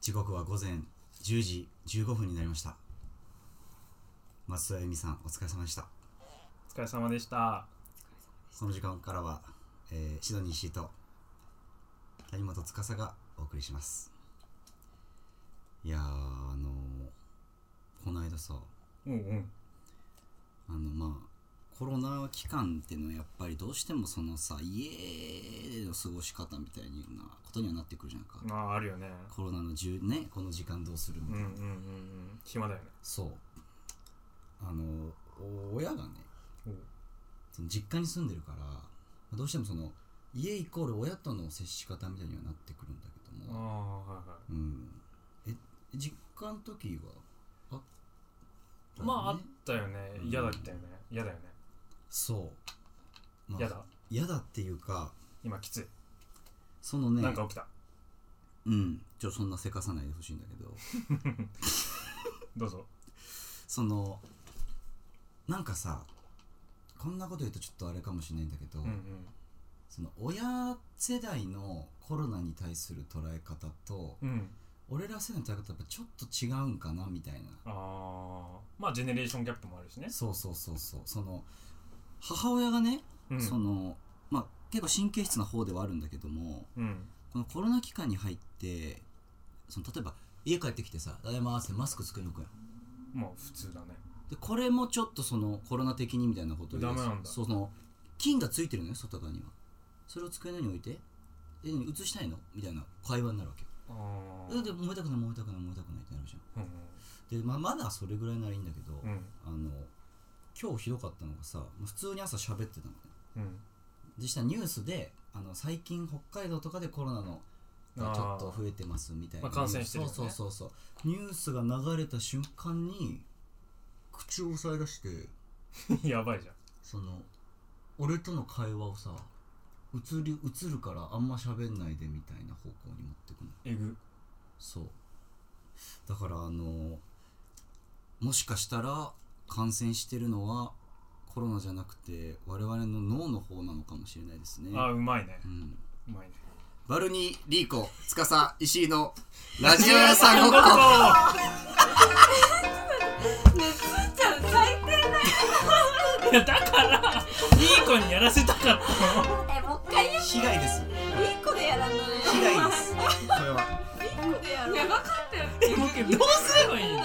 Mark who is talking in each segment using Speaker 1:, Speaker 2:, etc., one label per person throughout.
Speaker 1: 時刻は午前10時15分になりました松戸あゆみさんお疲れ様でした
Speaker 2: お疲れ様でした。
Speaker 1: この時間からは、えー、シドニーシーと谷本司がお送りしますいやーあのーこの間さ
Speaker 2: うんうん。
Speaker 1: あのまあコロナ期間っていうのはやっぱりどうしてもそのさ家での過ごし方みたいなことにはなってくるじゃんか、
Speaker 2: まあ、あるよね。
Speaker 1: コロナの10ねこの時間どうするみ
Speaker 2: う
Speaker 1: た
Speaker 2: ん
Speaker 1: い
Speaker 2: うん
Speaker 1: な、
Speaker 2: うんうん。暇だよね。
Speaker 1: そうあのお親がね
Speaker 2: うん
Speaker 1: その実家に住んでるからまあどうしてもその家イコール親との接し方みたいにはなってくるんだけど
Speaker 2: ああ
Speaker 1: も、
Speaker 2: はいは
Speaker 1: うん、え実家の時はあった
Speaker 2: い。
Speaker 1: よね
Speaker 2: まあ、あったよね。嫌だったよね。嫌だよね。
Speaker 1: そう、まあ
Speaker 2: 嫌だ。
Speaker 1: 嫌だっていうか
Speaker 2: 今きつい。
Speaker 1: そのね
Speaker 2: なんか起きた。
Speaker 1: うんちょそんなせかさないでほしいんだけど
Speaker 2: どうぞ。
Speaker 1: そのなんかさこんなこと言うとちょっとあれかもしれないんだけど、
Speaker 2: うんうん。
Speaker 1: その親世代のコロナに対する捉え方と
Speaker 2: うん。
Speaker 1: 俺ら世代の捉え方やっぱちょっと違うんかなみたいな
Speaker 2: ああ。まあ、ジェネレーションギャップもあるしね。
Speaker 1: そうそうそうそうその母親がね、
Speaker 2: うん。
Speaker 1: そのまあ結構神経質な方ではあるんだけども
Speaker 2: うん。
Speaker 1: このコロナ期間に入ってその例えば家帰ってきてさ「ただいま」ってマスク作りに行くやん
Speaker 2: まあ、普通だね。
Speaker 1: でこれもちょっとそのコロナ的にみたいなことで
Speaker 2: ダメなんだ
Speaker 1: その菌がついてるのよ外側にはそれを机の上に置いてえ移したいのみたいな会話になるわけよ
Speaker 2: ああ。
Speaker 1: えで燃えたくない燃えたくない燃えたくないってなるじゃ
Speaker 2: うん
Speaker 1: んで、まあ、まだそれぐらいならいいんだけど、
Speaker 2: うん。うん。
Speaker 1: あの今日ひどかったのがさもう普通に朝喋ってたのね
Speaker 2: うん。
Speaker 1: でしたらニュースであの最近北海道とかでコロナのがちょっと増えてますみたいな、
Speaker 2: まあ感染してるよね
Speaker 1: そうそうそうそうニュースが流れた瞬間に口を押さえ出して
Speaker 2: やばいじゃん。
Speaker 1: その俺との会話をさ映り映るからあんま喋んないでみたいな方向に持ってくの
Speaker 2: えぐ。
Speaker 1: そうだからあのもしかしたら感染してるのはコロナじゃなくて我々の脳の方なのかもしれないですね
Speaker 2: ああ、うまいね
Speaker 1: う。ん
Speaker 2: うまいね。
Speaker 1: バルニー・リーコ司石井のラジオ屋さんごっこ
Speaker 3: ねつーちゃん最低
Speaker 2: いやだから、いい子にやらせたかったの。
Speaker 3: えもう一回や
Speaker 1: 被害です
Speaker 3: る一個でやらない
Speaker 1: 被害ですこれは
Speaker 3: 一個でやるやばかったよ
Speaker 2: え僕どうすればいいの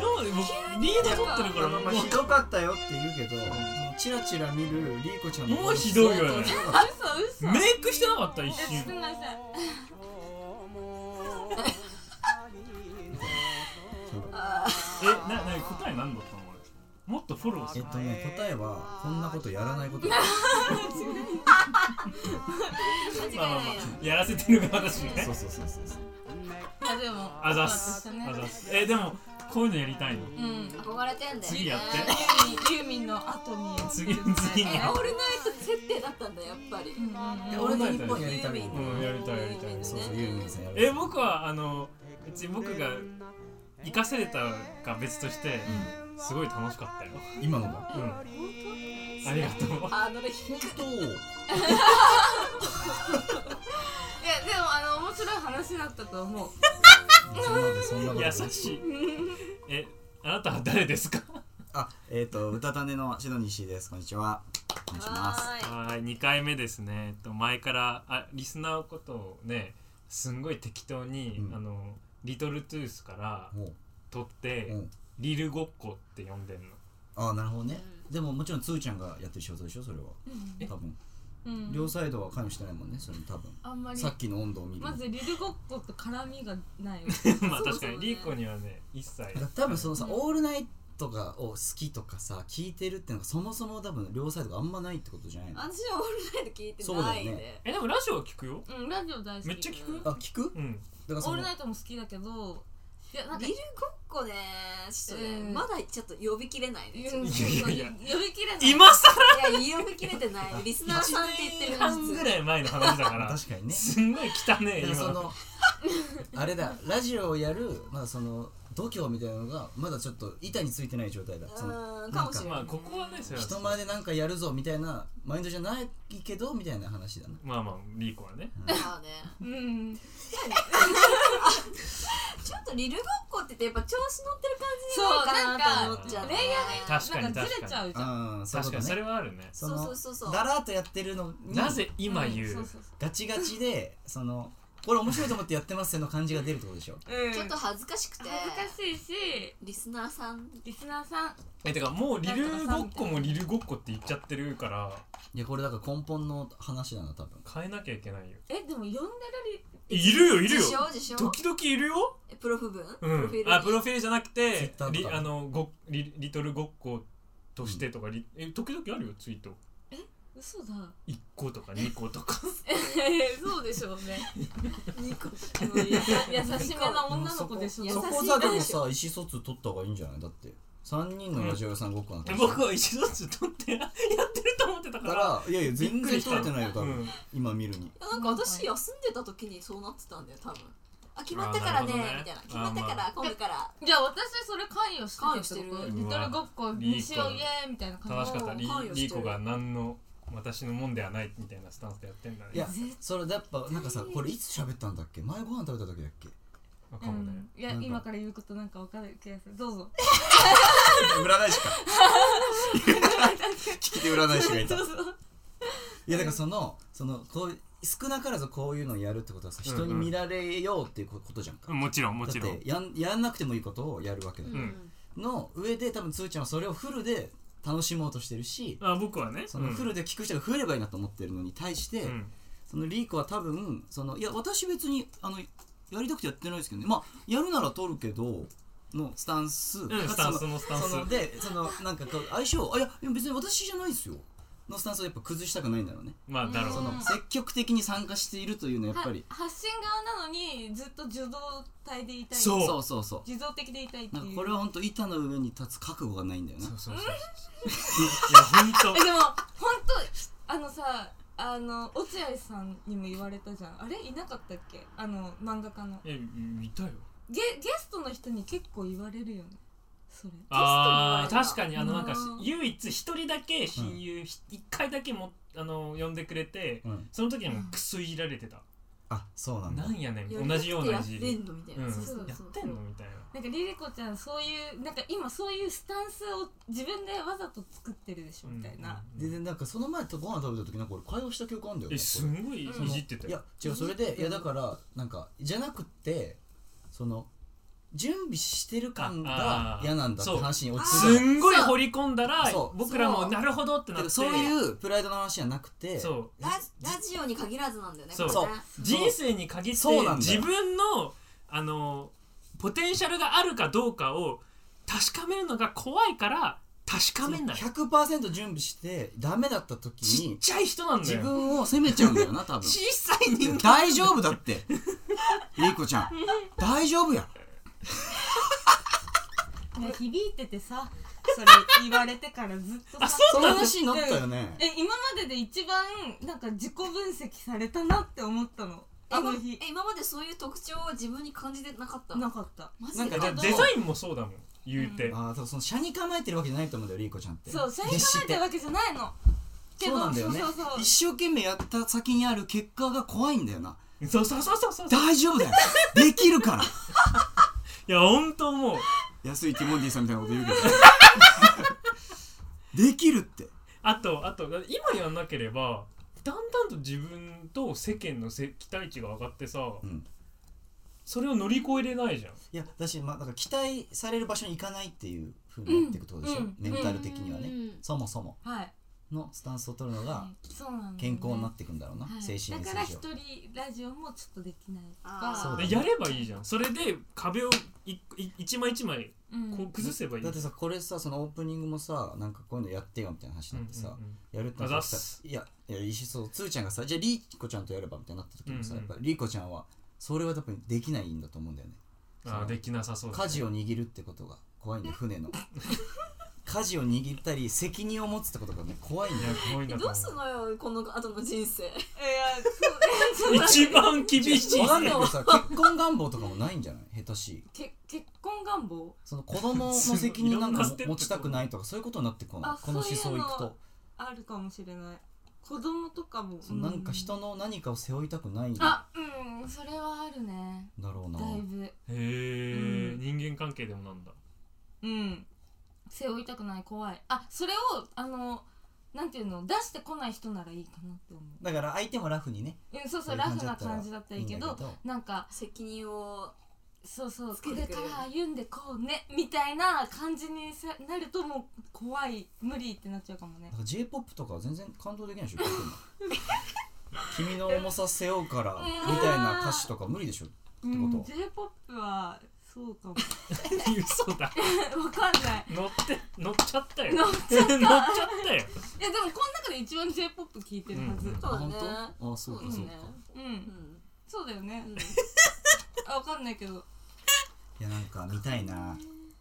Speaker 2: どうもうリード取ってるからもう
Speaker 1: まあ、ひどかったよって言うけど、そのチラチラ見るリーコちゃんの
Speaker 2: もうひどいよね
Speaker 1: 相当ひどかっ
Speaker 3: あ嘘嘘
Speaker 2: メイクしてなかった一
Speaker 3: えす
Speaker 2: 瞬
Speaker 3: んませんあ
Speaker 2: えなな答え何だったのこれもっとフォロー
Speaker 1: た
Speaker 2: す
Speaker 1: え
Speaker 2: る
Speaker 1: っとね答えはこんなことやらないことだ
Speaker 3: ー間違い
Speaker 2: まあ
Speaker 3: な
Speaker 2: まあま
Speaker 3: いよ
Speaker 2: あやらせてる側だしね
Speaker 1: そうそうそうそうそう
Speaker 3: あでも
Speaker 2: あざっす
Speaker 3: そうだった
Speaker 2: あ
Speaker 3: ね
Speaker 2: ざっすえでもこういうのやりたいの
Speaker 3: うん憧れてんだよね
Speaker 2: 次やって
Speaker 3: ユーミンユーミンの後に
Speaker 2: 次次に
Speaker 3: えオールナイト設定だったんだやっぱり
Speaker 1: え
Speaker 2: 俺
Speaker 1: 俺
Speaker 2: が
Speaker 1: が日本
Speaker 2: 日本や
Speaker 1: や
Speaker 3: り
Speaker 1: り
Speaker 3: た
Speaker 1: た
Speaker 3: い
Speaker 1: い
Speaker 3: の
Speaker 2: うんやりたいやりたい
Speaker 1: そうそうユーミンさんやる
Speaker 2: え僕はあのうち僕が生かせれたか別としてすごい楽しかったよ
Speaker 1: 今のが
Speaker 2: うんありがとう
Speaker 3: あのねいやで
Speaker 1: どう
Speaker 3: もあの面白い話だったと 思う
Speaker 1: そんなことそんなこと
Speaker 2: 優しいえあなたは誰ですか
Speaker 1: あえっ、と歌種のシドニーシーですこんにちはお願いします
Speaker 3: はーい
Speaker 2: はい、2回目ですね。えっと前からあリスナーのことをね、すんごい適当に、
Speaker 1: うん
Speaker 2: あのリトルトゥースから
Speaker 1: も
Speaker 2: 撮って、
Speaker 1: う、うん、
Speaker 2: リルごっこって呼 んでんの。
Speaker 1: ああなるほどねでももちろんつーちゃんがやってる仕事でしょそれは
Speaker 2: え
Speaker 1: 多分
Speaker 4: うん
Speaker 1: 両サイドは関与してないもんねそれに多分
Speaker 4: あんまり
Speaker 1: さっきの温度を見る
Speaker 4: まずリルゴッコと絡みがないよ
Speaker 2: まあ
Speaker 3: そうそ
Speaker 2: 確
Speaker 3: うね
Speaker 2: かにリーコにはね、一切。
Speaker 1: だから多分そのさ、
Speaker 4: うん
Speaker 1: オールナイトがを好きとかさ聞いてるってのがそもそも多分両サイドがあんまないってことじゃないのあ
Speaker 3: 私はオールナイト聞いて
Speaker 1: そうだ
Speaker 3: ない
Speaker 1: よ
Speaker 3: んで、
Speaker 1: ね
Speaker 2: えでもラジオは聞くよ。
Speaker 4: うんラジオ大好き
Speaker 2: めっちゃ聞く
Speaker 1: 聞く
Speaker 2: うん。
Speaker 1: だから
Speaker 4: オ
Speaker 1: そ
Speaker 4: ー
Speaker 1: の
Speaker 4: ルナイトも好きだけどいやなんか
Speaker 3: リルごっこねちょっとね、
Speaker 4: うん
Speaker 3: まだちょっと呼びきれないねちょっと
Speaker 2: いやいやいや
Speaker 4: 呼びきれない
Speaker 2: 今さ
Speaker 3: いや呼びきれてないリスナーさんって言ってる
Speaker 2: 半ぐらい前の話だか
Speaker 1: まあ
Speaker 2: ら。
Speaker 1: 確かにね
Speaker 2: すんごい汚ね
Speaker 1: だ
Speaker 2: え
Speaker 1: から
Speaker 2: 今
Speaker 1: そ
Speaker 2: の。
Speaker 1: の あれだラジオをやるまだその度胸みたいなのがまだちょっと板についてない状態だその
Speaker 3: うーんかもしれ
Speaker 2: ま
Speaker 3: な
Speaker 2: あ
Speaker 3: い
Speaker 2: ここはね、それは
Speaker 1: 人前でなんかやるぞみたいなマインドじゃないけどみたいな話だな
Speaker 2: まあまあリーコはね。
Speaker 3: まあね
Speaker 4: うん
Speaker 3: とリルごっこって言ってやっぱ調子乗ってる感じに
Speaker 4: そう
Speaker 3: なるかな
Speaker 4: なん
Speaker 3: と
Speaker 4: か
Speaker 3: 思っちゃう
Speaker 4: レイヤーが
Speaker 2: 確かに
Speaker 4: なんかずれちゃうじゃん
Speaker 1: うんそういうこ
Speaker 2: 確か
Speaker 1: と
Speaker 2: にそ
Speaker 1: ね
Speaker 2: れはあるね
Speaker 1: そ
Speaker 3: そうそ
Speaker 1: の
Speaker 3: うそうそう
Speaker 1: だらーっとやってるのに
Speaker 2: なぜ今
Speaker 4: ん
Speaker 2: 言う,、
Speaker 4: そうそうそう
Speaker 1: ガチガチでそのこれ面白いと思ってやってますよの感じが出るってことでしょ
Speaker 5: うん
Speaker 3: ちょっと
Speaker 5: 恥
Speaker 3: 恥ずかしくて
Speaker 5: ずかしいし
Speaker 3: リスナーさん
Speaker 5: リスナーさん
Speaker 2: えてかもうリルごっこもリルごっこって言っちゃってるから
Speaker 1: いやこれだから根本の話なの多分
Speaker 2: 変えなきゃいけないよ
Speaker 4: えでも呼んだらり
Speaker 2: いるよいる
Speaker 3: 自
Speaker 2: よ
Speaker 3: 称自称
Speaker 2: 時々いるよ
Speaker 3: えプロフ文
Speaker 2: う
Speaker 3: プロフィー
Speaker 2: ん
Speaker 3: ルに
Speaker 2: あプロフィールじゃなくて
Speaker 1: Twitter
Speaker 2: リ
Speaker 1: とか
Speaker 2: あのごリリトルごっことしてとか、リえ時々あるよツイート
Speaker 4: 嘘だ
Speaker 2: 1個とか2個とか
Speaker 4: えそうでしょうね
Speaker 3: 二 個
Speaker 4: 優しめな女の子でしょ
Speaker 3: 優しい
Speaker 1: そ
Speaker 4: そ
Speaker 1: こ
Speaker 4: こ
Speaker 1: そこさ
Speaker 3: 男子
Speaker 1: でもさ意思疎通取った方がいいんじゃないだって3人のラジオ屋さんごっこなんて
Speaker 2: え 僕は一度ずつ取ってやってると思ってたか
Speaker 1: だ
Speaker 2: ら
Speaker 1: からいやいや全
Speaker 2: びっく
Speaker 1: 然
Speaker 2: りした
Speaker 1: 取れてないよ多
Speaker 2: う
Speaker 1: 分
Speaker 2: ん
Speaker 1: 今見るに
Speaker 3: なんか私休んでた時にそうなってたんだよ多分あ決まったからね
Speaker 2: あーなるほどね
Speaker 3: みたいな決まったか
Speaker 2: あ
Speaker 3: ら今度から
Speaker 4: じゃあ私それ関与して
Speaker 3: 関与してる
Speaker 4: ってことリトルごっこにしようイエーイみたいな感
Speaker 2: 正し
Speaker 4: じ
Speaker 2: かったリ
Speaker 3: 関与してる
Speaker 2: リーコが何の私のもんではないみたいなスタンスでやってんだね
Speaker 1: いやそれやっぱなんかさこれいつ喋ったんだっけ前ご飯食べた時だっけ
Speaker 2: わか
Speaker 4: うん
Speaker 2: ない、
Speaker 4: ん、いや
Speaker 1: なんか
Speaker 4: 今から言うことなんかわかる気がするど うぞ
Speaker 1: 占い師 か聞き手占い師がいたいやだからそのそのこう少なからずこういうのをやるってことはさ
Speaker 2: うんうん
Speaker 1: 人に見られようっていうことじゃんか、
Speaker 2: うんもちろんもちろ
Speaker 1: だっ
Speaker 2: ん
Speaker 1: てやんやんなくてもいいことをやるわけだ、
Speaker 3: うんん
Speaker 1: の上で多分つーちゃんはそれをフルで楽しもうとしてるし
Speaker 2: あ僕はね
Speaker 1: そのフル
Speaker 2: で、
Speaker 1: で聞く人が増えればいいなと思ってるのに対して、
Speaker 2: うん
Speaker 1: そのリーコは多分そのいや私別にあのやりたくてやってないですけどねまあやるなら取るけどのスタンス、
Speaker 2: うんスタンスのスタンス
Speaker 1: そのでそのなんかこう相性あいやでも別に私じゃないですよのスタンスをやっぱ崩したくないんだろうね
Speaker 2: まあだろう
Speaker 1: その積極的に参加しているというのはやっぱり
Speaker 4: は発信側なのにずっと受動体でいたい
Speaker 2: そう
Speaker 1: そうそうそ
Speaker 4: 受動的でいたいって
Speaker 1: うな
Speaker 4: いうん
Speaker 1: かこれは本当板の上に立つ覚悟がないんだよね
Speaker 2: そうそうそうそういや本当
Speaker 4: えでも本当あのさあの落合さんにも言われたじゃんあれいなかったっけあの漫画家の
Speaker 2: え見たよ
Speaker 4: ゲゲストの人に結構言われるよねそれ
Speaker 2: あー確かにあのなんかし
Speaker 4: うん
Speaker 2: 唯一一人だけ親友ひ一回だけもあの呼んでくれて
Speaker 1: うん、
Speaker 2: その時にもクソいじられてた
Speaker 1: あそうなんだ
Speaker 2: なんやね
Speaker 3: やり
Speaker 2: ん
Speaker 3: た
Speaker 2: 同
Speaker 3: くて
Speaker 2: じような
Speaker 3: や
Speaker 2: い
Speaker 3: っ
Speaker 2: じ
Speaker 3: て
Speaker 2: り
Speaker 3: んのみたいうなんそうそう
Speaker 2: やってんのみたいな
Speaker 4: なんかリリコちゃんそういうなんか今そういうスタンスを自分でわざと作ってるでしょみたいな、
Speaker 2: うんう
Speaker 1: で
Speaker 2: ん
Speaker 1: でなんかその前とご飯食べた時なんか俺会話した記憶あるんだよね
Speaker 2: えすごいいじってた
Speaker 1: いや
Speaker 2: よ
Speaker 1: 違うそれでいやだからなんかじゃなくってその準備してる感が
Speaker 2: ああー
Speaker 1: 嫌なんだって
Speaker 2: そう
Speaker 1: 話に落ち
Speaker 2: す
Speaker 1: 着い
Speaker 2: んごい掘り込んだら
Speaker 1: そう
Speaker 2: 僕らも
Speaker 3: そう
Speaker 2: なるほどって
Speaker 1: た
Speaker 2: な
Speaker 1: け
Speaker 2: っ
Speaker 1: ど
Speaker 2: て
Speaker 1: そういうプライドの話じゃなくて
Speaker 2: そう
Speaker 3: ララジオに限らずなんだよね
Speaker 2: そう
Speaker 3: これね
Speaker 2: 人生に限って
Speaker 1: そうなんだ
Speaker 2: 自
Speaker 1: よ
Speaker 2: 分のあのポテンシャルがあるかどうかを確かめるのが怖いから確かめないちっ
Speaker 1: 100%準備してダメだった時に
Speaker 2: ちゃい人なんだ
Speaker 1: 自
Speaker 2: よ
Speaker 1: 分を責めちゃうんだよな多分
Speaker 2: 小さい人間
Speaker 1: 大丈夫だってりーこちゃん大丈夫や
Speaker 4: いや響いててさそれ言われてからずっとさ
Speaker 1: その話になったよね
Speaker 4: え今までで一番なんか自己分析されたなって思ったのあの日
Speaker 3: え今までそういう特徴を自分に感じてなかった
Speaker 4: なかった
Speaker 3: マジ
Speaker 1: なん
Speaker 3: で
Speaker 1: か
Speaker 2: じゃあデザインもそうだもん言うて、
Speaker 1: ああ多分その車に構えてるわけじゃないと思うんだよりーこちゃんって
Speaker 4: そうそれに考えてるわけじゃないのけ
Speaker 1: そう
Speaker 4: ど
Speaker 1: なんだよね
Speaker 4: そうそうそう
Speaker 1: 一生懸命やった先にある結果が怖いんだよな
Speaker 2: そうそうそうそうそう
Speaker 1: 大丈夫だよできるから
Speaker 2: いや本当もう
Speaker 1: 安いティモンディさんみたいなこと言うけどできるって
Speaker 2: あとあとだって今やんなければだんだんと自分と世間のせ期待値が上がってさ、
Speaker 1: うん
Speaker 2: それを乗り越えれないじゃん
Speaker 1: いや私まあなんか期待される場所に行かないっていうふうになっていくってことでしょ、
Speaker 4: うん
Speaker 1: メンタル的にはね、
Speaker 3: うん
Speaker 1: そもそも
Speaker 4: はい
Speaker 1: のスタンスを取るのが
Speaker 4: そうなんだよね
Speaker 1: 健康になっていくんだろうな、
Speaker 4: はい
Speaker 1: 精神衛
Speaker 4: だ
Speaker 1: 生
Speaker 4: から一
Speaker 1: 上
Speaker 4: 人ラジオもちょっとできないと
Speaker 3: あー
Speaker 4: か
Speaker 1: そうだ
Speaker 2: でやればいいじゃんそれで壁をいい一枚一枚
Speaker 4: うん
Speaker 2: こう崩せばいい、
Speaker 1: だってさこれさそのオープニングもさなんかこういうのやってよみたいな話になってさ、やるってな
Speaker 2: あざ
Speaker 1: っ
Speaker 2: ってす
Speaker 1: さいやいやいいしそうつーちゃんがさじゃありーこちゃんとやればみたいになった時もさ、
Speaker 2: うんうん
Speaker 1: やっぱりりーこちゃんはそれは多分できないんだと思うんだよね
Speaker 2: あーできなさそうだね
Speaker 1: 舵を握るってことが怖いんだよ船の 舵を握ったり責任を持つってことがね怖いん
Speaker 2: い
Speaker 1: だ
Speaker 2: や
Speaker 1: よ
Speaker 2: 怖いん
Speaker 3: え
Speaker 2: だと
Speaker 3: ど
Speaker 2: 思
Speaker 3: うすんのよこの後の人 生
Speaker 4: いやそう
Speaker 2: 一番厳しい
Speaker 1: 分かんないけどさ結婚願望とかもないんじゃない下手しい
Speaker 4: け結婚願望
Speaker 1: その子供の責任なんか も
Speaker 2: すごいいろんなステップ
Speaker 1: 持ちたくないとかそういうことになってこない
Speaker 4: あ
Speaker 1: この思想いく
Speaker 4: そういう
Speaker 1: と
Speaker 4: のあるかもしれない子供とかも
Speaker 1: そのなんか人の何かを背負いたくないんだ
Speaker 4: あうんそれはあるね
Speaker 1: ろうな
Speaker 4: だいぶ
Speaker 2: へえ、
Speaker 4: う
Speaker 2: 間関係でもなんだ
Speaker 4: うん背負いたくない怖いあそれをあのなんていうの出してこない人ならいいかなって思
Speaker 1: だから相手もラフにね
Speaker 4: う、うん、そうそうラフな感じだったらいいけど
Speaker 1: んだ
Speaker 4: なんか
Speaker 3: 責任を
Speaker 4: そうそう
Speaker 3: つけ
Speaker 4: こ
Speaker 3: てくれ
Speaker 4: れ
Speaker 3: る
Speaker 4: から歩んでこうねみたいな感じにさなるともう怖い無理ってなっちゃうかもね
Speaker 1: なんか J−POP とかは全然感動できないでしょ聞いても君の重さ背負う からみたいな歌詞とか無理でしょって
Speaker 4: う
Speaker 1: こと、
Speaker 4: ん j p o p はそうかも
Speaker 2: 嘘だ
Speaker 4: わかんない
Speaker 2: 乗って乗っちゃったよ
Speaker 4: 乗っ
Speaker 2: ちゃった乗っちゃったよ
Speaker 4: いやでもこの中で一番 j p o p 聞いてるはず
Speaker 2: うん
Speaker 4: う
Speaker 3: そ
Speaker 1: あ
Speaker 3: うだ
Speaker 1: 本
Speaker 3: ね
Speaker 1: 当あそうか
Speaker 3: だ
Speaker 1: そうか
Speaker 3: ねう
Speaker 4: ん、
Speaker 3: ん
Speaker 4: そうだよね
Speaker 3: うん
Speaker 4: あわかんないけど
Speaker 1: いやなんか見たいな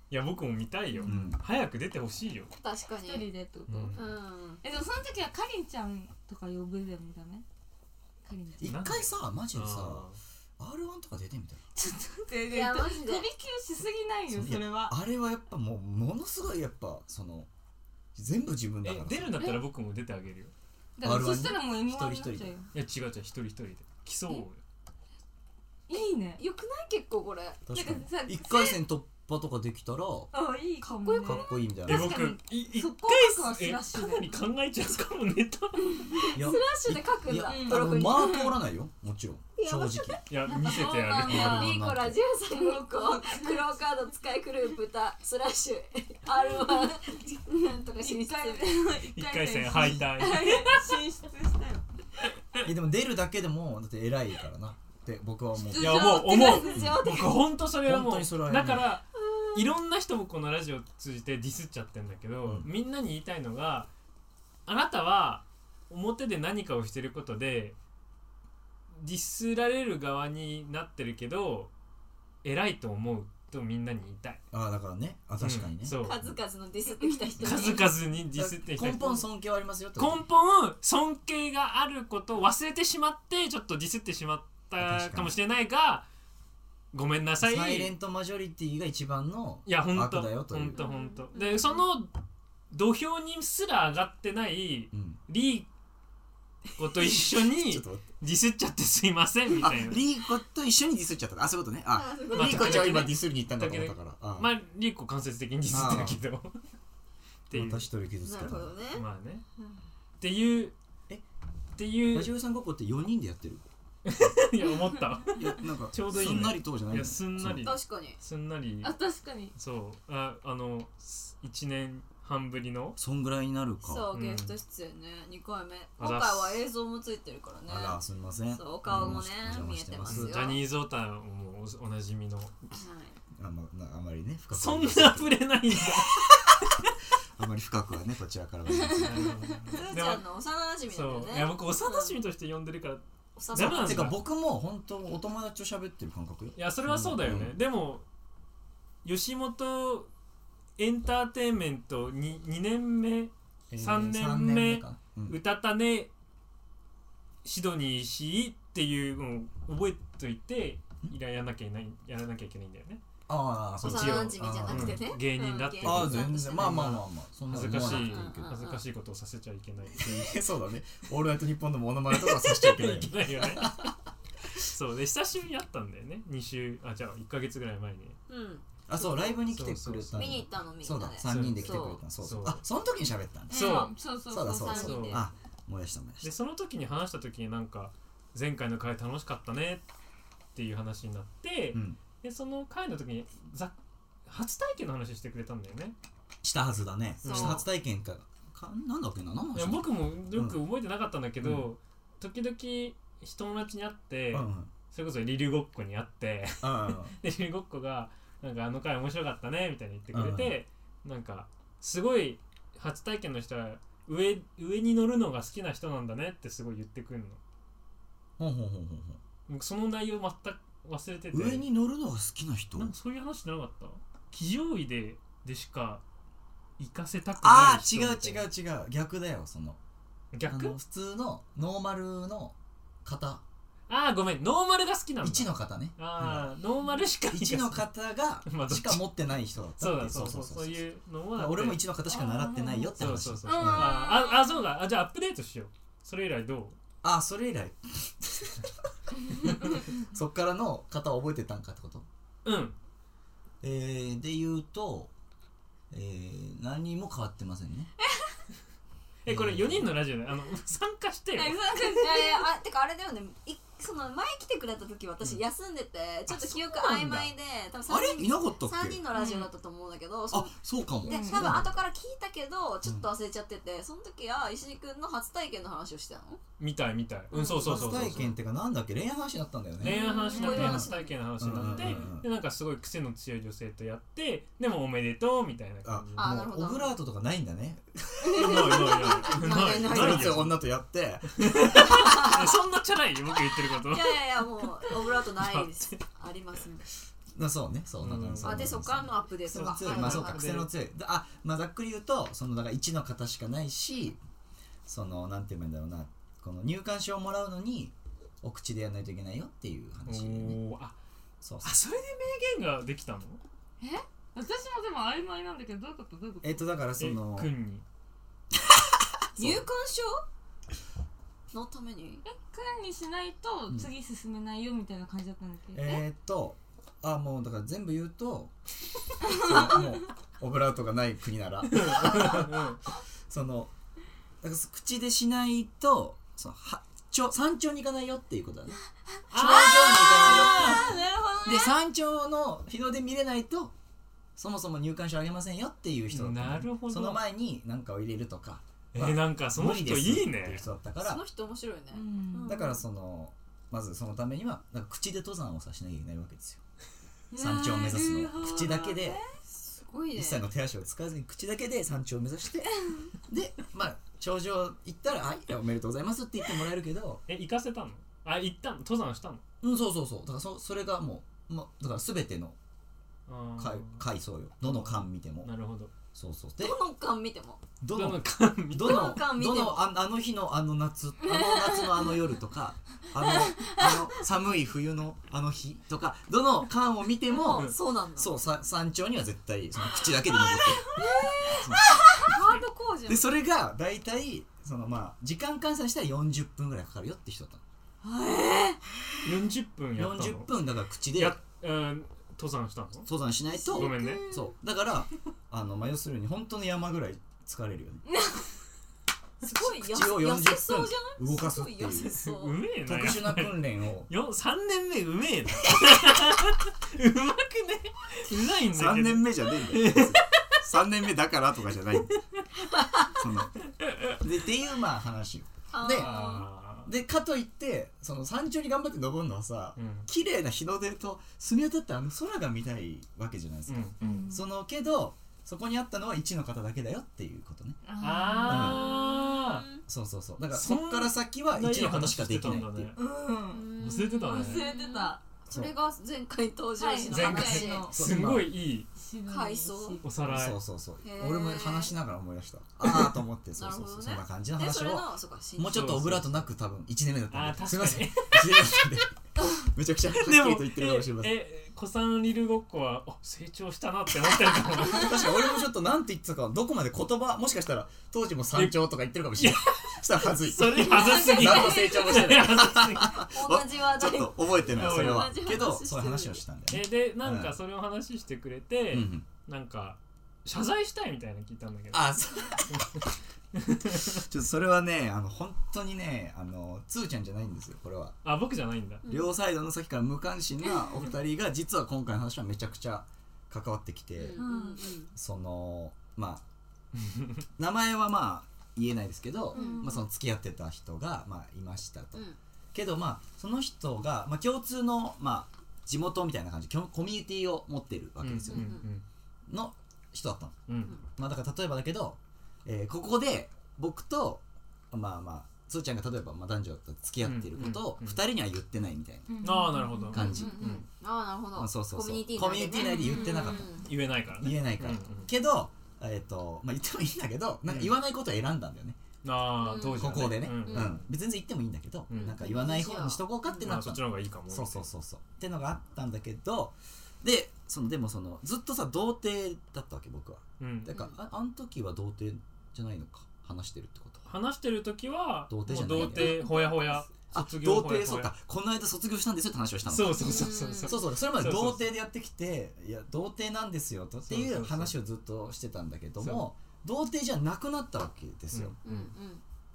Speaker 1: い
Speaker 2: や僕も見たいよ、
Speaker 1: うん
Speaker 2: 早く出てほしいよ
Speaker 3: 確か
Speaker 4: 一
Speaker 3: に
Speaker 4: 人でってこ
Speaker 2: う
Speaker 4: と、
Speaker 2: ん
Speaker 3: うん
Speaker 4: えでもその時はかりんちゃんとか呼ぶでもダメかりんちゃん
Speaker 1: 一回さマジでさ
Speaker 2: あ
Speaker 1: R1 とか出てみたいな
Speaker 4: ちょっと待って
Speaker 3: いやマジで
Speaker 4: 飛び級しすぎないよ
Speaker 1: そう
Speaker 4: それは
Speaker 1: あれはやっぱもうものすごいやっぱその全部自分だ
Speaker 2: ー
Speaker 1: から
Speaker 2: え出るんだったら僕も出てあげるよ
Speaker 4: だから
Speaker 1: R1
Speaker 4: そしたらもう M1 になっ
Speaker 1: 一人一
Speaker 4: ち
Speaker 1: 人
Speaker 4: ゃうよ
Speaker 2: いや違う違う一人一人で競おうよ
Speaker 4: いいね
Speaker 3: よくない結構これ
Speaker 1: 確かに
Speaker 4: なんかさ
Speaker 1: 一回戦突破とかできたらか
Speaker 4: あいいかも、ね、
Speaker 3: かっこ
Speaker 1: っこいいみたい
Speaker 2: え
Speaker 1: な
Speaker 4: 確かに
Speaker 2: 僕い一
Speaker 4: そ
Speaker 2: 回
Speaker 4: こはス
Speaker 2: え
Speaker 4: ラッシュ
Speaker 2: か
Speaker 4: だ
Speaker 2: な
Speaker 4: よ
Speaker 2: り考えちゃうかもネ
Speaker 1: い
Speaker 2: タ
Speaker 1: や
Speaker 3: スラッシュで書くん
Speaker 1: い
Speaker 3: だ
Speaker 1: や
Speaker 4: うん
Speaker 1: あの
Speaker 3: ブロ
Speaker 1: 間通らないよもちろん正直
Speaker 2: いや見せてやる
Speaker 1: そうなんだ
Speaker 3: ビーコラジュさんの子クローカード使い狂う豚スラッシュ R1 なんとか進
Speaker 4: 一
Speaker 3: 出
Speaker 4: 回
Speaker 2: 一回戦敗退
Speaker 4: 進出したよ
Speaker 1: えでも出るだけでもだって偉いからなって僕は思う
Speaker 2: いやもう思う
Speaker 3: 出場
Speaker 2: 僕ほんとそれは
Speaker 1: 本
Speaker 2: も
Speaker 1: 当
Speaker 2: う
Speaker 1: にそれは
Speaker 2: だからいろんな人もこのラジオを通じてディスっちゃってんだけど、
Speaker 1: うん
Speaker 2: みんなに言いたいのがあなたは表で何かをしてることでディスられる側になってるけど偉いと思うとみんなに言いたい
Speaker 1: ああだからねあ確かにね、
Speaker 2: うんそう
Speaker 3: 数々のディスってきた人に
Speaker 2: 数々にディスってきた
Speaker 1: 根
Speaker 2: 人
Speaker 1: 本尊敬はありますよってこと
Speaker 2: 根本尊敬があることを忘れてしまってちょっとディスってしまったかもしれないがごめんなさい
Speaker 1: サイレントマジョリティが一番の
Speaker 2: いや本当
Speaker 1: 悪だよという
Speaker 2: 本当本当
Speaker 3: うん
Speaker 2: でその土俵にすら上がってない
Speaker 1: うん
Speaker 2: リーコと一 緒
Speaker 1: ちょ
Speaker 2: に
Speaker 1: っと待って
Speaker 2: ディスっちゃってすいませんみたいな
Speaker 1: あリーコと一緒にディスっちゃったあそういうことねあ
Speaker 3: あす
Speaker 1: リ
Speaker 3: ごい
Speaker 2: まあ
Speaker 1: ーコちゃんを今ディスりに行ったんだと思ったからあ
Speaker 2: まあリーコ間接的にディスってるけどっていう
Speaker 1: また一人傷つ
Speaker 3: な
Speaker 1: け
Speaker 3: る
Speaker 1: た
Speaker 3: ほどね
Speaker 2: まあね
Speaker 3: うん
Speaker 2: っていう
Speaker 1: え
Speaker 2: っていう
Speaker 1: ラジオ屋さんごっこって4人でやってる
Speaker 2: いや思った
Speaker 1: いやなんか
Speaker 2: ちょうどい
Speaker 1: す
Speaker 2: いね
Speaker 1: んなりとじゃない
Speaker 2: い
Speaker 1: の
Speaker 2: やすんなり
Speaker 3: 確かに
Speaker 2: すんなり
Speaker 4: あ確かに
Speaker 2: そうああのす1年半ぶりの
Speaker 1: そんぐらいになるか
Speaker 3: そうゲスト出演ね2回目今回は映像もついてるからね
Speaker 1: あらすみません
Speaker 3: そうお顔もね
Speaker 1: お邪魔してま
Speaker 3: 見え
Speaker 1: す
Speaker 3: て
Speaker 2: ジャニーズオタもおおなじみの
Speaker 3: はい
Speaker 1: あ,、まなあまりね深く
Speaker 2: そ
Speaker 1: は
Speaker 2: んな触れない んだ
Speaker 1: あまり深くはねこちらからは言えません
Speaker 3: すーち
Speaker 2: で
Speaker 3: ゃ
Speaker 2: も
Speaker 3: んの幼馴染だよ
Speaker 2: そう
Speaker 3: ね
Speaker 2: いや僕幼馴染として呼んでるからい
Speaker 3: 幼馴
Speaker 2: ダメなん
Speaker 3: 染
Speaker 2: だ
Speaker 1: てか僕も本当お友達と喋ってる感覚よ
Speaker 2: やそれはそうだよね、
Speaker 1: うん
Speaker 2: でも吉本エンターテインメント 2, 2年目三年目
Speaker 1: 三か、うん
Speaker 2: うたたねシドニー石井っていうのを覚えといていらやらなきゃいけないやらなきゃいけないんだよね
Speaker 1: ああそう
Speaker 3: 幼
Speaker 2: 一応
Speaker 3: 馴染じゃなくてね
Speaker 2: うん芸人だっていう
Speaker 1: ああ全然まあまあまあまあそんな
Speaker 2: 恥ずかし
Speaker 1: 思
Speaker 2: い
Speaker 1: わなくていい
Speaker 2: 恥ずかしいことをさせちゃいけないっていう
Speaker 1: けど そうだね「オールナイトニッポン」のモノマネとかはさせちゃいけない
Speaker 2: いけないよねそうで久しぶりに会ったんだよね2週あじゃあ1か月ぐらい前に
Speaker 3: うん
Speaker 1: あそうライブに来てく
Speaker 2: そう
Speaker 1: れた
Speaker 2: そうそう
Speaker 1: の
Speaker 3: 見に行ったのみん
Speaker 1: そ
Speaker 3: な
Speaker 1: うだ
Speaker 3: で
Speaker 1: 3人で来てくれたのそうそう
Speaker 2: そう
Speaker 1: あその時に喋ったんだ
Speaker 2: そう
Speaker 4: うんそうそう
Speaker 1: そうだそうだそう
Speaker 2: 三人
Speaker 1: だ
Speaker 2: で
Speaker 1: あ燃やした燃や
Speaker 2: で
Speaker 1: し
Speaker 2: その時に話した時になんか前回の回楽しかったねっていう話になって、
Speaker 1: たうん
Speaker 2: でその回の時にざ初体験の話してくれたんだよね
Speaker 1: したはずだね
Speaker 3: そう
Speaker 1: した初体験かかなんだっけな何の話
Speaker 2: い
Speaker 1: だ
Speaker 2: や
Speaker 1: っけ
Speaker 2: 僕もよく覚えてなかったんだけど、
Speaker 1: う
Speaker 2: 時々友達に会って、
Speaker 1: うんうん
Speaker 2: それこそリルごっこに会って
Speaker 1: ああ
Speaker 2: でリルごっこが「なんかあの回面白かったね」みたいに言ってくれて、なんかすごい初体験の人は上上に乗るのが好きな人なんだねってすごい言ってくるの
Speaker 1: ほんほんほんほんほん
Speaker 2: 僕その内容全く忘れてて
Speaker 1: 上に乗るのが好きな人
Speaker 2: なんかそういう話じゃなかった騎乗位ででしか行かせたくな
Speaker 1: あ
Speaker 2: い
Speaker 1: あ違
Speaker 2: 人
Speaker 1: う
Speaker 2: みたいな
Speaker 1: 違う違う逆だよそのあ
Speaker 2: 逆
Speaker 1: の普通のノーマルの型
Speaker 2: ああごめんノーマルが好きなんだ
Speaker 1: 1の型ね
Speaker 2: ああ、ノーマルしか行かせ
Speaker 1: 1の型 が
Speaker 2: まあどっち
Speaker 1: しか持ってない人だった
Speaker 2: そう
Speaker 1: っ
Speaker 2: だ
Speaker 1: て
Speaker 2: そうそうそういうのは
Speaker 1: 俺も
Speaker 2: 一
Speaker 1: 1の型しか習ってないよって
Speaker 2: そう
Speaker 1: 話
Speaker 2: そうそう
Speaker 4: うん
Speaker 2: あああそうだあじゃあアップデートしようそれ以来ど
Speaker 1: ああそれ以来 そっからの型を覚えてたんかってこと
Speaker 2: ううん
Speaker 1: えー、で言うと、えー、何も変わってませんね
Speaker 2: えこれ4人のラジオであの参加してよ
Speaker 4: 何さんか
Speaker 3: いやいやあてかあれだよねいその前来てくれた時私休んでて、ちょっと記憶曖昧で多分
Speaker 1: あれい
Speaker 3: 人
Speaker 1: なかったっ
Speaker 3: 三
Speaker 1: け
Speaker 3: 人のラジオだったと思うんだけど、そ
Speaker 1: あそうかも
Speaker 3: で
Speaker 4: うん
Speaker 3: 多分後から聞いたけどちょっと忘れちゃってて、その時は石井君の初体験の話をしてたの
Speaker 2: みたいみたいうんそうそうそうそう
Speaker 1: 初体験ってかなんだっけ恋愛話になったんだよ
Speaker 2: 恋愛
Speaker 1: ね
Speaker 2: の話になっ
Speaker 3: う
Speaker 2: て
Speaker 3: ん
Speaker 2: 初体験の話になって
Speaker 1: うんうんうんうん
Speaker 2: でなんかすごい癖の強い女性とやってでもおめでとうみたいな感じ
Speaker 3: あ
Speaker 1: も
Speaker 3: なるほ
Speaker 1: う
Speaker 3: ど
Speaker 1: オブラートとかないんだね
Speaker 2: ないないないな
Speaker 3: ない
Speaker 2: い
Speaker 3: ない
Speaker 2: ないよ
Speaker 6: 女とやって
Speaker 2: そんなチャラいよ僕言ってること
Speaker 3: いやいやいやもうオブラートないですありますね
Speaker 1: な そうねそうだから
Speaker 2: うん
Speaker 1: そう
Speaker 3: あでそっからのアップデー
Speaker 1: 癖
Speaker 3: ト
Speaker 1: の
Speaker 3: が
Speaker 1: 強い
Speaker 3: はい
Speaker 1: まあ
Speaker 3: はい
Speaker 1: そう
Speaker 3: は
Speaker 1: か
Speaker 3: い
Speaker 1: 癖の強いだあまあざっくり言うとそのだから1の方しかないしそのなんて言うんだろうなこの入館証をもらうのにお口でやらないといけないよっていう話だよね
Speaker 2: おーあ
Speaker 1: そうそ
Speaker 2: あ
Speaker 1: う
Speaker 2: それで名言ができたの
Speaker 4: 私もでも曖昧なんだけどどういうことどういうこと
Speaker 1: えっとだからそ
Speaker 2: え
Speaker 1: の
Speaker 2: 君に
Speaker 3: 入館証のために
Speaker 4: え君にしないと次進めないよみたいな感じだったんだっけ、
Speaker 1: えーっとあもうだから全部言うとそうもう オブラートがない国ならそのだから口でしないとそのは頂山頂に行かないよっていうことだね頂上に行か
Speaker 4: あなるほ
Speaker 1: ないよで山頂の日の出見れないとそもそも入館証あげませんよっていう人だったの
Speaker 2: なるほど
Speaker 1: その前に何かを入れるとか
Speaker 2: えーなんかその
Speaker 1: 無理で
Speaker 2: 人
Speaker 1: す
Speaker 2: いい
Speaker 1: っていう
Speaker 2: ね
Speaker 1: 人だったか
Speaker 3: その
Speaker 1: ら
Speaker 3: 人面白いね、
Speaker 4: ど、うん
Speaker 1: だからそのまずそのためにはなんか口で登山をさしなきゃいけないわけですよ山頂を目指すのは口だけで
Speaker 3: すごいね
Speaker 1: 一切の手足を使わずに口だけで山頂を目指してでまあ頂上行ったら「はいおめでとうございます」って言ってもらえるけど
Speaker 2: え行かせたのあ行ったの登山したの
Speaker 1: うんそうそうそうだからそそれがもう、ま、だから全ての
Speaker 2: あー
Speaker 1: 回回そうよどの巻見ても
Speaker 2: なるほど
Speaker 1: そうそうで
Speaker 3: どの間見ても
Speaker 1: ど
Speaker 2: どの
Speaker 1: の
Speaker 2: 間み
Speaker 1: どの
Speaker 3: どの巻見て
Speaker 1: ど
Speaker 3: も
Speaker 1: のああの日のあの夏あの夏のあの夜とかあの あの寒い冬のあの日とかどの巻を見ても
Speaker 3: もうそうなんだ
Speaker 1: そうさ山頂には絶対その口だけで登ってる
Speaker 3: ハードコーじゃん
Speaker 1: でそれが大体そのまあ時間換算したら40分ぐらいかかるよって人だっ
Speaker 2: 40分
Speaker 1: た
Speaker 2: や
Speaker 1: の
Speaker 2: った
Speaker 1: 40
Speaker 2: の
Speaker 1: 分だから口で
Speaker 2: やうん登山したの
Speaker 1: 登山しないと
Speaker 2: ごめんね
Speaker 1: そうだからあの、まあ、要するに本当の山ぐらい疲れるよね
Speaker 3: すごいや
Speaker 1: 口を40分
Speaker 3: 痩せそうじゃない
Speaker 1: 動かすっていう
Speaker 3: ご痩せそう
Speaker 2: うめえな
Speaker 1: 特殊な訓練を
Speaker 2: よ3年目うめえ なうまくねうまいんだけど
Speaker 6: 3年目じゃねえんだよ3年目だからとかじゃないその
Speaker 1: でっていうまあ話よ
Speaker 3: あー
Speaker 1: で
Speaker 2: あ
Speaker 1: でかといってその山頂に頑張って登るのはさ、
Speaker 2: ーうん
Speaker 1: 綺麗な日の出と澄み渡ったあの空が見たいわけじゃないです
Speaker 2: う
Speaker 1: か、
Speaker 2: ん
Speaker 1: そのけどそこにあったのは1の方だけだよっていうことね
Speaker 2: あ
Speaker 1: そうそうそうだからそっから先は
Speaker 2: あ
Speaker 1: 1の方しかできないっていう
Speaker 2: だね
Speaker 4: うん
Speaker 3: うん
Speaker 2: 忘れてたね
Speaker 4: 忘れてた
Speaker 3: それが前回登場しな
Speaker 2: 前
Speaker 3: かった
Speaker 2: 回
Speaker 3: し
Speaker 4: の
Speaker 2: すごいいい
Speaker 3: 海藻
Speaker 2: おさらい
Speaker 1: そうそうそう
Speaker 3: へー
Speaker 1: 俺も話しながら思い出したああと思って
Speaker 3: な
Speaker 1: そう
Speaker 3: るほ
Speaker 1: そう
Speaker 3: ど
Speaker 1: そう、
Speaker 3: ね
Speaker 1: そんな感じの
Speaker 3: でそ
Speaker 1: 話
Speaker 3: れ
Speaker 1: を
Speaker 3: のそうか新
Speaker 1: もうちょっとオブラートなく多分1年目だった
Speaker 2: あ
Speaker 1: んで
Speaker 2: ー
Speaker 1: すいま
Speaker 2: 確
Speaker 1: せ
Speaker 2: か
Speaker 1: ん
Speaker 2: に
Speaker 1: 1年目だったんでめちゃくちゃはっきり
Speaker 2: でも
Speaker 1: と言ってるかもしれません
Speaker 2: ええ子さんリルごっこはあ成長したなって思ってるか も
Speaker 1: 確か俺もちょっとなんて言ってたかどこまで言葉もしかしたら当時も山頂とか言ってるかもしれない したらはずい
Speaker 2: それ恥ずすぎ
Speaker 1: 何の成長もしてない
Speaker 3: 同じ話
Speaker 1: ちょっ
Speaker 3: 題
Speaker 1: と覚えてないそれは
Speaker 3: 同じ話してる
Speaker 1: けどそういう話をしたんだよ
Speaker 2: え
Speaker 1: ね
Speaker 2: でなんかそれを話してくれて、
Speaker 1: うんうん
Speaker 2: なんか謝罪したいみたいなの聞いたんだけど
Speaker 1: あそう ちょっとそれはねあの本当にねあのつーちゃんじゃないんですよこれは
Speaker 2: あ僕じゃないんだ
Speaker 1: 両サイドのさっきから無関心なお二人が実は今回の話はめちゃくちゃ関わってきて、
Speaker 3: うんうんうん
Speaker 1: そのまあ名前はまあ言えないですけど、
Speaker 3: うん
Speaker 1: まあ、その付き合ってた人が、まあ、いましたと、
Speaker 3: うん
Speaker 1: けどまあその人が、まあ、共通の、まあ、地元みたいな感じきょコミュニティを持ってるわけですよ、
Speaker 2: うんうん
Speaker 1: の人だったの、
Speaker 2: うんうん
Speaker 1: まあ、だから例えばだけど、えーここで僕とまあまあつーちゃんが例えばまあ男女だったら付き合ってることを
Speaker 2: うんうんうん
Speaker 1: 二人には言ってないみたいな
Speaker 2: ああなるほど
Speaker 1: 感じ
Speaker 3: うんうんああなるほ
Speaker 1: あ
Speaker 3: ど
Speaker 1: そうそうそう
Speaker 3: コミュニティ
Speaker 1: コミュニティ内で言ってなかった
Speaker 3: うんうん
Speaker 2: 言えないからね
Speaker 1: 言えないから、
Speaker 2: うんうん
Speaker 1: けど、えっとまあ、言ってもいいんだけどなんか言わないことを選んだんだよね、
Speaker 2: ああ当時は
Speaker 1: ここでね
Speaker 2: うん
Speaker 1: うん
Speaker 2: うん
Speaker 1: 別に全然言ってもいいんだけど、
Speaker 2: うん
Speaker 1: なんか言わない方にしとこうかって
Speaker 2: ま
Speaker 1: なっ
Speaker 2: あ
Speaker 1: た
Speaker 2: そ
Speaker 1: の
Speaker 2: っちの方がいいかも
Speaker 1: そうそうそうそうってのがあったんだけどでそのでもそのずっとさ童貞だったわけ僕は
Speaker 2: うん
Speaker 1: だから、ああの時は童貞じゃないのか話してるってことは
Speaker 2: 話してる時は
Speaker 1: 童貞じゃない
Speaker 2: もう童貞ほやほや
Speaker 1: あ
Speaker 2: 卒業
Speaker 1: 童
Speaker 2: ほや
Speaker 1: 貞
Speaker 2: ほ
Speaker 1: そう
Speaker 2: や
Speaker 1: かこの間卒業したんですよって話をしたの
Speaker 2: そうそうそうそう
Speaker 1: そううそうそれまで
Speaker 2: そうそうそう
Speaker 1: 童貞でやってきていや童貞なんですよとってい
Speaker 2: そうそう
Speaker 1: う
Speaker 2: そう
Speaker 1: 話をずっとしてたんだけども童貞じゃなくなったわけですよ、
Speaker 2: うん
Speaker 3: うんうん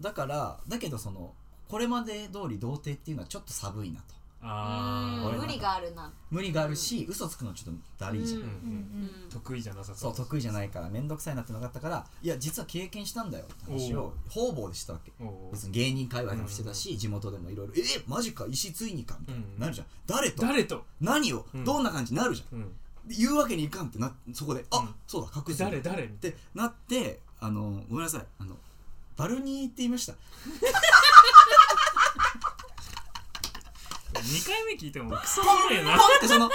Speaker 1: だからだけどそのこれまで通り童貞っていうのはちょっと寒いなと
Speaker 2: あ
Speaker 3: う
Speaker 2: あ
Speaker 3: ん無理があるな
Speaker 1: 無理があるし、嘘つくのちょっとだりいじゃん、
Speaker 3: う
Speaker 2: うんん
Speaker 3: うん
Speaker 2: 得意じゃなさそ
Speaker 1: そうう得意じゃないから面倒くさいなってのがあったからいや実は経験したんだよって話を方々でしたわけ
Speaker 2: おう
Speaker 1: 別に芸人界隈でもしてたし、地元でもいろいろ「えマジか石ついにか」みたいな、
Speaker 2: うん
Speaker 1: なるじゃん誰と
Speaker 2: 誰と
Speaker 1: 何を、
Speaker 2: うん
Speaker 1: どんな感じになるじゃん
Speaker 2: うん
Speaker 1: で言うわけにいかんってなそこで「あ、
Speaker 2: うん
Speaker 1: そうだ確実に
Speaker 2: 誰誰
Speaker 1: ってなってあのごめんなさいあのバルニーって言いました
Speaker 2: 2回目聞いてもクソおもろいな
Speaker 1: でその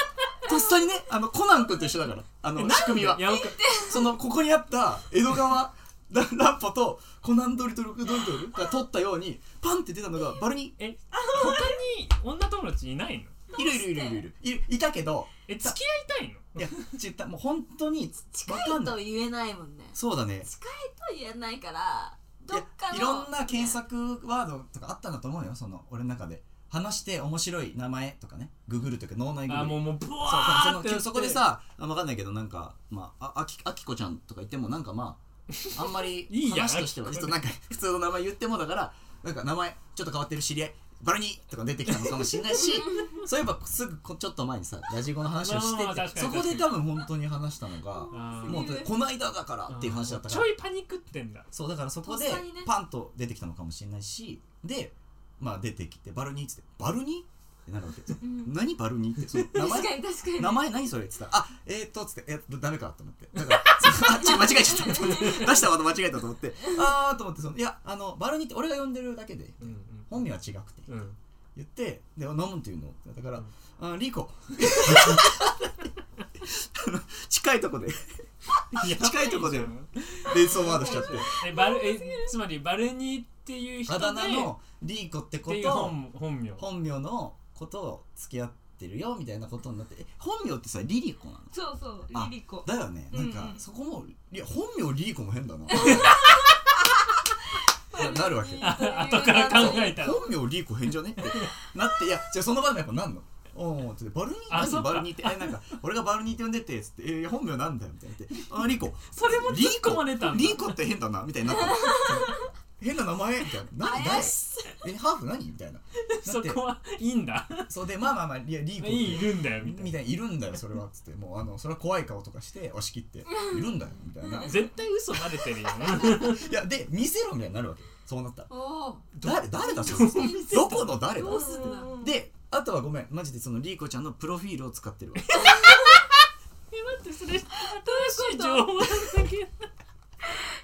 Speaker 1: とっさにねあのコナン君と一緒だからあの仕組みは
Speaker 2: やおか
Speaker 1: そのここにあった江戸川 らラッポとコナンドリトルドリトルが取ったようにパンって出たのがバルニ
Speaker 2: え他に女友達いないの
Speaker 1: ーいるいるいるいるいるいるいたけど
Speaker 2: え付き合いたいの
Speaker 1: いやちったもう本当に
Speaker 3: 近い
Speaker 1: わかん
Speaker 3: と
Speaker 1: ない
Speaker 3: 言えないもんね
Speaker 1: そうだね
Speaker 3: 近いと言えないから
Speaker 1: い
Speaker 3: どっ
Speaker 1: や
Speaker 3: かの
Speaker 1: いろんな検索ワードとかあったんだと思うよその俺の中で話して面白い名前とかねググるというか脳内ググ
Speaker 2: あ
Speaker 1: る
Speaker 2: もうもうブワ
Speaker 1: そう
Speaker 2: ー
Speaker 1: そ
Speaker 2: っ
Speaker 1: うそ
Speaker 2: て
Speaker 1: の
Speaker 2: やって
Speaker 1: そこでさあ分かんないけどなんかまあああきあきこちゃんとか言ってもなんかまああんまり
Speaker 2: いいやん
Speaker 1: 話としてはちょっとなんか普通の名前言ってもだからなんか名前ちょっと変わってる知り合いバルニーとか出てきたのかもしれない しそういえばすぐこちょっと前にさラジゴの話をしてて、
Speaker 2: まあまあまあ確かに
Speaker 1: そこで多分本当に話したのが
Speaker 2: あー
Speaker 1: もうこの間だからっていう話だったから
Speaker 2: ちょいパニックってんだ
Speaker 1: そうだからそこで
Speaker 3: とっさにね
Speaker 1: パンと出てきたのかもしれないしでまあ出てきてバルニーっつってバルニーってなるわけですよ何バルニーってその名前
Speaker 4: 確かに確かに
Speaker 1: 名前何それっつったら「あえー、っと」っつって「えっとダメか」と思ってだから 「あっち間違えちゃった」と思って出したワード間違えたと思って「あー」と思ってその「いやあのバルニーって俺が呼んでるだけで
Speaker 2: うん
Speaker 1: 本名は違くて
Speaker 2: うんうん」
Speaker 1: 言って「で飲むっていうの」だから「あリーコ」 あの近いとこで 近いとこで連想ワードしちゃって
Speaker 2: えバルえつまりバルニーっていう人
Speaker 1: あ
Speaker 2: で
Speaker 1: だ名のリーコって
Speaker 2: っ
Speaker 1: こ
Speaker 2: ていう
Speaker 1: と
Speaker 2: 本本名
Speaker 1: 本名のことを付き合ってるよみたいなことになってえ本名ってさリリコなの
Speaker 4: そうそう
Speaker 1: あ
Speaker 4: リリコ
Speaker 1: だよねなんか、
Speaker 4: うんうん
Speaker 1: そこもいや本名リーコも変だなななるわけ
Speaker 2: あ後から 考えたら
Speaker 1: 本名リーコ変じゃね ってなっていやじゃあその場でもやっぱなんのおーってバルニー
Speaker 2: あそ
Speaker 1: 何
Speaker 2: っか
Speaker 1: バルニーってえなんか俺がバルニーって呼んでてっつって、えー本名なんだよみたいなってあリーコ
Speaker 2: それも
Speaker 1: リ
Speaker 2: 突っ
Speaker 1: ーコ
Speaker 2: 込まれたんだ
Speaker 1: リーコって変だなみたいに なって変な名前みたいな何
Speaker 3: 怪
Speaker 1: 誰
Speaker 3: し
Speaker 1: えハーフ何みたいな
Speaker 2: そこはいいんだ
Speaker 1: そうでまあまあまあいやリーコって
Speaker 2: いいいるんだよみた
Speaker 1: み
Speaker 2: い
Speaker 1: たいにいるんだよそれはっつってもうあのそれは怖い顔とかして押し切っているんだよみたいな
Speaker 2: な絶対嘘バレてるよね
Speaker 1: いやで見せろみたいになるわけそうなったら
Speaker 3: おー
Speaker 1: 誰誰だそれどこの誰だ
Speaker 3: どうすんだ
Speaker 1: であとはごめんマジでそのリーコちゃんのプロフィールを使ってるわ
Speaker 2: え待ってそれ新しい情報なんだけど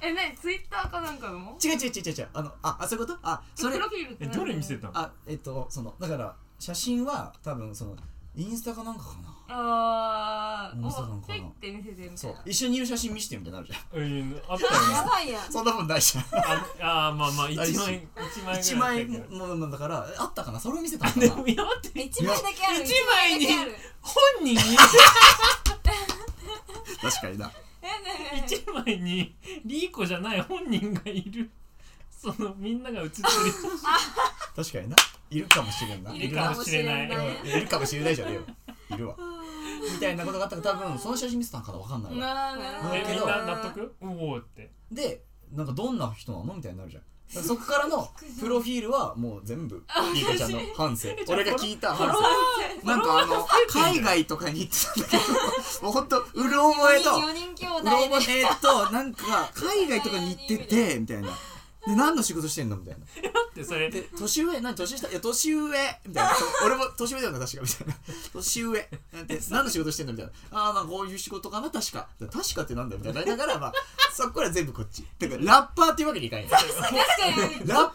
Speaker 4: え何ツイッターかなんかの
Speaker 1: 違う違う違う違うあのああそういうことあそれ
Speaker 4: プロフィールっ
Speaker 2: え
Speaker 4: て何
Speaker 2: どれ見せたの
Speaker 1: あえっとそのだから写真は多分そのインスタかなんかかな
Speaker 4: あー
Speaker 1: 見せたの
Speaker 4: お
Speaker 1: か
Speaker 4: ペ
Speaker 1: な
Speaker 4: ッて見せてみたいな
Speaker 1: そう一緒にいる写真見せてみたいになるじゃ
Speaker 2: うんあったよね
Speaker 3: やばいやん
Speaker 1: ん そんなもんないじゃん
Speaker 2: ああーまあまあ1万
Speaker 1: 大事
Speaker 2: 1万
Speaker 1: 1
Speaker 2: 円ぐら
Speaker 1: 枚
Speaker 2: いだったけど
Speaker 1: ものだからあったかなそれを見せたのか
Speaker 2: で
Speaker 1: な
Speaker 2: もいや待って
Speaker 3: 一枚だけある
Speaker 2: 一枚に
Speaker 3: 一だけある
Speaker 2: 本人に
Speaker 1: 確かにな
Speaker 2: 一枚にリーコじゃない本人がいるそのみんなが写ってる
Speaker 1: 確かにないるかもしれんない
Speaker 2: いるかもしれない
Speaker 3: いるかもしれない
Speaker 1: いやいるかもしれないじゃねえよいるわみたいなことがあったから多分その写真見せたのかなわかんないわ
Speaker 4: まあなるほど
Speaker 2: え
Speaker 1: だけ
Speaker 2: み
Speaker 1: ど
Speaker 2: んな納得うおーって
Speaker 1: でなんかどんな人なのみたいになるじゃんだからそこからのプロフィールはもう全部リーコちゃんの反省俺が聞いた反省なんかあの海外とかに行ってたんだけどもうほんとうろ覚えと
Speaker 3: 4人兄
Speaker 1: う
Speaker 3: 弟
Speaker 1: ろ
Speaker 3: で
Speaker 1: 覚えとなんか海外とかに行っててみたいなで何の仕事してんのみたいな
Speaker 2: だってそれ
Speaker 1: で年上何年下いや年上みたいなそう俺も年上だよな確かみたいな年上なんて何の仕事してんのみたいなああまあこういう仕事かな確かで確かってなんだよみたいなだからまあそこから全部こっちだからラッパーっていうわけにいかんやんラッ
Speaker 3: 確かに
Speaker 1: パーって言っ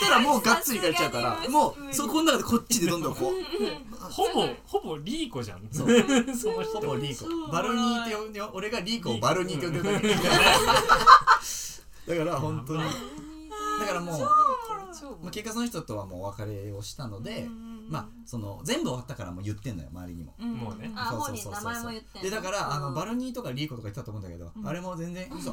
Speaker 1: たらもうがっつりいかれちゃうからもうそこの中でこっちでどんどんこう
Speaker 2: ほぼほぼリーコじゃん その人
Speaker 1: ほぼリーコバルニーって呼んで俺がリーコをバルニーって呼んでるだけだから本当にだからもう
Speaker 3: そう
Speaker 1: まあ、結果その人とはもうお別れをしたので、まあその全部終わったからもう言ってんのよ周りにも。
Speaker 4: うん
Speaker 2: もうね
Speaker 3: あ
Speaker 1: そう
Speaker 3: 本
Speaker 1: そう
Speaker 3: 人
Speaker 1: そう
Speaker 3: 名
Speaker 1: そう
Speaker 3: 前も言ってん
Speaker 1: でだからあのバ
Speaker 3: ル
Speaker 1: ルニーとかリーコとか言ってたと思うんだけど、あれも全然嘘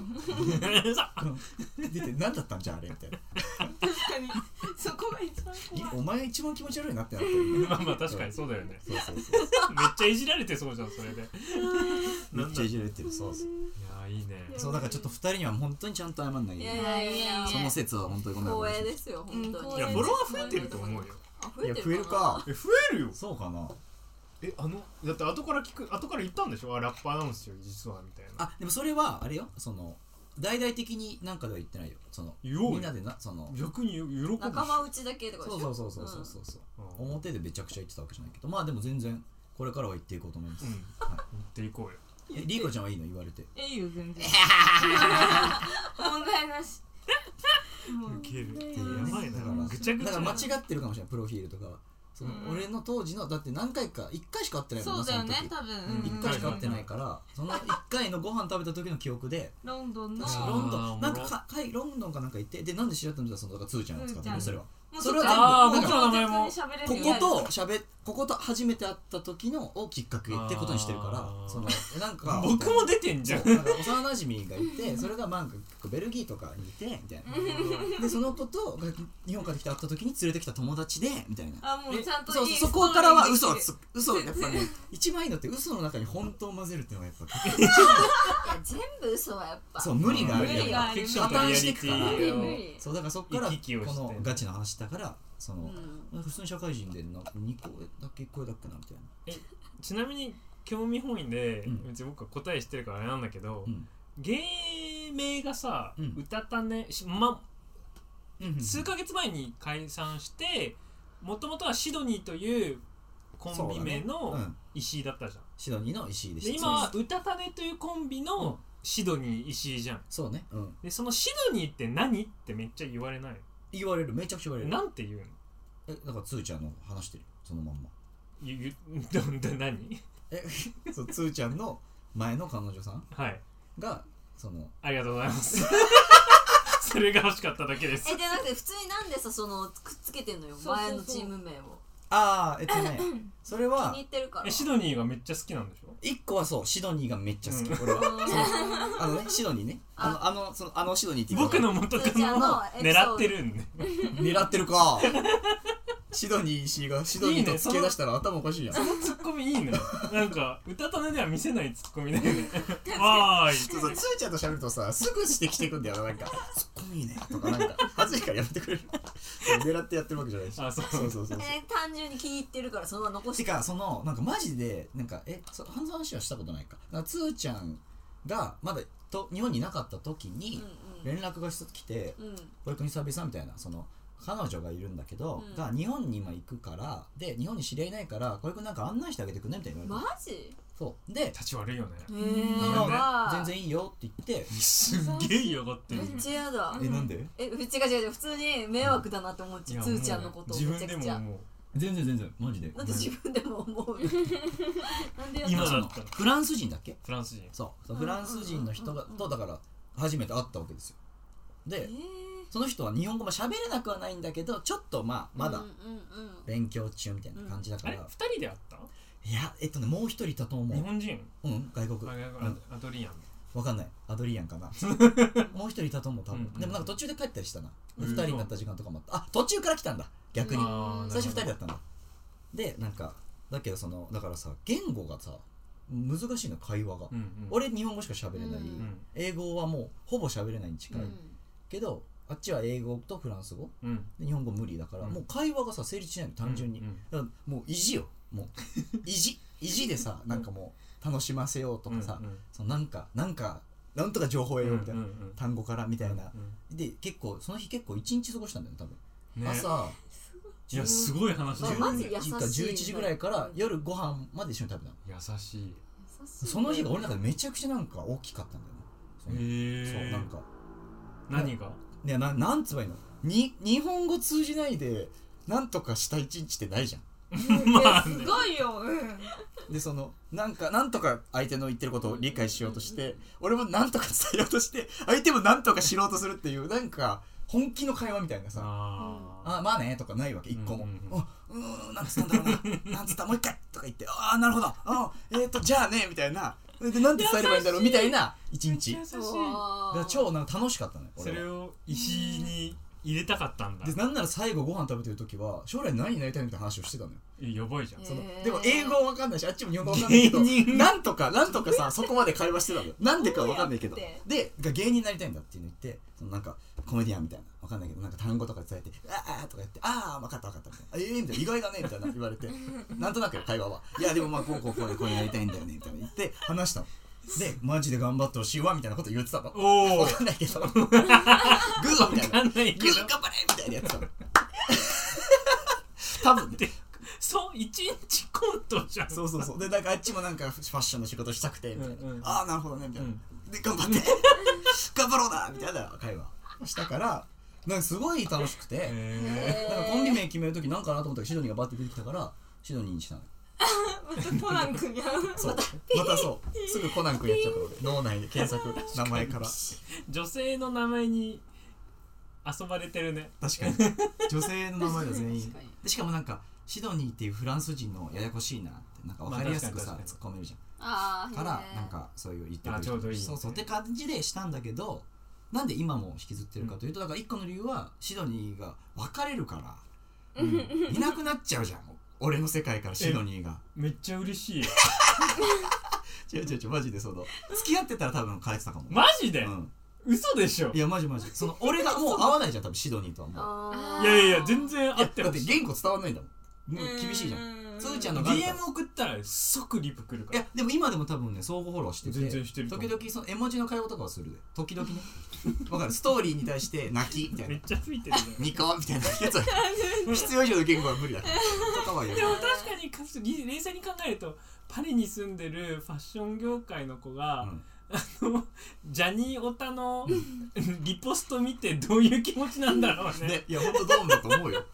Speaker 1: 出て何だったんじゃんあれみ たいな
Speaker 4: 確かにそこが一番怖い
Speaker 1: お前一番気持ち悪いなってなってる
Speaker 2: まあまあ確かにそうだよね
Speaker 1: そうそうそう
Speaker 2: めっちゃいじられてそうじゃんそれでいや
Speaker 1: めっちゃいじられてるそうそう
Speaker 2: ーいいね
Speaker 1: そうだからちょっと二人には本当にちゃんと謝んない
Speaker 3: い
Speaker 1: で
Speaker 3: やいやいや
Speaker 1: その説は本当にごめん
Speaker 3: 光栄ですよ本
Speaker 4: うん
Speaker 3: 当
Speaker 2: い
Speaker 3: に
Speaker 2: や
Speaker 4: 光栄
Speaker 2: フォロワー増えてると思うよ
Speaker 3: あ
Speaker 1: いや
Speaker 3: な
Speaker 1: 増えるか
Speaker 2: え増えるよ
Speaker 1: そうかな
Speaker 2: えあのだって後から聞く後から言ったんでしょあラッパーなんですよ実はみたいな
Speaker 1: あでもそれはあれよその大々的になんかでは言ってないよその
Speaker 2: 言おうよ
Speaker 1: みんなでなその
Speaker 2: 逆に喜ぶ
Speaker 3: 仲間内だけとかでし
Speaker 1: そ
Speaker 3: ょ
Speaker 1: うそうそうそうそうそうそう
Speaker 2: うん
Speaker 1: 表でめちゃくちゃ言ってたわけじゃないけどまあでも全然これからは言っていこうと思います、
Speaker 2: うん
Speaker 1: は
Speaker 2: 言っていこうよ
Speaker 1: い、えリーコちゃんはいいの言われて
Speaker 4: えいいよ全然問題なしもう
Speaker 2: ウケる
Speaker 1: っていうね
Speaker 2: やばいな
Speaker 1: だから
Speaker 2: ぐちゃぐちゃ
Speaker 1: だから間違ってるかもしれないプロフィールとかはその、
Speaker 4: うん
Speaker 1: 俺の当時のだって何回か1回しか会ってないもん
Speaker 4: そ
Speaker 1: な
Speaker 4: うだよ ね
Speaker 1: その時
Speaker 4: 多分
Speaker 2: うん
Speaker 1: 1回しか会ってないからその1回のご飯食べた時の記憶で
Speaker 4: ロンドンの
Speaker 1: ロ
Speaker 2: 確かに
Speaker 1: ンド
Speaker 2: あーおもろ
Speaker 1: ンなんかかかいロンドンかなんか行ってでなんで知り合ったんだそのだからつーちゃんを使って
Speaker 4: つーちゃ
Speaker 1: ね
Speaker 4: ん
Speaker 1: それは
Speaker 4: もう
Speaker 1: それは全部
Speaker 2: あー
Speaker 1: だ
Speaker 2: も
Speaker 1: か
Speaker 2: ちろん名前も
Speaker 4: 絶対喋れ
Speaker 1: ら
Speaker 4: る
Speaker 1: こ
Speaker 4: よ
Speaker 1: ことしゃべここと初めて会った時のをきっかけってことにしてるか
Speaker 2: あー
Speaker 1: らそのなんか
Speaker 2: 僕も出てんじ
Speaker 1: そ
Speaker 2: ゃん
Speaker 1: うなんか幼馴染がいてそれがなんかベルギーとかにいてみたいなでその子とが日本から来て会った時に連れてきた友達でみたいな
Speaker 4: あもうちゃんといい
Speaker 1: そうそうそ
Speaker 4: ストー
Speaker 1: こ
Speaker 4: リー
Speaker 1: からは
Speaker 4: できて
Speaker 1: 嘘
Speaker 4: る
Speaker 1: をつ嘘をやっぱね一番いいのって嘘の中に本当を混ぜるっていうのがやっ
Speaker 3: いや全部嘘はやっぱ
Speaker 1: ぱそう無理がある
Speaker 2: 無
Speaker 1: よ
Speaker 2: 理があ
Speaker 4: フィクシ
Speaker 1: ョンとリアリティ
Speaker 3: 無理
Speaker 2: を
Speaker 3: 無理
Speaker 1: そうだからそっから
Speaker 2: 行き来を
Speaker 1: こ
Speaker 2: して
Speaker 1: のガチな話だからその、
Speaker 3: うん
Speaker 1: 普通に社会人でな2個だけ声だっけなみたいな
Speaker 2: ちなみに興味本位で、う
Speaker 1: うん
Speaker 2: ち僕は答えしてるからあれなんだけど、
Speaker 1: うん
Speaker 2: 芸名がさ、
Speaker 1: うん
Speaker 2: 歌たねしま
Speaker 1: うん
Speaker 2: 数ヶ月前に解散してもともとはシドニーというコンビ名
Speaker 1: う
Speaker 2: の
Speaker 1: ん
Speaker 2: 石井だったじゃん、
Speaker 1: シドニーの石井でし
Speaker 2: で
Speaker 1: た
Speaker 2: 今は歌たねというコンビのシドニー石井じゃん
Speaker 1: そうね、うん、
Speaker 2: でそのシドニーって何ってめっちゃ言われない
Speaker 1: 言われるめちゃくちゃ言われる
Speaker 2: なんて言うの
Speaker 1: えだからつーちゃんの話してるそのまんま
Speaker 2: ゆ ゆどんどん何
Speaker 1: え そうつーちゃんの前の彼女さん
Speaker 2: はい
Speaker 1: がその
Speaker 2: ありがとうございます それが欲しかっただけです
Speaker 3: えじゃなくて普通になんでさそのくっつけてんのよ
Speaker 4: そうそうそう
Speaker 3: 前のチーム名を
Speaker 1: ああえっとね それ
Speaker 3: 気に
Speaker 1: は
Speaker 3: 入ってるから
Speaker 2: えシドニーがめっちゃ好きなんでしょ
Speaker 1: 一個はそうシドニーがめっちゃ好き、
Speaker 2: うん
Speaker 1: 俺は
Speaker 3: うん
Speaker 1: あのねシドニーねあのあのそのあのシドニーっていう
Speaker 2: 僕の元カノを狙ってるんで
Speaker 1: 狙ってるかシドニー石井がシドニーと付け出したら頭おかしいやん
Speaker 2: そのツッコミいいねなんか歌たねでは見せないツッコミだよねわーい
Speaker 1: そうそう、つーちゃんと喋るとさ、すぐしてきてくんだよな、なんか、ツッコミいいねとか、なんか、恥ずいからやめてくれる。狙ってやってるわけじゃないし。
Speaker 2: あそう
Speaker 1: そうそうそうそう。
Speaker 3: え単純に気に入ってるからそのまま残して
Speaker 1: てか、その、なんかマジで、なんか、え、そ半沢話はしたことないか。なんかつーちゃんが、まだと日本にいなかった時
Speaker 3: うん
Speaker 1: に、
Speaker 3: うん
Speaker 1: 連絡が一つ来て、
Speaker 3: うん
Speaker 1: 保育に久々みたいな、その、彼女がいるんだけど、
Speaker 3: うん
Speaker 1: が日本に今行くから、で、日本に知り合いないから、小池君なんか案内してあげてくんねみたいな言わ
Speaker 3: マ
Speaker 1: れて。
Speaker 3: ジ
Speaker 1: そう。で、
Speaker 2: 立ち悪いよね
Speaker 3: え
Speaker 2: やば
Speaker 3: ー
Speaker 1: 全然いいよって言って、
Speaker 2: すんげえ嫌がってる
Speaker 3: めっちゃ嫌だ
Speaker 1: え、なんで
Speaker 3: え違う違う違う普通に迷惑だなって思っちゃうつーちゃんのことを
Speaker 2: 自
Speaker 3: めち
Speaker 2: 分
Speaker 3: ゃ
Speaker 2: で
Speaker 3: く
Speaker 2: も
Speaker 3: ちゃ
Speaker 2: もう
Speaker 1: 全然全然、マジで。
Speaker 3: なんで自分でも思う なんでやっ
Speaker 2: 今
Speaker 3: た
Speaker 2: だった
Speaker 1: そのフランス人だっけ
Speaker 2: フランス人
Speaker 1: そうそうフランス人の人がとだから初めて会ったわけですよ
Speaker 3: え
Speaker 1: で
Speaker 3: ー
Speaker 1: その人は日本語も喋れなくはないんだけどちょっとまあま
Speaker 3: う
Speaker 1: だ
Speaker 3: んうんうん
Speaker 1: 勉強中みたいな感じだ
Speaker 2: あ
Speaker 1: か
Speaker 2: れ
Speaker 1: ら
Speaker 2: 二人で会った
Speaker 1: いやえっとねもう一人いたと思
Speaker 2: 日
Speaker 1: う
Speaker 2: 本人
Speaker 1: うん外国
Speaker 2: あ
Speaker 1: うん
Speaker 2: アドリアン
Speaker 1: わかんないアドリアンか なもう一人いたと思う多
Speaker 2: うんうん
Speaker 1: 分
Speaker 2: うん
Speaker 1: でもなんか途中で帰ったりしたな
Speaker 2: うん
Speaker 1: 二人になった時間とかもあったあ途中から来たんだ逆に
Speaker 2: あー
Speaker 1: 最初二人
Speaker 2: なる
Speaker 1: だったんだでなんかだけどそのだからさ言語がさ難しいの会話が
Speaker 2: ほどうんうん
Speaker 1: 俺日本語しか喋れない
Speaker 3: うん
Speaker 2: うん
Speaker 1: 英語はもうほぼ喋れないに近い、
Speaker 2: うん
Speaker 1: けどあっちは英語とフランス語
Speaker 2: うん
Speaker 1: で日本語無理だから、
Speaker 2: うん
Speaker 1: もう会話がさ成立しないの単純に、
Speaker 2: うんうん
Speaker 1: だからもう意地よ もう意地意地でさなんかもう楽しませようとかさ、
Speaker 2: うんうん
Speaker 1: そのなんかなんかなんとか情報を得ようみたいな、
Speaker 2: うんうんうん
Speaker 1: 単語からみたいな
Speaker 2: う、ん
Speaker 1: で結構その日結構一日過ごしたんだよね多分、
Speaker 2: ね
Speaker 1: 朝
Speaker 2: いやすごい話だよ
Speaker 3: まあマジ
Speaker 2: ね
Speaker 3: 優しい
Speaker 1: 11時ぐらいから夜ご飯まで一緒に食べたの
Speaker 2: 優しい
Speaker 1: その日が俺の中でめちゃくちゃなんか大きかったんだよねその
Speaker 2: へ
Speaker 1: そうなんか
Speaker 2: 何が
Speaker 1: いやななんつうばいいのに日本語通じないでなんとかした一日ってないじゃ
Speaker 4: すごいようん
Speaker 1: んでそのなんかなんとか相手の言ってることを理解しようとして俺もなんとか伝えようとして相手もなんとかしようとするっていうなんか本気の会話みたいなさ
Speaker 2: あー
Speaker 1: あまあねとかないわけ一個も、
Speaker 2: う
Speaker 1: うんんうん、うんなんつったんだろうななんつったもう一回とか言ってああなるほどあーえっ、ー、とじゃあねみたいなでなんて伝えればいいんだろうみたいな一日
Speaker 2: 優しい
Speaker 1: が超なんか楽しかったのよ
Speaker 2: そ
Speaker 1: 俺は
Speaker 2: れを石井に入れたかったんだ
Speaker 1: でなんなら最後ご飯食べてる時は将来何になりたいみたいな話をしてたのよ
Speaker 2: えやばいじゃん
Speaker 1: その
Speaker 3: へー
Speaker 1: でも英語わかんないしあっちも日本語わかんないけど
Speaker 2: 芸人
Speaker 1: なんとかなんとか さそこまで会話してたのよなんでかわかんないけど
Speaker 3: どうやっ
Speaker 1: でが芸人になりたいんだっていうの言ってそのなんかコメディアンみたいなわかんないけどなんか単語とか伝えて「ああ」とか言って「ああ分かった分かった」みたいな「ええみたいな「意外だね」みたいな言われ てなんとなくよ会話は「いやでもまあこうこうこうでこうやりたいんだよね」みたいな言って話したのでマジで頑張ってほしいわみたいなこと言ってたの
Speaker 2: おお
Speaker 1: わかんない けどグーみたいな
Speaker 2: かんない
Speaker 1: グ
Speaker 2: けど
Speaker 1: ー頑張れみたいなやつだもん多分ね
Speaker 2: そう一日コントじゃ ん
Speaker 1: そうそうそうでなんかあっちもなんかファッションの仕事したくてみたいな、
Speaker 2: うんうん
Speaker 1: ああなるほどねみたいな、
Speaker 2: うん
Speaker 1: で頑張って 頑張ろうなみたいな会話したからなんかすごい楽しくて、
Speaker 2: え
Speaker 1: なんかコンビ名決める時なんかなと思ったらシドニーがバッて出てきたからシドニーにしたのよ
Speaker 4: またコナン君やん
Speaker 1: そうまたそうすぐコナン君やっちゃった俺脳内で検 索名前から
Speaker 2: ー女性の名前に遊ばれてるね
Speaker 1: 確かに女性の名前が全員でしかもなんかシドニーっていうフランス人のややこしいなってなんか分かりやすく
Speaker 2: まあ
Speaker 1: さ
Speaker 2: 確かに
Speaker 1: 突っ込めるじ
Speaker 3: あ
Speaker 1: ゃん
Speaker 3: ー
Speaker 1: から
Speaker 3: へー
Speaker 1: なんかそういう言ってく
Speaker 2: あ
Speaker 1: る
Speaker 2: ちょうどいい
Speaker 1: そうそうって感じでしたんだけどなんで今も引きずってるかというとだから一個の理由はシドニーが別れるから、いなくなっちゃうじゃん俺の世界からシドニーが
Speaker 2: めっちゃ嬉しい
Speaker 1: 違う違う違うマジでその付き合ってたら多分帰ってたかも
Speaker 2: マジで、
Speaker 1: うん、
Speaker 2: 嘘でしょ
Speaker 1: いやマジマジその俺がもう会わないじゃん多分シドニーとはもう
Speaker 3: あ
Speaker 2: いやいやいや全然
Speaker 1: い
Speaker 2: 合
Speaker 1: や
Speaker 2: って
Speaker 1: だ
Speaker 2: ほ
Speaker 1: って
Speaker 2: しい
Speaker 1: 言語伝わんないんだもんもう厳しいじゃん
Speaker 4: ん
Speaker 1: つーちゃんのがあるから
Speaker 2: DM 送ったら即リプ来るか
Speaker 1: い
Speaker 2: ら
Speaker 1: やでも今でも多分ね相互フォローしてて
Speaker 2: 全然してると思
Speaker 1: 時
Speaker 2: う
Speaker 1: 々その絵文字の会話とかはするで時 々ねわかるストーリーに対して泣きみたい
Speaker 2: めっ
Speaker 1: な
Speaker 2: ちゃついてるね
Speaker 1: ニコみたいなやつは必要以上の言語は無理だからとかはやる
Speaker 2: でも確かにかつり冷静に考えるとパリに住んでるファッション業界の子が、
Speaker 1: うん
Speaker 2: あのジャニーオタのリポスト見てどういう気持ちなんだろうね
Speaker 1: ねいやほんとどうもだと思うよ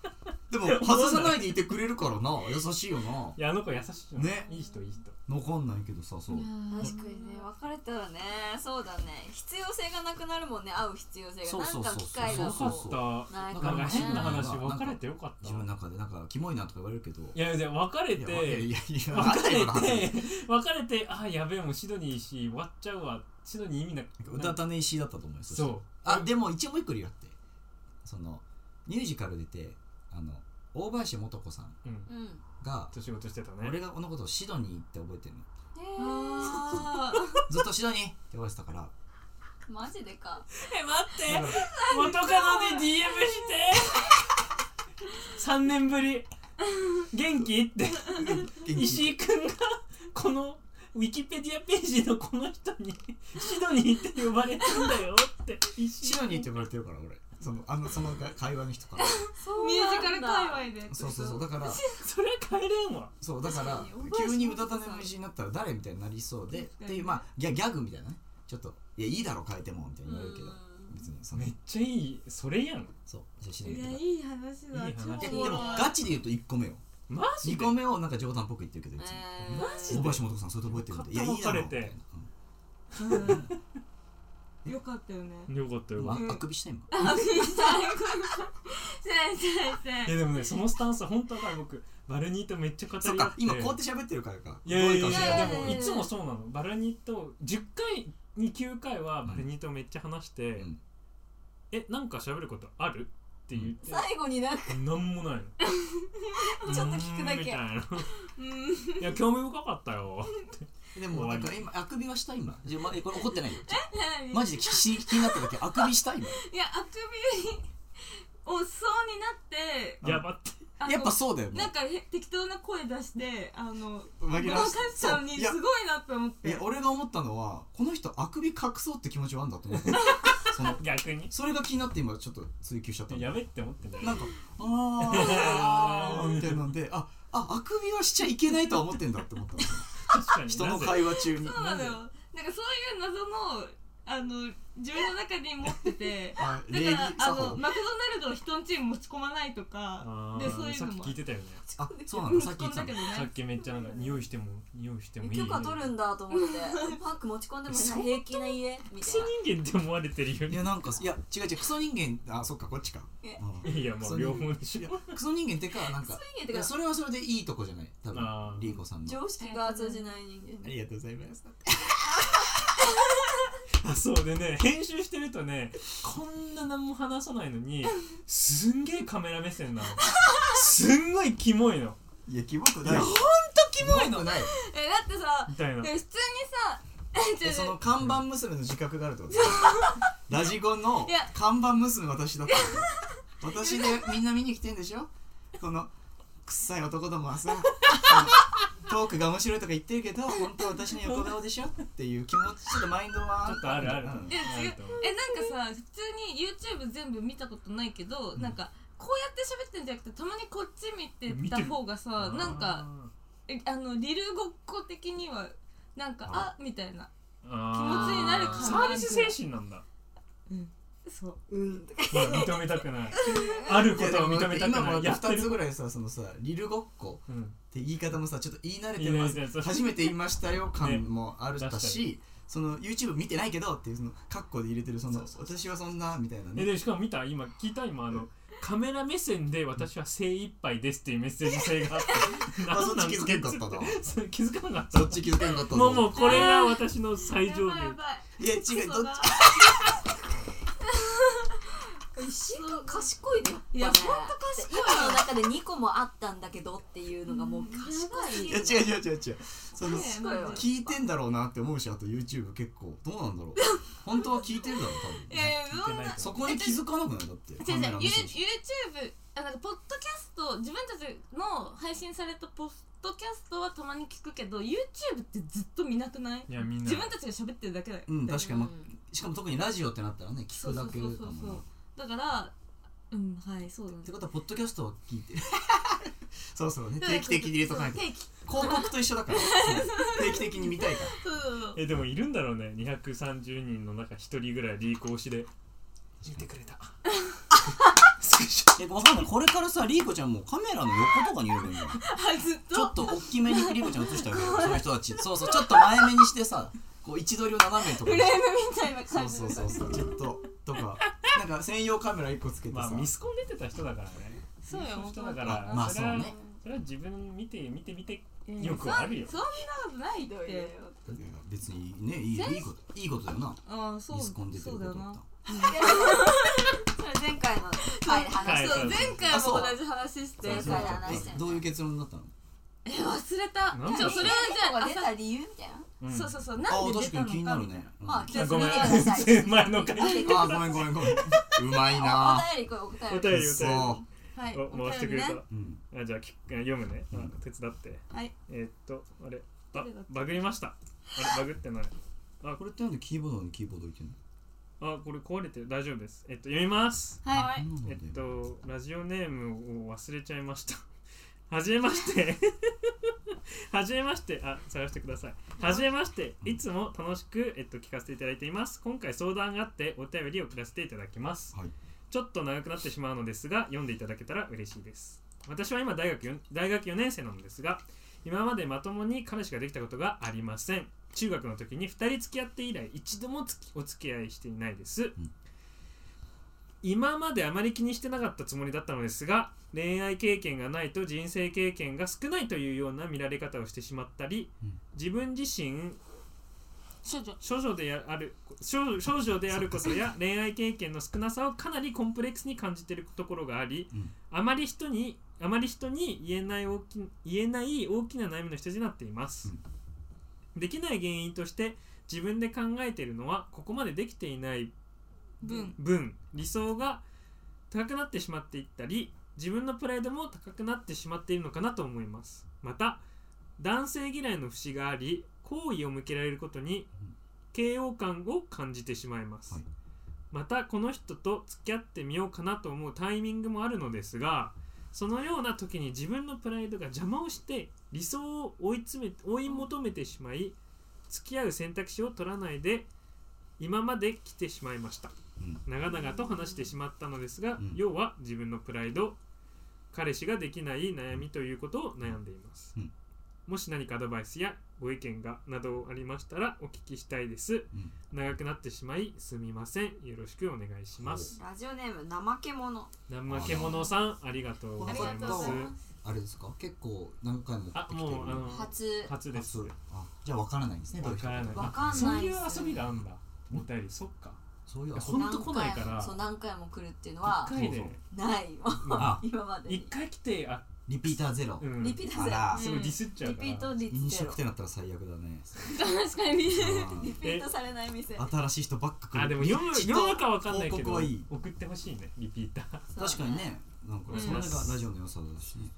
Speaker 1: でも外さないでいてくれるからな優しいよない
Speaker 2: やあの子優しいよ
Speaker 1: ね
Speaker 2: いい人いい人
Speaker 1: 残んないけどさそう
Speaker 3: 確かにね別れたらねそうだね必要性がなくなるもんね会う必要性
Speaker 1: そう
Speaker 3: が
Speaker 1: そ
Speaker 3: な
Speaker 1: うんそう
Speaker 3: か
Speaker 1: そう
Speaker 3: 機会が
Speaker 2: よ
Speaker 3: こ
Speaker 2: か
Speaker 3: う
Speaker 2: っ
Speaker 3: ない
Speaker 2: た
Speaker 3: か
Speaker 2: な
Speaker 3: ら
Speaker 2: んか変な
Speaker 3: ね
Speaker 2: 話
Speaker 1: なんか
Speaker 2: 別れてよかった
Speaker 1: 自分の中でなんかキモいなとか言われるけど
Speaker 2: いやで別れ
Speaker 1: いやいやい
Speaker 2: て
Speaker 1: やいやあん
Speaker 2: 別
Speaker 1: た
Speaker 2: れ
Speaker 1: よな
Speaker 2: て別れてあやべえもうシドニーし終わっちゃうわシドニー意味なく
Speaker 1: うたたね石井だったと思うよそしたら
Speaker 2: そう
Speaker 1: あでも一応もう一個理由あってそのミュージカル出てあの大林素子さん
Speaker 2: うん
Speaker 3: うん
Speaker 1: が
Speaker 2: と仕事してた
Speaker 1: 俺
Speaker 2: ね
Speaker 1: がこのことをシドニーって覚えてるの
Speaker 4: あ
Speaker 1: ずっとシドニーって言われてたから
Speaker 3: マジでか
Speaker 2: え待って元カノで DM して3年ぶり元気って石井くんがこのウィキペディアページのこの人にシドニーって呼ばれてんだよって石井
Speaker 1: シドニーって呼ばれてるから俺そのあのそのが会話の人から
Speaker 4: ーミュージカル界隈で
Speaker 1: そうそうそうだから
Speaker 2: それ帰れんわ
Speaker 1: そうだから
Speaker 3: 確かに大林素子さん
Speaker 1: 急に歌たねの石井になったら誰みたいになりそうでっていうまあギャギャグみたいなねちょっといやいいだろ変えてもみたいに言われるけど別にその
Speaker 2: めっちゃいいそれやん
Speaker 1: そうじゃあシドニ
Speaker 4: い
Speaker 1: ー
Speaker 4: や
Speaker 1: とか
Speaker 4: いい話だ
Speaker 2: いい話
Speaker 1: いや
Speaker 4: 超
Speaker 1: で
Speaker 4: おも
Speaker 1: も
Speaker 4: ろい
Speaker 1: ガチで言うと1個目よ
Speaker 2: マジ
Speaker 1: 2
Speaker 2: で
Speaker 1: 個目をなんか冗談っぽく言ってるけどいつも
Speaker 3: え
Speaker 2: マジ
Speaker 1: 大
Speaker 2: で
Speaker 1: 林素子さんそれで覚えてるんだいやいいだろみたいなうん
Speaker 4: うんよかったよね
Speaker 2: よかったよか
Speaker 1: あ
Speaker 2: った
Speaker 1: あくびした今
Speaker 2: いやでもねそのスタンス本当だから僕バルニーとめっちゃ語り合
Speaker 1: そ
Speaker 2: っ
Speaker 1: ってか今こうやって喋ってるからか
Speaker 2: いやいやい
Speaker 1: どうか
Speaker 2: やい
Speaker 1: もしれな
Speaker 2: や
Speaker 1: い
Speaker 2: でもいつもそうなのバルニーと10回に9回はバルニーとめっちゃ話して、
Speaker 1: ん
Speaker 2: えなんか喋ることあるって言って、
Speaker 3: 最後になん か
Speaker 2: なんもないの
Speaker 3: ちょっと聞くだけ
Speaker 2: うーんみたいないや興味深かったよ
Speaker 1: でもなんか今あくびはした今じゃあ、ま、えこれ怒ってないよマジで気気気になっただけあくびした今
Speaker 4: いやあくびをそうになって
Speaker 2: やばって
Speaker 4: あの
Speaker 1: やっぱそうだよね
Speaker 4: なんかへ適当な声出してあのご
Speaker 1: 紛
Speaker 4: ま
Speaker 1: らわ
Speaker 4: か
Speaker 1: し
Speaker 4: しちゃうに
Speaker 1: そう
Speaker 4: す
Speaker 1: いや
Speaker 4: ごいなって思っ
Speaker 1: い
Speaker 4: て
Speaker 1: や俺が思ったのはこの人あくび隠そうって気持ちはあんだと思ってその
Speaker 2: 逆に
Speaker 1: それが気になって今ちょっと追求しちゃったの
Speaker 2: やべって思ってんだよ
Speaker 1: なんか「あーあー」みたいなんであああくびはしちゃいけないとは思ってんだって思ったの
Speaker 2: 確かに
Speaker 1: 人の
Speaker 2: なぜ
Speaker 1: 会話中に
Speaker 4: そうなのよなんかそういう謎のあの自分の中に持ってて
Speaker 1: あ
Speaker 4: だ
Speaker 1: 礼
Speaker 4: か
Speaker 1: 儀
Speaker 4: らあ
Speaker 1: 作
Speaker 4: の
Speaker 1: 法
Speaker 4: マクドナルドを人のチーム持ち込まないとか
Speaker 2: あ
Speaker 4: で
Speaker 2: ー
Speaker 4: そういう
Speaker 2: さ
Speaker 4: の
Speaker 2: っき
Speaker 4: も
Speaker 2: 聞い てたよね
Speaker 1: あそうなんださっき
Speaker 4: 持
Speaker 1: 言
Speaker 4: ち込
Speaker 1: ってた
Speaker 4: ん だけ
Speaker 1: の
Speaker 4: ど
Speaker 2: さっ
Speaker 4: ね
Speaker 2: きめっちゃなんか匂いしても匂いしてもいい
Speaker 3: 許可取るんだと思ってパック持ち込んでもいない平気な家み
Speaker 2: ク
Speaker 3: た
Speaker 2: ソ
Speaker 3: いな
Speaker 2: 人間って思われてるよ
Speaker 1: い
Speaker 2: ね
Speaker 1: やなんかいや違う違うクソ人間あそっかこっちか
Speaker 3: え
Speaker 1: うん
Speaker 2: いやまあ両方でし
Speaker 1: いや
Speaker 2: ょ
Speaker 1: クソ人間ってかなんか
Speaker 3: 人間って
Speaker 1: い
Speaker 3: か
Speaker 1: やそれはそれでいいとこじゃない多
Speaker 2: あ
Speaker 1: 分
Speaker 2: ー
Speaker 1: リーコさんの
Speaker 3: 常識が通じない人間
Speaker 1: ありがとうございます
Speaker 2: あそうでね編集してるとねこんな何も話さないのにすんげえカメラ目線なのすんごいキモいの
Speaker 1: いやキモくないほんとキモいのない
Speaker 4: えだってさ
Speaker 2: みたいな
Speaker 4: で普通にさ違う
Speaker 1: え
Speaker 4: 違う
Speaker 1: その看板娘の自覚があるってこと ラジゴの
Speaker 4: いや
Speaker 1: 看板娘私だったの私でみんな見に来てんでしょこの臭い男どもはさあのトークが面白いとか言ってるけど本当は私の横顔でしょっていう気持ちちょっとマインドは
Speaker 2: ちょっとあるある
Speaker 1: うん
Speaker 4: いや違う
Speaker 2: あると
Speaker 4: えなんかさ普通に YouTube 全部見たことないけど、なんかこうやって喋ってんじゃなくてたまにこっち見てた方がさなんかえあのリルごっこ的にはなんかあみたいな
Speaker 2: あー
Speaker 4: 気持ちになる感じ
Speaker 2: サービス精神なん だ
Speaker 4: そう
Speaker 3: うん
Speaker 2: まあ認めたくないあることを認めたく
Speaker 1: 今も
Speaker 2: な
Speaker 1: だ
Speaker 2: い
Speaker 1: っ
Speaker 2: やってて
Speaker 1: 2
Speaker 2: る
Speaker 1: つぐらいさそのさリルごっこ
Speaker 2: うん
Speaker 1: って言い方もさちょっと言い慣れて
Speaker 2: 言い慣
Speaker 1: ま
Speaker 2: れてます
Speaker 1: す初めて言いましたよ感もある
Speaker 2: ね
Speaker 1: だし、その YouTube 見てないけどっていうそのカッコで入れてるその私はそんなみたいな
Speaker 2: え
Speaker 1: ね
Speaker 2: でしかも見た今聞いた今あのカメラ目線で私は精一杯ですっていうメッセージ性があって
Speaker 1: あそっち気づけんかったな
Speaker 2: それ 気づかなかった
Speaker 1: そっち気づけなかった
Speaker 2: もう
Speaker 1: の
Speaker 2: もうこれが私の最上流
Speaker 4: やばいやばい
Speaker 1: いや違うどっち
Speaker 3: 石君賢いね
Speaker 4: いやほん
Speaker 3: と賢い今の中で2個もあったんだけどっていうのがもう賢
Speaker 1: い
Speaker 3: い
Speaker 1: や違う違う違う違うその
Speaker 4: ね
Speaker 3: ごいわ
Speaker 1: 聞いてんだろうなって思うしあと YouTube 結構どうなん だろう本当は聞いてるだろう多
Speaker 4: い
Speaker 1: 分
Speaker 4: やいや
Speaker 2: 聞いてないと
Speaker 1: そこに気づかなくないだって
Speaker 4: 違う違う
Speaker 1: カメラの
Speaker 4: You-
Speaker 1: 指示
Speaker 4: YouTube あなんかポッドキャスト自分たちの配信されたポッドキャストはたまに聞くけど YouTube ってずっと見なくない
Speaker 2: いやみんな
Speaker 4: 自分たちが喋ってるだけだよ
Speaker 1: うん確かに、まあ
Speaker 3: うん
Speaker 1: しかも特にラジオってなったらね聞
Speaker 4: そう
Speaker 1: くだ
Speaker 4: そう
Speaker 1: け
Speaker 4: そ
Speaker 1: だも
Speaker 4: うんそう
Speaker 1: な
Speaker 4: だからうんはいそうだね
Speaker 1: ってことはポッドキャストは聞いて るそろそろね定期的に入れとかないと
Speaker 4: 定期
Speaker 1: 広告と一緒だから そう定期的に見たいか
Speaker 4: そうそうそう
Speaker 2: えでもいるんだろうね230人の中1人ぐらいリーコ推しで見てくれた
Speaker 1: らえわかんないこれからさリーコちゃんもカメラの横とかにいればいいんじゃない
Speaker 4: あずっ
Speaker 1: ちょ
Speaker 4: と
Speaker 1: っと大きめにリコちゃん映してあ げるその人たちそうそうちょっと前目にしてさこう位置取りを斜めとか
Speaker 4: フ
Speaker 1: に
Speaker 4: レームみたいな
Speaker 1: そ
Speaker 4: 感
Speaker 1: う
Speaker 4: じ
Speaker 1: そうそうそうちょっととかなんか専用カメラ一個つけて
Speaker 2: まあ
Speaker 1: さ、
Speaker 2: ミスコン出てた人だからね
Speaker 4: そうよ
Speaker 2: ミスコン人だか
Speaker 1: あ
Speaker 2: ら
Speaker 1: まあ
Speaker 2: れは
Speaker 1: そうね
Speaker 2: それは自分見て見て見て
Speaker 4: うん
Speaker 2: よくあるよ
Speaker 4: そんなことないって
Speaker 1: いや別にねいいいいこといいことだよな
Speaker 4: ああそう
Speaker 1: ミスコン出て
Speaker 4: そ
Speaker 1: る
Speaker 4: うだ
Speaker 1: こ
Speaker 4: よ
Speaker 1: とだっ
Speaker 4: な
Speaker 1: た
Speaker 3: それ前回の回で話し
Speaker 4: そう前回
Speaker 1: あそう
Speaker 4: も同じ話して
Speaker 3: 前回の話だ
Speaker 1: えどういう結論だったの
Speaker 4: え忘れ
Speaker 2: な
Speaker 4: た
Speaker 2: んだ
Speaker 4: ちょそれはじゃあ
Speaker 3: 出た理由みたいな
Speaker 2: うん
Speaker 4: そうそうそうな
Speaker 1: あ
Speaker 4: んで出
Speaker 1: 確か
Speaker 4: たの
Speaker 1: に気にな
Speaker 4: か
Speaker 1: る
Speaker 4: みたい
Speaker 1: ね
Speaker 4: な、
Speaker 3: まあ
Speaker 1: う
Speaker 3: 気を
Speaker 2: あ
Speaker 3: つけ
Speaker 2: ご
Speaker 3: て
Speaker 2: めん
Speaker 3: ください
Speaker 2: 前の回
Speaker 3: お便り
Speaker 1: んあごめんごめんごめんうまいな
Speaker 3: これお答え
Speaker 2: お便りお便り
Speaker 1: そ
Speaker 4: はい
Speaker 2: お回してくれた
Speaker 4: お便りね
Speaker 1: うん
Speaker 2: あじゃあき読むね、
Speaker 1: うん
Speaker 2: 手伝って
Speaker 4: はい
Speaker 2: えーっとあれあ
Speaker 4: 誰だっけ
Speaker 2: バグりましたあれバグってない
Speaker 1: これってなんでキーボードにキーボード置いてんの
Speaker 2: あこれ壊れてる大丈夫ですえっと読みます
Speaker 4: は
Speaker 1: なんなんだ
Speaker 2: え
Speaker 1: よ
Speaker 2: っとラジオネームを忘れちゃいました はじめまして はじめましてあ探してくださいはじめましていつも楽しく、えっと、聞かせていただいています今回相談があってお便りを送らせていただきます
Speaker 1: はい
Speaker 2: ちょっと長くなってしまうのですが読んでいただけたら嬉しいです私は今大学 4, 大学4年生なのですが今までまともに彼氏ができたことがありません中学の時に2人付き合って以来一度もつきお付き合いしていないです、今まであまり気にしてなかったつもりだったのですが恋愛経験がないと人生経験が少ないというような見られ方をしてしまったり、
Speaker 1: うん
Speaker 2: 自分自身
Speaker 4: 少女
Speaker 2: 少女である少少女であることや恋愛経験の少なさをかなりコンプレックスに感じているところがあり、
Speaker 1: うん
Speaker 2: あまり人にあまり人に言えない大き言えない大きな悩みの一つになっています、できない原因として自分で考えているのはここまでできていない
Speaker 4: 分
Speaker 2: 分理想が高くなってしまっていったり自分のプライドも高くなってしまっているのかなと思いますまた男性嫌いの節があり好意を向けられることに嫌悪感を感じてしまいます、
Speaker 1: はい
Speaker 2: またこの人と付き合ってみようかなと思うタイミングもあるのですがそのような時に自分のプライドが邪魔をして理想を追い詰め追い求めてしまい付き合う選択肢を取らないで今まで来てしまいました、
Speaker 1: うん
Speaker 2: 長々と話してしまったのです
Speaker 1: う
Speaker 2: が、
Speaker 1: ん
Speaker 2: 要は自分のプライド彼氏ができない悩みということを悩んでいます、
Speaker 1: うん
Speaker 2: もし何かアドバイスやご意見がなどありましたらお聞きしたいです、
Speaker 1: うん
Speaker 2: 長くなってしまいすみませんよろしくお願いします
Speaker 3: ラジオネーム怠け者
Speaker 2: 生け者さんありがとうござい
Speaker 3: ありがと
Speaker 2: ま
Speaker 3: うご
Speaker 2: す
Speaker 3: ざいま
Speaker 1: あれですか結構何回も送っ
Speaker 2: あ
Speaker 1: てきて
Speaker 2: も
Speaker 1: る
Speaker 2: うあの
Speaker 3: 初
Speaker 2: 初です
Speaker 1: そうあじゃあ分からないんですねどう
Speaker 2: わ
Speaker 1: いう人
Speaker 2: からない
Speaker 3: わかんないっすね
Speaker 2: あそういう遊びがあんだお便りそっか
Speaker 1: そういう遊び
Speaker 2: ほんと来ないから
Speaker 3: 何回もそう何回も来るっていうのは
Speaker 2: 一回で
Speaker 1: そう
Speaker 3: ない もう
Speaker 1: あ
Speaker 3: 今まで
Speaker 2: 一
Speaker 3: に
Speaker 2: 回来てあ
Speaker 1: リピーターゼロ、
Speaker 2: うん
Speaker 3: リピータ
Speaker 1: あ
Speaker 3: ーゼ
Speaker 1: ら
Speaker 3: ロ
Speaker 2: すごいディスっちゃう
Speaker 3: リ
Speaker 2: か
Speaker 3: ピ
Speaker 2: ら
Speaker 3: ート率
Speaker 1: 飲
Speaker 3: ゼロ
Speaker 1: 食店だったら最悪だね
Speaker 4: 確かに
Speaker 3: リピートされない店
Speaker 1: あー新しい人ばっか来る
Speaker 2: あでも読む
Speaker 1: 一
Speaker 2: 読
Speaker 1: 度
Speaker 2: むかわかんないけ
Speaker 1: 広
Speaker 2: ど
Speaker 1: 告はいい
Speaker 2: 送ってほしいねリピーター
Speaker 1: 確かにねなんか
Speaker 4: うん
Speaker 1: それがラジオの良さだしね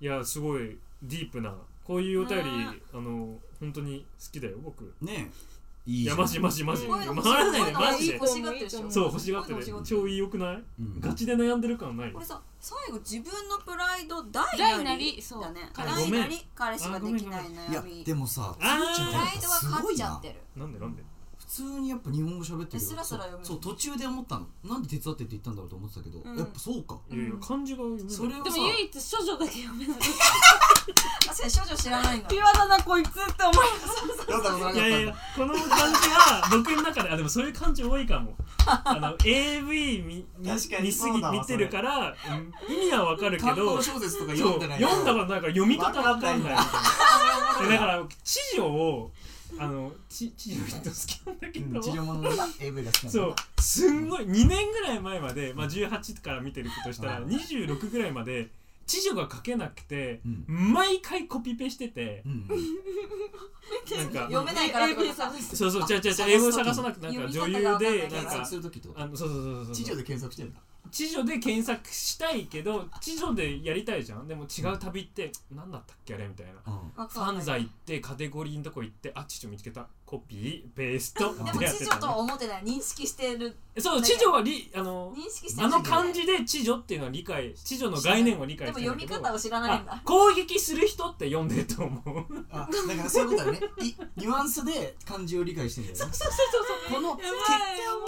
Speaker 2: いやすごいディープなこういうお便りあの本当に好きだよ僕
Speaker 1: ねえいい
Speaker 2: い
Speaker 1: じゃ
Speaker 2: や
Speaker 1: ん
Speaker 2: マジマジマジ
Speaker 3: す
Speaker 2: 回
Speaker 3: ごい
Speaker 2: らないで
Speaker 3: こういうの
Speaker 2: マジで
Speaker 3: 欲しがってるでしょ
Speaker 2: そう欲しがって
Speaker 3: こういう
Speaker 2: る
Speaker 3: の欲しが
Speaker 2: 超いいよくない
Speaker 1: うん
Speaker 2: ガチで悩んでる感ない
Speaker 3: これさ最後自分のプライド大
Speaker 4: 大
Speaker 3: な
Speaker 4: な
Speaker 3: り
Speaker 4: り
Speaker 3: そうだね
Speaker 4: ご
Speaker 3: 大
Speaker 2: めん
Speaker 3: なり彼氏ができない
Speaker 1: い
Speaker 3: 悩
Speaker 1: や
Speaker 3: み
Speaker 1: でもさつ
Speaker 2: あー
Speaker 1: ーちゃん
Speaker 3: プ
Speaker 1: や
Speaker 3: ラ
Speaker 1: っ
Speaker 3: イ
Speaker 1: ぱ
Speaker 3: ドは
Speaker 1: す
Speaker 3: 勝
Speaker 1: ご
Speaker 3: っ
Speaker 1: い
Speaker 3: ちゃっ
Speaker 1: な
Speaker 3: てる
Speaker 2: なんでなんで
Speaker 1: 普通にやっぱ日本語喋ってる
Speaker 3: えスラスラ読む
Speaker 1: そうそう途中で思ったのなんで手伝ってって言ったんだろうと思ってたけど、
Speaker 4: うん
Speaker 1: やっぱそう か
Speaker 2: いやいや漢字が読めない
Speaker 1: それを
Speaker 4: で
Speaker 1: さ
Speaker 4: も唯一処女だけ読 めない
Speaker 3: 確かに少女知らないんだ
Speaker 4: ピュアだなこいつって思い
Speaker 1: やだない
Speaker 2: やいやいやこの感じは僕の中であでもそういう感じ多いかもあの AV 見見
Speaker 1: 確かに
Speaker 2: 見すぎ
Speaker 1: そうだわ
Speaker 2: 見てるからうん意味はわかるけ
Speaker 1: 単
Speaker 2: ど
Speaker 1: 行小説とか
Speaker 2: そう
Speaker 1: 読んでない
Speaker 2: 読んだことないから読み方わかん ないみたいなだから知女をあの知知女人好きなんだけ
Speaker 1: うん治療
Speaker 2: ど
Speaker 1: 物の AV が好きなんだ
Speaker 2: そうすんごい2年ぐらい前まで、まあ、18から見てることしたら
Speaker 1: うん
Speaker 2: 26ぐらいまで知女が書けなくて
Speaker 1: うん
Speaker 2: 毎回コピペしてて
Speaker 1: うん
Speaker 2: なんか
Speaker 3: 読めないからってことか
Speaker 2: そうそう、じゃじゃじ
Speaker 1: 探す
Speaker 2: ゃ
Speaker 1: 時
Speaker 2: 英語探さなくて、なんか女
Speaker 3: 読み
Speaker 2: 優
Speaker 3: 方がわかんない
Speaker 2: で、
Speaker 3: か
Speaker 2: な
Speaker 3: ら
Speaker 1: 検
Speaker 2: ん
Speaker 1: 索
Speaker 2: か
Speaker 1: す。るときってこと
Speaker 2: あの、そうそうそうそう。
Speaker 1: 地上で検索してんだ
Speaker 2: 地上で検索したいけど、地上でやりたいじゃん、でも違う旅って、何だったっけあれみたいな。
Speaker 1: うん
Speaker 3: わかんない
Speaker 2: 犯罪行って、カテゴリーのとこ行って、あ、地上見つけた、コピー、ペースト。
Speaker 3: で
Speaker 2: って
Speaker 3: も
Speaker 2: やって
Speaker 3: 知
Speaker 2: た
Speaker 3: 女
Speaker 2: ね
Speaker 3: とは思ってない認識してる
Speaker 2: そう、地上はり、あの。
Speaker 3: 認識してる
Speaker 2: あの漢字で知女っていうのは理解、知女の概念を理解
Speaker 3: で
Speaker 2: し
Speaker 3: も
Speaker 2: てる
Speaker 3: 読
Speaker 2: んだ
Speaker 3: み
Speaker 2: けど。
Speaker 3: 方を知らないんだ
Speaker 2: あ攻撃する人って読んでると思う。
Speaker 1: あだからそういうことだねいニュアンスで漢字を理解してんだよねこのけ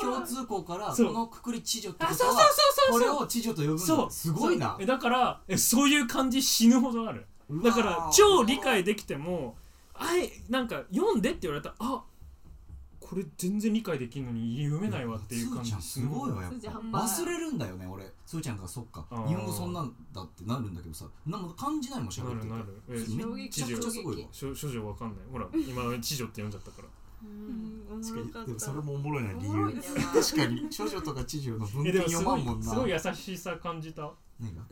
Speaker 1: 共通項からこ
Speaker 2: そう
Speaker 1: のくくり地上って
Speaker 2: あ、
Speaker 1: こ
Speaker 2: そ
Speaker 1: と
Speaker 2: うそう
Speaker 1: は
Speaker 2: そ
Speaker 1: こ
Speaker 2: うそう
Speaker 1: れ
Speaker 2: そう。
Speaker 1: を地上と呼ぶん
Speaker 2: そ
Speaker 1: だ
Speaker 2: う
Speaker 1: すごいな
Speaker 2: そうえだからえそういう感じ死ぬほどあるだから超理解できてもあいなんか読んでって言われたらあこれ全然理解できんのに読めないわっていう感じ
Speaker 1: つーちゃんすごいわやっ
Speaker 3: つーちゃ
Speaker 1: ぱ
Speaker 3: んうまい
Speaker 1: 忘れるんだよね俺つーちゃんがそっか
Speaker 2: あー
Speaker 1: 日本語そんなんだってなるんだけどさなんも感じないもんしゃ
Speaker 2: な
Speaker 1: べって
Speaker 2: る
Speaker 1: て
Speaker 2: なるえ
Speaker 3: 衝撃
Speaker 1: めっちゃくちゃすごいわ
Speaker 2: 処処女わかんないほら今の知女って読んじゃったから
Speaker 4: うん
Speaker 1: 確かにでもそれもおもろいな理
Speaker 3: おもろいん
Speaker 1: 由
Speaker 3: だよな
Speaker 1: 確かに少女とか知女の文
Speaker 2: え
Speaker 1: 献
Speaker 2: でもす
Speaker 1: 読ま
Speaker 2: ご
Speaker 1: んも
Speaker 2: い
Speaker 1: ん
Speaker 2: す
Speaker 1: な
Speaker 2: ごい優しさ感じた
Speaker 1: 何が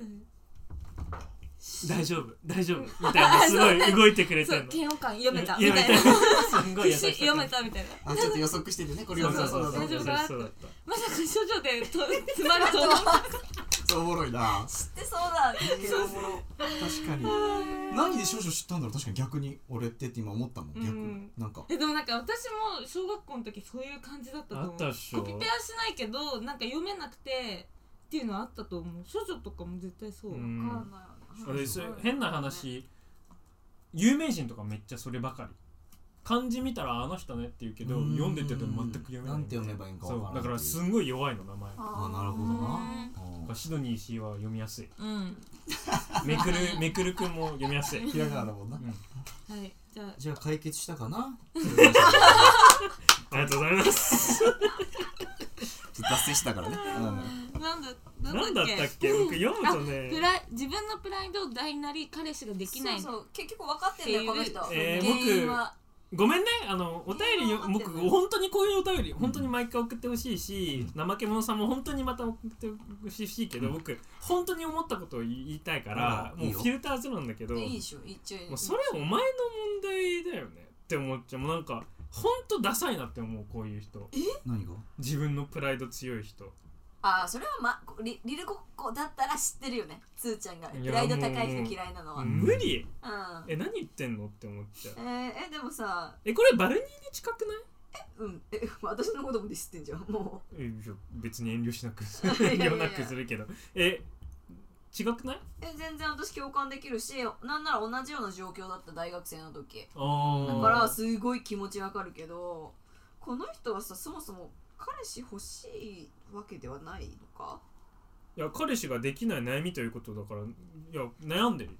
Speaker 2: 大丈夫大丈夫みたいなすごい動いてくれて
Speaker 4: そ
Speaker 2: ん
Speaker 4: う
Speaker 2: の
Speaker 4: 嫌悪感読めたみ
Speaker 2: 読
Speaker 4: た
Speaker 2: め
Speaker 4: い
Speaker 2: た
Speaker 4: な
Speaker 2: すんごい優
Speaker 4: 必
Speaker 2: しさ
Speaker 4: 死読めたみたいな
Speaker 1: あちょっと予測しててねこれ
Speaker 2: そうそ
Speaker 1: 読
Speaker 2: うそうそう
Speaker 4: 大丈夫か
Speaker 2: 優
Speaker 4: な
Speaker 2: しそうだった
Speaker 4: まさか処女でと詰まる と思った
Speaker 1: そうおもろいな
Speaker 3: 知ってそうだ
Speaker 1: おもろ確かに何で少々知ったんだろう確かに逆に俺ってって今思ったもん逆
Speaker 4: うん
Speaker 1: なんか
Speaker 4: えでもなんか私も小学校の時そういう感じだったと思
Speaker 2: あ
Speaker 4: う
Speaker 2: ったっしょ
Speaker 4: コピペはしないけどなんか読めなくてっていうのはあったと思う処女とかも絶対そう、
Speaker 2: うん
Speaker 3: わかんない
Speaker 2: あれそれ変な話有名人とかめっちゃそればかり漢字見たらあの人ねって言うけど
Speaker 1: うん
Speaker 2: 読んでって言っても全く読めない
Speaker 1: なんて読めばいいんかわからない
Speaker 2: そ
Speaker 1: う
Speaker 2: だからすんごい弱いの名前
Speaker 3: あ
Speaker 1: あなるほどなあー
Speaker 2: シドニー石井は読みやすい
Speaker 4: うん
Speaker 2: めくるめくるくんも読みやすい
Speaker 1: ひらがなだもんな
Speaker 4: はいじゃあ
Speaker 1: じゃあ解決したか な
Speaker 2: ありがとうございます
Speaker 1: ちょっと脱線したからね
Speaker 4: なんだ
Speaker 2: 何だ
Speaker 4: だ
Speaker 2: っ
Speaker 4: っけ
Speaker 2: たっけ僕読むとね
Speaker 4: プライ自分のプライドを大なり彼氏ができない
Speaker 3: そうそう結局分かってんだよこの人
Speaker 2: えー
Speaker 3: 原因は
Speaker 2: ごめんねあのお便りよ
Speaker 3: いや
Speaker 2: 僕本当にこういうお便り本当に毎回送ってほしいし怠け者さんも本当にまた送ってほしいけど僕本当に思ったことを言いたいから
Speaker 1: うん
Speaker 2: も
Speaker 1: いうい
Speaker 2: い
Speaker 1: よ
Speaker 2: フィルターゼロなんだけど
Speaker 3: いいでしょ一応
Speaker 2: もうそれお前の問題だよねって思っちゃうもうなんかほんとダサいなって思うこういう人
Speaker 1: うん何が
Speaker 2: 自分のプライド強い人
Speaker 3: ああそれはまリリルごっこだったら知ってるよねつーちゃんが
Speaker 2: いや
Speaker 3: プライド高い人嫌いなのはうん
Speaker 2: 無理
Speaker 3: え
Speaker 2: え何言ってんのって思っちゃう
Speaker 3: ーえでもさ
Speaker 2: えこれバルニーに近くない
Speaker 3: うんえ 私のことも知ってんじゃんもう
Speaker 2: えいや別に遠慮しなく
Speaker 3: や い
Speaker 2: 遠
Speaker 3: や
Speaker 2: 慮なくするけどえ違くない
Speaker 3: え全然私共感できるしなんなら同じような状況だった大学生の時
Speaker 2: あ
Speaker 3: だ
Speaker 2: あ
Speaker 3: からすごい気持ちわかるけどこの人はさそもそも彼氏欲しいわけではないのか
Speaker 2: いや彼氏ができない悩みということだからいや悩んでるよ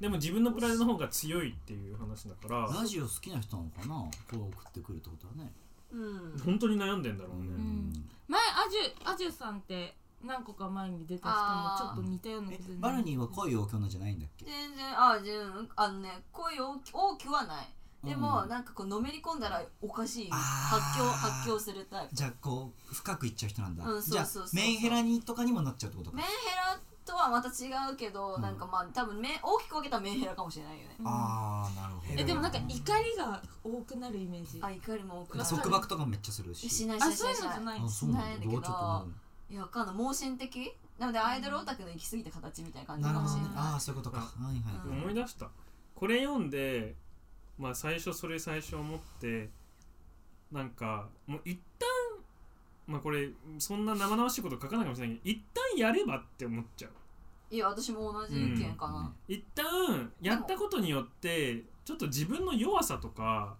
Speaker 2: でも自分のプライドの方が強いっていう話だから
Speaker 1: ラジオ好きな人なのかなこう送ってくるってことはね
Speaker 3: うん
Speaker 2: 本当に悩んでんだろうね、
Speaker 4: ん前アジュアジュさんって何個か前に出た人もちょっと似たような
Speaker 1: え
Speaker 4: ことに
Speaker 1: バルニーは恋を女じゃないんだっけ
Speaker 3: 全然あじゃああのね声大き大きくはないでも、
Speaker 1: うん
Speaker 3: なんかこうのめり込んだらおかしい
Speaker 1: あー
Speaker 3: 発狂発狂するタイプ
Speaker 1: じゃあこう深くいっちゃう人なんだ、
Speaker 3: うんそう
Speaker 1: じゃあ
Speaker 3: そうそうそう
Speaker 1: メンヘラにとかにもなっちゃうってことか
Speaker 3: メンヘラとはまた違うけど、
Speaker 1: うん
Speaker 3: なんかまあ多分め大きく分けたらメンヘラかもしれないよね、
Speaker 1: ああなるほど
Speaker 4: えでもなんか怒りが多くなるイメージ
Speaker 3: あ怒りも多くなる
Speaker 1: 束縛とかもめっちゃするし
Speaker 3: しないしな
Speaker 4: あ
Speaker 3: いし
Speaker 4: そう
Speaker 3: ないいう
Speaker 4: の
Speaker 3: し
Speaker 4: じ
Speaker 3: な
Speaker 1: あそうなんだ
Speaker 3: いし
Speaker 4: ゃない
Speaker 3: ないんだけど
Speaker 1: どうちょっとない
Speaker 3: やわかんない盲信的なのでアイドルオタクの行き過ぎた形みたいな感
Speaker 1: る
Speaker 3: じ
Speaker 1: なる
Speaker 3: か
Speaker 1: ほ
Speaker 3: も
Speaker 1: ど
Speaker 3: しれ
Speaker 1: ね
Speaker 3: ない
Speaker 1: ああそういうことかはいはい
Speaker 3: うん
Speaker 2: 思い出したこれ読んでまあ最初それ最初思ってなんかもう一旦まあこれそんな生々しいこと書かないかもしれないけど一旦やればって思っちゃう
Speaker 3: いや私も同じ意見かな、
Speaker 2: 一旦やったことによってちょっと自分の弱さとか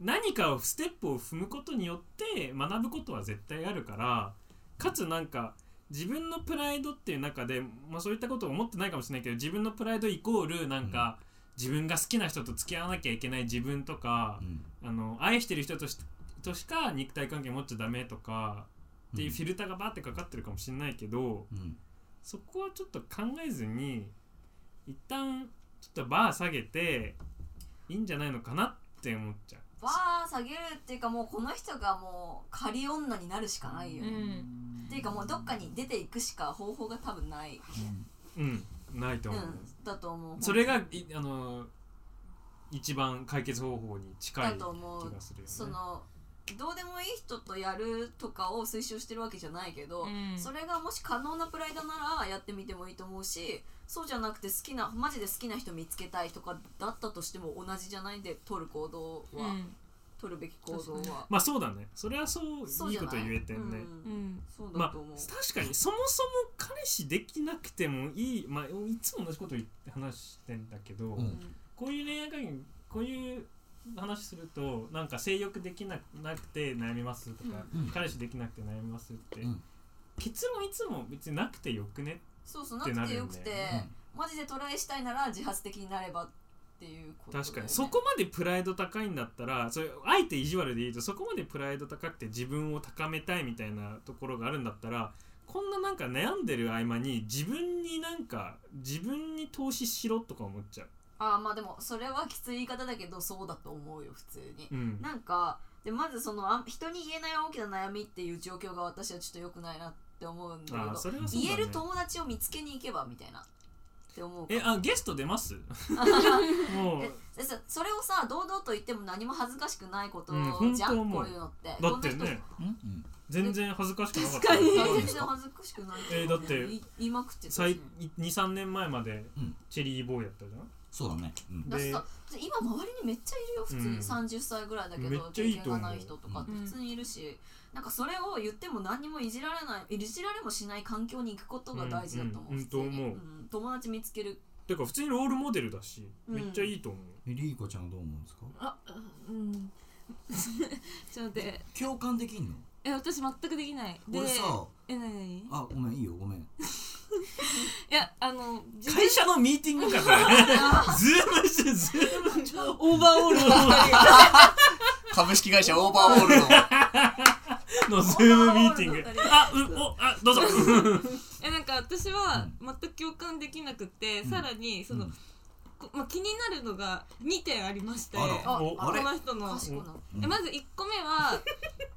Speaker 2: 何かをステップを踏むことによって学ぶことは絶対あるからかつなんか自分のプライドっていう中で、まあ、そういったことを思ってないかもしれないけど自分のプライドイコールなんか、自分が好きな人と付き合わなきゃいけない自分とか
Speaker 1: う、ん
Speaker 2: あの愛してる人としとしか肉体関係持っちゃダメとかっていうフィルターがバーってかかってるかもしれないけど、
Speaker 1: うん
Speaker 2: そこはちょっと考えずに一旦ちょっとバー下げていいんじゃないのかなって思っちゃう
Speaker 3: バー下げるっていうかもうこの人がもう仮女になるしかないよ
Speaker 4: う
Speaker 3: ね、
Speaker 4: ん
Speaker 3: っていうかもうどっかに出ていくしか方法が多分ない、
Speaker 2: うんないと
Speaker 3: う
Speaker 2: 思う、
Speaker 3: ん、だと思う
Speaker 2: それがいあの一番解決方法に近い
Speaker 3: だ
Speaker 2: 気
Speaker 3: と思う
Speaker 2: がするよね
Speaker 3: そのどうでもいい人とやるとかを推奨してるわけじゃないけど、
Speaker 4: うん
Speaker 3: それがもし可能なプライドならやってみてもいいと思うしそうじゃなくて好きなマジで好きな人見つけたいとかだったとしても同じじゃないんで取る行動は、
Speaker 4: うん
Speaker 3: 取るべき行動
Speaker 4: 確
Speaker 3: は
Speaker 2: まあそうだねそれはそう
Speaker 3: そう
Speaker 2: い
Speaker 3: じ
Speaker 2: い
Speaker 3: ゃ
Speaker 2: こ
Speaker 3: な
Speaker 2: と
Speaker 3: い
Speaker 2: 言えて
Speaker 3: うん
Speaker 2: ね、
Speaker 4: うん
Speaker 3: そうだ
Speaker 2: まあ
Speaker 3: と思う、
Speaker 2: 確かにそもそも彼氏できなくてもいい、まあ、いつも同じこと言って話してんだけど、
Speaker 1: うん
Speaker 2: こういう恋愛関係こういう話するとなんか性欲できななくて悩みますとか、
Speaker 1: うん
Speaker 2: 彼氏できなくて悩みますって、
Speaker 1: うん
Speaker 2: 結論いつも別になくてよくね
Speaker 3: そうそう
Speaker 2: っ
Speaker 3: な
Speaker 2: てな
Speaker 3: く
Speaker 2: る
Speaker 3: て
Speaker 2: よ
Speaker 3: よ
Speaker 2: ね
Speaker 3: くて、マジでトライしたいなら自発的になればっていうことだよね、
Speaker 2: 確かにそこまでプライド高いんだったらそれあえて意地悪で言うとそこまでプライド高くて自分を高めたいみたいなところがあるんだったらこんななんか悩んでる合間に自分になんか自分に投資しろとか思っちゃう。
Speaker 3: ああまあでもそれはきつい言い方だけどそうだと思うよ普通に
Speaker 2: うん
Speaker 3: なんかでまずそのあ人に言えない大きな悩みっていう状況が私はちょっと良くないなって思うんだけ
Speaker 2: あー
Speaker 3: ど、
Speaker 2: それはそうだね
Speaker 3: 言える友達を見つけに行けばみたいなって思うか
Speaker 2: え
Speaker 3: ら
Speaker 2: あゲスト出ます もう
Speaker 3: えそそれをさ堂々と言っても何も恥ずかしくないこと
Speaker 2: うん
Speaker 3: じゃ
Speaker 2: 本
Speaker 3: ん、
Speaker 2: 当思う
Speaker 3: こういうのって
Speaker 2: だって
Speaker 3: こんな人
Speaker 2: ね
Speaker 1: うん
Speaker 2: 全然恥ずかしくなかった
Speaker 4: 確かに
Speaker 3: 全然 恥ずかしくない
Speaker 2: えーだって
Speaker 3: い言いまくってたし
Speaker 2: 最23年前まで
Speaker 1: うん
Speaker 2: チェリーボーイやったじゃん、
Speaker 1: そうだねうん
Speaker 3: だって
Speaker 2: で
Speaker 3: さ今周りにめっちゃいるよ普通
Speaker 2: う
Speaker 3: に
Speaker 2: ん
Speaker 3: 30歳ぐらいだけ
Speaker 2: めっ
Speaker 3: ど
Speaker 2: ちゃい
Speaker 3: 経
Speaker 2: い
Speaker 3: 験
Speaker 2: と思う
Speaker 3: がない人とかって普通にいるし、なんかそれを言っても何にもいじられないいじられもしない環境に行くことが大事だと思う、
Speaker 2: うんうん
Speaker 3: 普通に
Speaker 2: うんと思う
Speaker 3: うん友達見つける
Speaker 2: てか普通にロールモデルだし
Speaker 3: うん
Speaker 2: めっちゃいいと思う、
Speaker 1: えリーコちゃんはどう思うんですか
Speaker 4: あうん ちょっと待って
Speaker 1: 共感できんの
Speaker 4: え私全くできないで
Speaker 1: 俺さ
Speaker 4: えなになにい
Speaker 1: あごめんいいよごめん
Speaker 4: やあの自
Speaker 2: 会社のミーティング かこれズームしてズーム オーバーオール
Speaker 1: 株式会 社オーバーオールの
Speaker 2: ののズームミーティングあうおあ どうぞ
Speaker 4: えなんか私は全く共感できなくて、
Speaker 1: うん
Speaker 4: さらにその、
Speaker 1: うん
Speaker 4: こまあ、気になるのが2点ありまして
Speaker 1: あら
Speaker 4: こ
Speaker 2: お
Speaker 3: あれ
Speaker 4: の人の
Speaker 3: 賢いな
Speaker 1: うん
Speaker 4: えまず1個目 は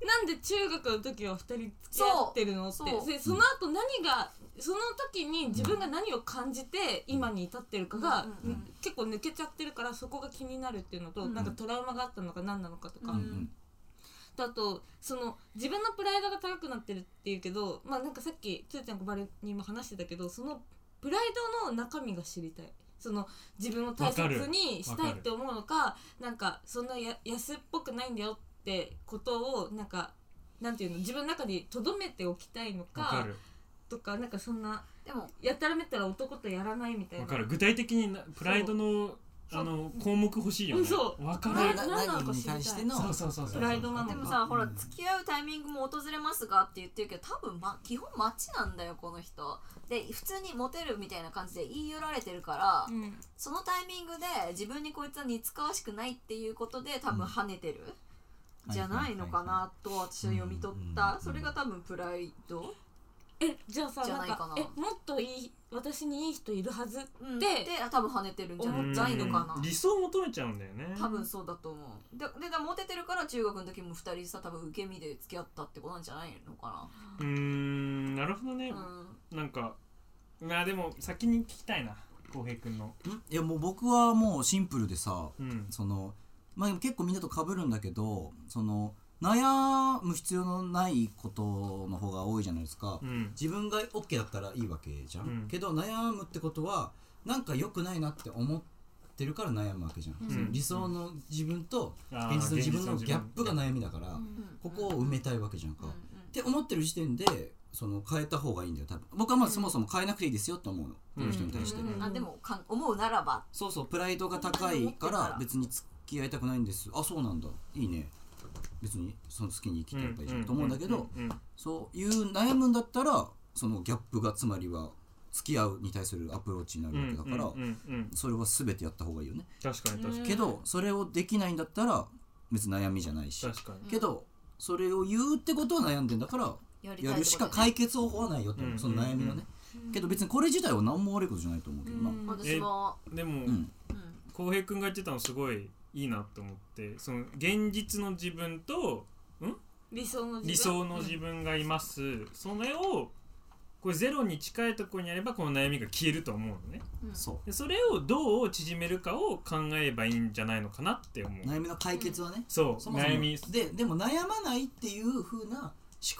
Speaker 4: なんで中学の時は2人付き合ってるのって
Speaker 3: そうそう
Speaker 4: でその後何がその時に自分が何を感じて今に至ってるかが、
Speaker 3: うんうん
Speaker 4: 結構抜けちゃってるからそこが気になるっていうのと、
Speaker 3: うん
Speaker 4: なんかトラウマがあったのか何なのかとか、
Speaker 3: う
Speaker 1: うんう
Speaker 3: ん
Speaker 1: ん
Speaker 4: だとその自分のプライドが高くなってるっていうけどまあなんかさっきつーちゃん小原にも話してたけどそのプライドの中身が知りたいその自分を大切にしたいって思うのかなんかそんなや安っぽくないんだよってことをなんかなんていうの自分の中に留めておきたいの
Speaker 2: わか
Speaker 4: か
Speaker 2: る
Speaker 4: とかなんかそんな
Speaker 3: でも
Speaker 4: やたらめったら男とやらないみたい
Speaker 2: わ
Speaker 4: な
Speaker 2: かる具体的になプライドのあの項目欲しいよね
Speaker 4: そう
Speaker 2: わか
Speaker 3: な
Speaker 2: る
Speaker 3: な
Speaker 1: な
Speaker 3: なのか
Speaker 1: 何に
Speaker 3: 知りたい
Speaker 1: 対しての
Speaker 2: そうそうそうそう
Speaker 4: プライドなの
Speaker 3: でも
Speaker 4: か
Speaker 3: さほら付き合うタイミングも訪れますがって言ってるけど多分、ま、基本待ちなんだよこの人で普通にモテるみたいな感じで言い寄られてるから、
Speaker 4: うん
Speaker 3: そのタイミングで自分にこいつは似つかわしくないっていうことで多分跳ねてる、
Speaker 1: うん
Speaker 3: じゃないのかなと私は読み取った、
Speaker 1: はいはいはい
Speaker 3: それが多分プライド、
Speaker 4: えじゃあさ
Speaker 3: じゃ
Speaker 4: な
Speaker 3: なんい
Speaker 4: か
Speaker 3: かな
Speaker 4: えもっといい私にいい人いるはず
Speaker 3: うん、
Speaker 4: で
Speaker 3: で多分跳ねてるんじゃ
Speaker 2: うん
Speaker 3: ないのかな
Speaker 2: 理想求めちゃうんだよね
Speaker 3: 多分そうだと思うででだモテてるから中学の時も2人さ多分受け身で付き合ったってことなんじゃないのか
Speaker 2: うーんなるほどね
Speaker 3: な、うん、
Speaker 2: なんかまあでも先に聞きたいな浩平君の
Speaker 1: んいやもう僕はもうシンプルでさ
Speaker 2: うん
Speaker 1: そのまあ結構みんなと被るんだけどその悩む必要のないことの方が多いじゃないですか、
Speaker 2: うん
Speaker 1: 自分が OK だったらいいわけじゃん、
Speaker 2: うん
Speaker 1: けど悩むってことはなんか良くないなって思ってるから悩むわけじゃん、
Speaker 2: ん
Speaker 1: その理想の自分と
Speaker 2: あー
Speaker 1: 現実の自分のギャップが
Speaker 2: い
Speaker 1: 悩みだから、ここを埋めたいわけじゃんか、
Speaker 3: うん
Speaker 1: って思ってる時点でその変えた方がいいんだよ多分僕はまあそもそも変えなくていいですよって思うの、この人に対して、
Speaker 3: うんうんあでもかん思うならば
Speaker 1: そうそうプライドが高いから別に付き合いたくないんですあそうなんだいいね別にその好きに生きてればいいじゃんと思うんだけど、そういう悩むんだったらそのギャップがつまりは付き合うに対するアプローチになるわけだから、それは全てやった方がいいよね、
Speaker 2: 確かに確かに
Speaker 1: けどそれをできないんだったら別に悩みじゃないし、
Speaker 2: 確かに
Speaker 1: けどそれを言うってことは悩んでんだから
Speaker 3: やりたい
Speaker 1: やるしか
Speaker 3: い
Speaker 1: 解決方法はないよって、
Speaker 2: うん
Speaker 1: その悩みのね、けど別にこれ自体は何も悪いことじゃないと思うけどな、
Speaker 3: 私も、
Speaker 2: で
Speaker 1: う
Speaker 2: も
Speaker 1: ん
Speaker 3: うん
Speaker 2: 浩平君が言ってたのすごいいいなと思ってその現実の自分と
Speaker 4: 理想の自分
Speaker 2: 理想の自分がいますそれをこれゼロに近いところにあればこの悩みが消えると思うのね
Speaker 3: うん
Speaker 1: そ
Speaker 2: でそれをどう縮めるかを考えればいいんじゃないのかなって思う
Speaker 1: う悩みの解決はね、
Speaker 2: そう
Speaker 1: そもそも
Speaker 2: 悩み
Speaker 1: ででも悩まないっていう風な思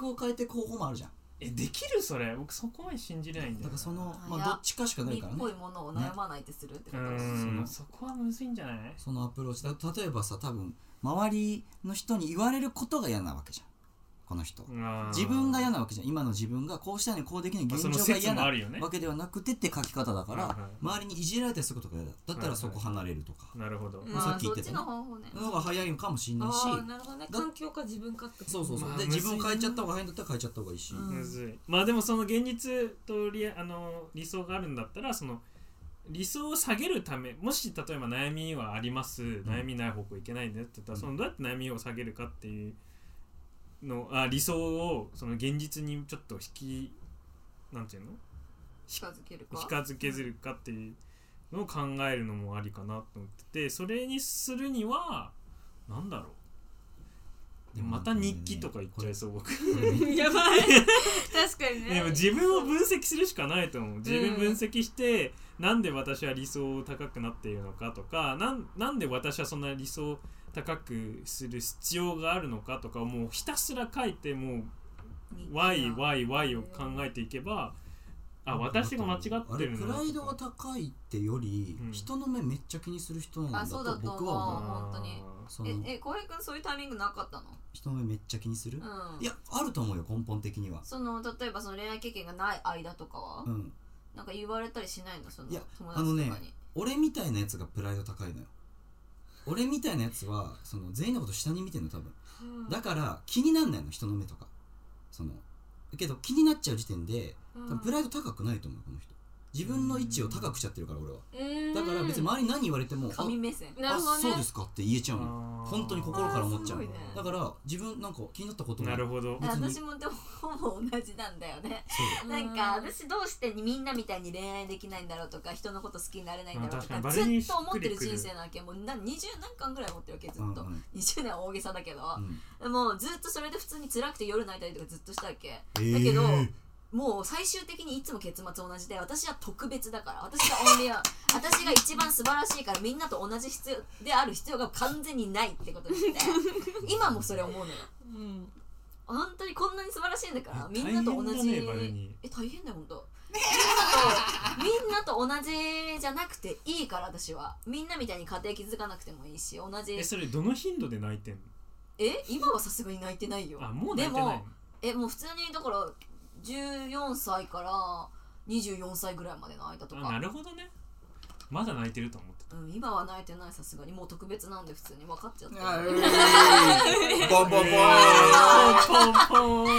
Speaker 1: 考を変えて候補もあるじゃん
Speaker 2: えできるそれ僕そこまで信じないんだよ
Speaker 1: だからその、
Speaker 3: あ
Speaker 1: ま
Speaker 3: い
Speaker 1: あ、
Speaker 3: や
Speaker 1: どっちかしかない
Speaker 3: 身っ
Speaker 1: からね
Speaker 3: ぽいものを悩まないってするって
Speaker 2: う
Speaker 3: こと
Speaker 2: ーん
Speaker 1: そ
Speaker 2: そこはむずいんじゃない
Speaker 1: そのアプローチだ例えばさ多分周りの人に言われることが嫌なわけじゃんこの人自分が嫌なわけじゃん今の自分がこうしたいのにこうできない現
Speaker 2: その
Speaker 1: 状が
Speaker 2: 説
Speaker 1: 嫌
Speaker 2: も
Speaker 1: な
Speaker 2: あるよね
Speaker 1: わけではなくてって書き方だから、
Speaker 2: はいはい
Speaker 1: 周りにいじられたりすることが嫌だだった
Speaker 2: はいは
Speaker 1: ら
Speaker 2: い
Speaker 1: そこ離れるとか、
Speaker 2: なるほど
Speaker 3: まあ
Speaker 1: さっき言ってた
Speaker 3: そっちの方法ね、
Speaker 1: の方が早いのかもしれないし
Speaker 4: ああなるほどね環境か自分かってこと
Speaker 1: そうそうそう、
Speaker 2: まあ
Speaker 1: で
Speaker 2: むずい
Speaker 1: 自分を変えちゃった方が早いんだったら変えちゃった方がいいし、
Speaker 3: うん
Speaker 2: むずいまあでもその現実とリアあの理想があるんだったらその理想を下げるためもし例えば悩みはあります悩みない方向いけないんだよって言ったら、
Speaker 1: うん
Speaker 2: そのどうやって悩みを下げるかっていうのあ理想をその現実にちょっと引きなんていうの
Speaker 3: 近づけるか
Speaker 2: 近づけずるかっていうのを考えるのもありかなと思っててそれにするにはなんだろう
Speaker 1: でも
Speaker 2: また日記とか言っちゃい
Speaker 1: こ
Speaker 2: そう僕
Speaker 4: やばい確かに
Speaker 2: でも
Speaker 4: ね
Speaker 2: 自分を分析するしかないと思う自分分析して、なんで私は理想高くなっているのかとかなんなんで私はそんな理想高くする必要があるのかとかをもうひたすら書いてもう YYY を考えていけばあ私が間違ってる
Speaker 1: あれプ
Speaker 2: の
Speaker 1: ライドが高いってより、
Speaker 2: うん
Speaker 1: 人の目めっちゃ気にする人なん
Speaker 3: あ
Speaker 1: だと
Speaker 3: そうだと思う
Speaker 1: 僕は思う
Speaker 3: 本当に
Speaker 1: その
Speaker 3: ええ浩平君そういうタイミングなかったの
Speaker 1: 人の目めっちゃ気にする、
Speaker 3: うん
Speaker 1: いやあると思うよ根本的には
Speaker 3: その例えばその恋愛経験がない間とかは、
Speaker 1: うん
Speaker 3: なんか言われたりしないのその
Speaker 1: いや
Speaker 3: 友
Speaker 1: あの
Speaker 3: 達
Speaker 1: ね
Speaker 3: とかに、
Speaker 1: 俺みたいなやつがプライド高いのよ俺みたいなやつはその全員のこと下に見てんの多分だから気になんないの人の目とかそのけど気になっちゃう時点で多分プライド高くないと思うこの人自分の位置を高くしちゃってるから俺はだから別に周りに何言われても
Speaker 3: 神目線
Speaker 4: な
Speaker 1: あ
Speaker 4: る
Speaker 1: あ
Speaker 4: ほどね
Speaker 1: そうですかって言えちゃうの本当に心から思っちゃう
Speaker 3: あーすごいね
Speaker 1: だから自分なんか気になったことも
Speaker 2: なるほど
Speaker 3: いや
Speaker 1: 別に
Speaker 3: 私もでもほぼ同じなんだよね
Speaker 1: そう
Speaker 3: なんか私どうしてみんなみたいに恋愛できないんだろうとか人のこと好きになれないんだろうと
Speaker 2: あ確
Speaker 3: か
Speaker 2: かに
Speaker 3: ず
Speaker 2: バレに
Speaker 3: っ
Speaker 2: し
Speaker 3: と思っ
Speaker 2: っく
Speaker 3: て
Speaker 2: り
Speaker 3: る
Speaker 2: くる
Speaker 3: 人生なわけもうな20年間ぐらい思ってるわけずっと、
Speaker 1: うんうん
Speaker 3: 20年は大げさだけど、
Speaker 1: うん
Speaker 3: もうずっとそれで普通に辛くて夜泣いたりとかずっとしたわけ
Speaker 1: え
Speaker 3: だ
Speaker 1: ー
Speaker 3: けど、もう最終的にいつも結末同じで私は特別だから私がオンリーワン私が一番素晴らしいからみんなと同じ必要である必要が完全にないってことにして今もそれ思うのよ
Speaker 4: うん
Speaker 3: 本当にこんなに素晴らしいんだから
Speaker 2: え
Speaker 3: みんなと同
Speaker 2: 大
Speaker 3: じ
Speaker 2: 変だねバレに
Speaker 3: え大変だよ本当みんなとみんなと同じじゃなくていいから私はみんなみたいに家庭築かなくてもいいし同じ
Speaker 2: えそれどの頻度で泣いてんの
Speaker 3: え今はさすがに泣いてないよ
Speaker 2: あもう泣いてない
Speaker 3: でもえもう普通にだから14歳から24歳ぐらいまでの間と
Speaker 2: のあな
Speaker 3: か
Speaker 2: るほどねまだ泣いてると思って
Speaker 3: うん、今は泣いてないさすがにもう特別なんで普通に分かっちゃった
Speaker 1: あ
Speaker 3: え
Speaker 1: う
Speaker 3: でも
Speaker 1: ーボンボンボン
Speaker 2: ポンポンポン
Speaker 3: ず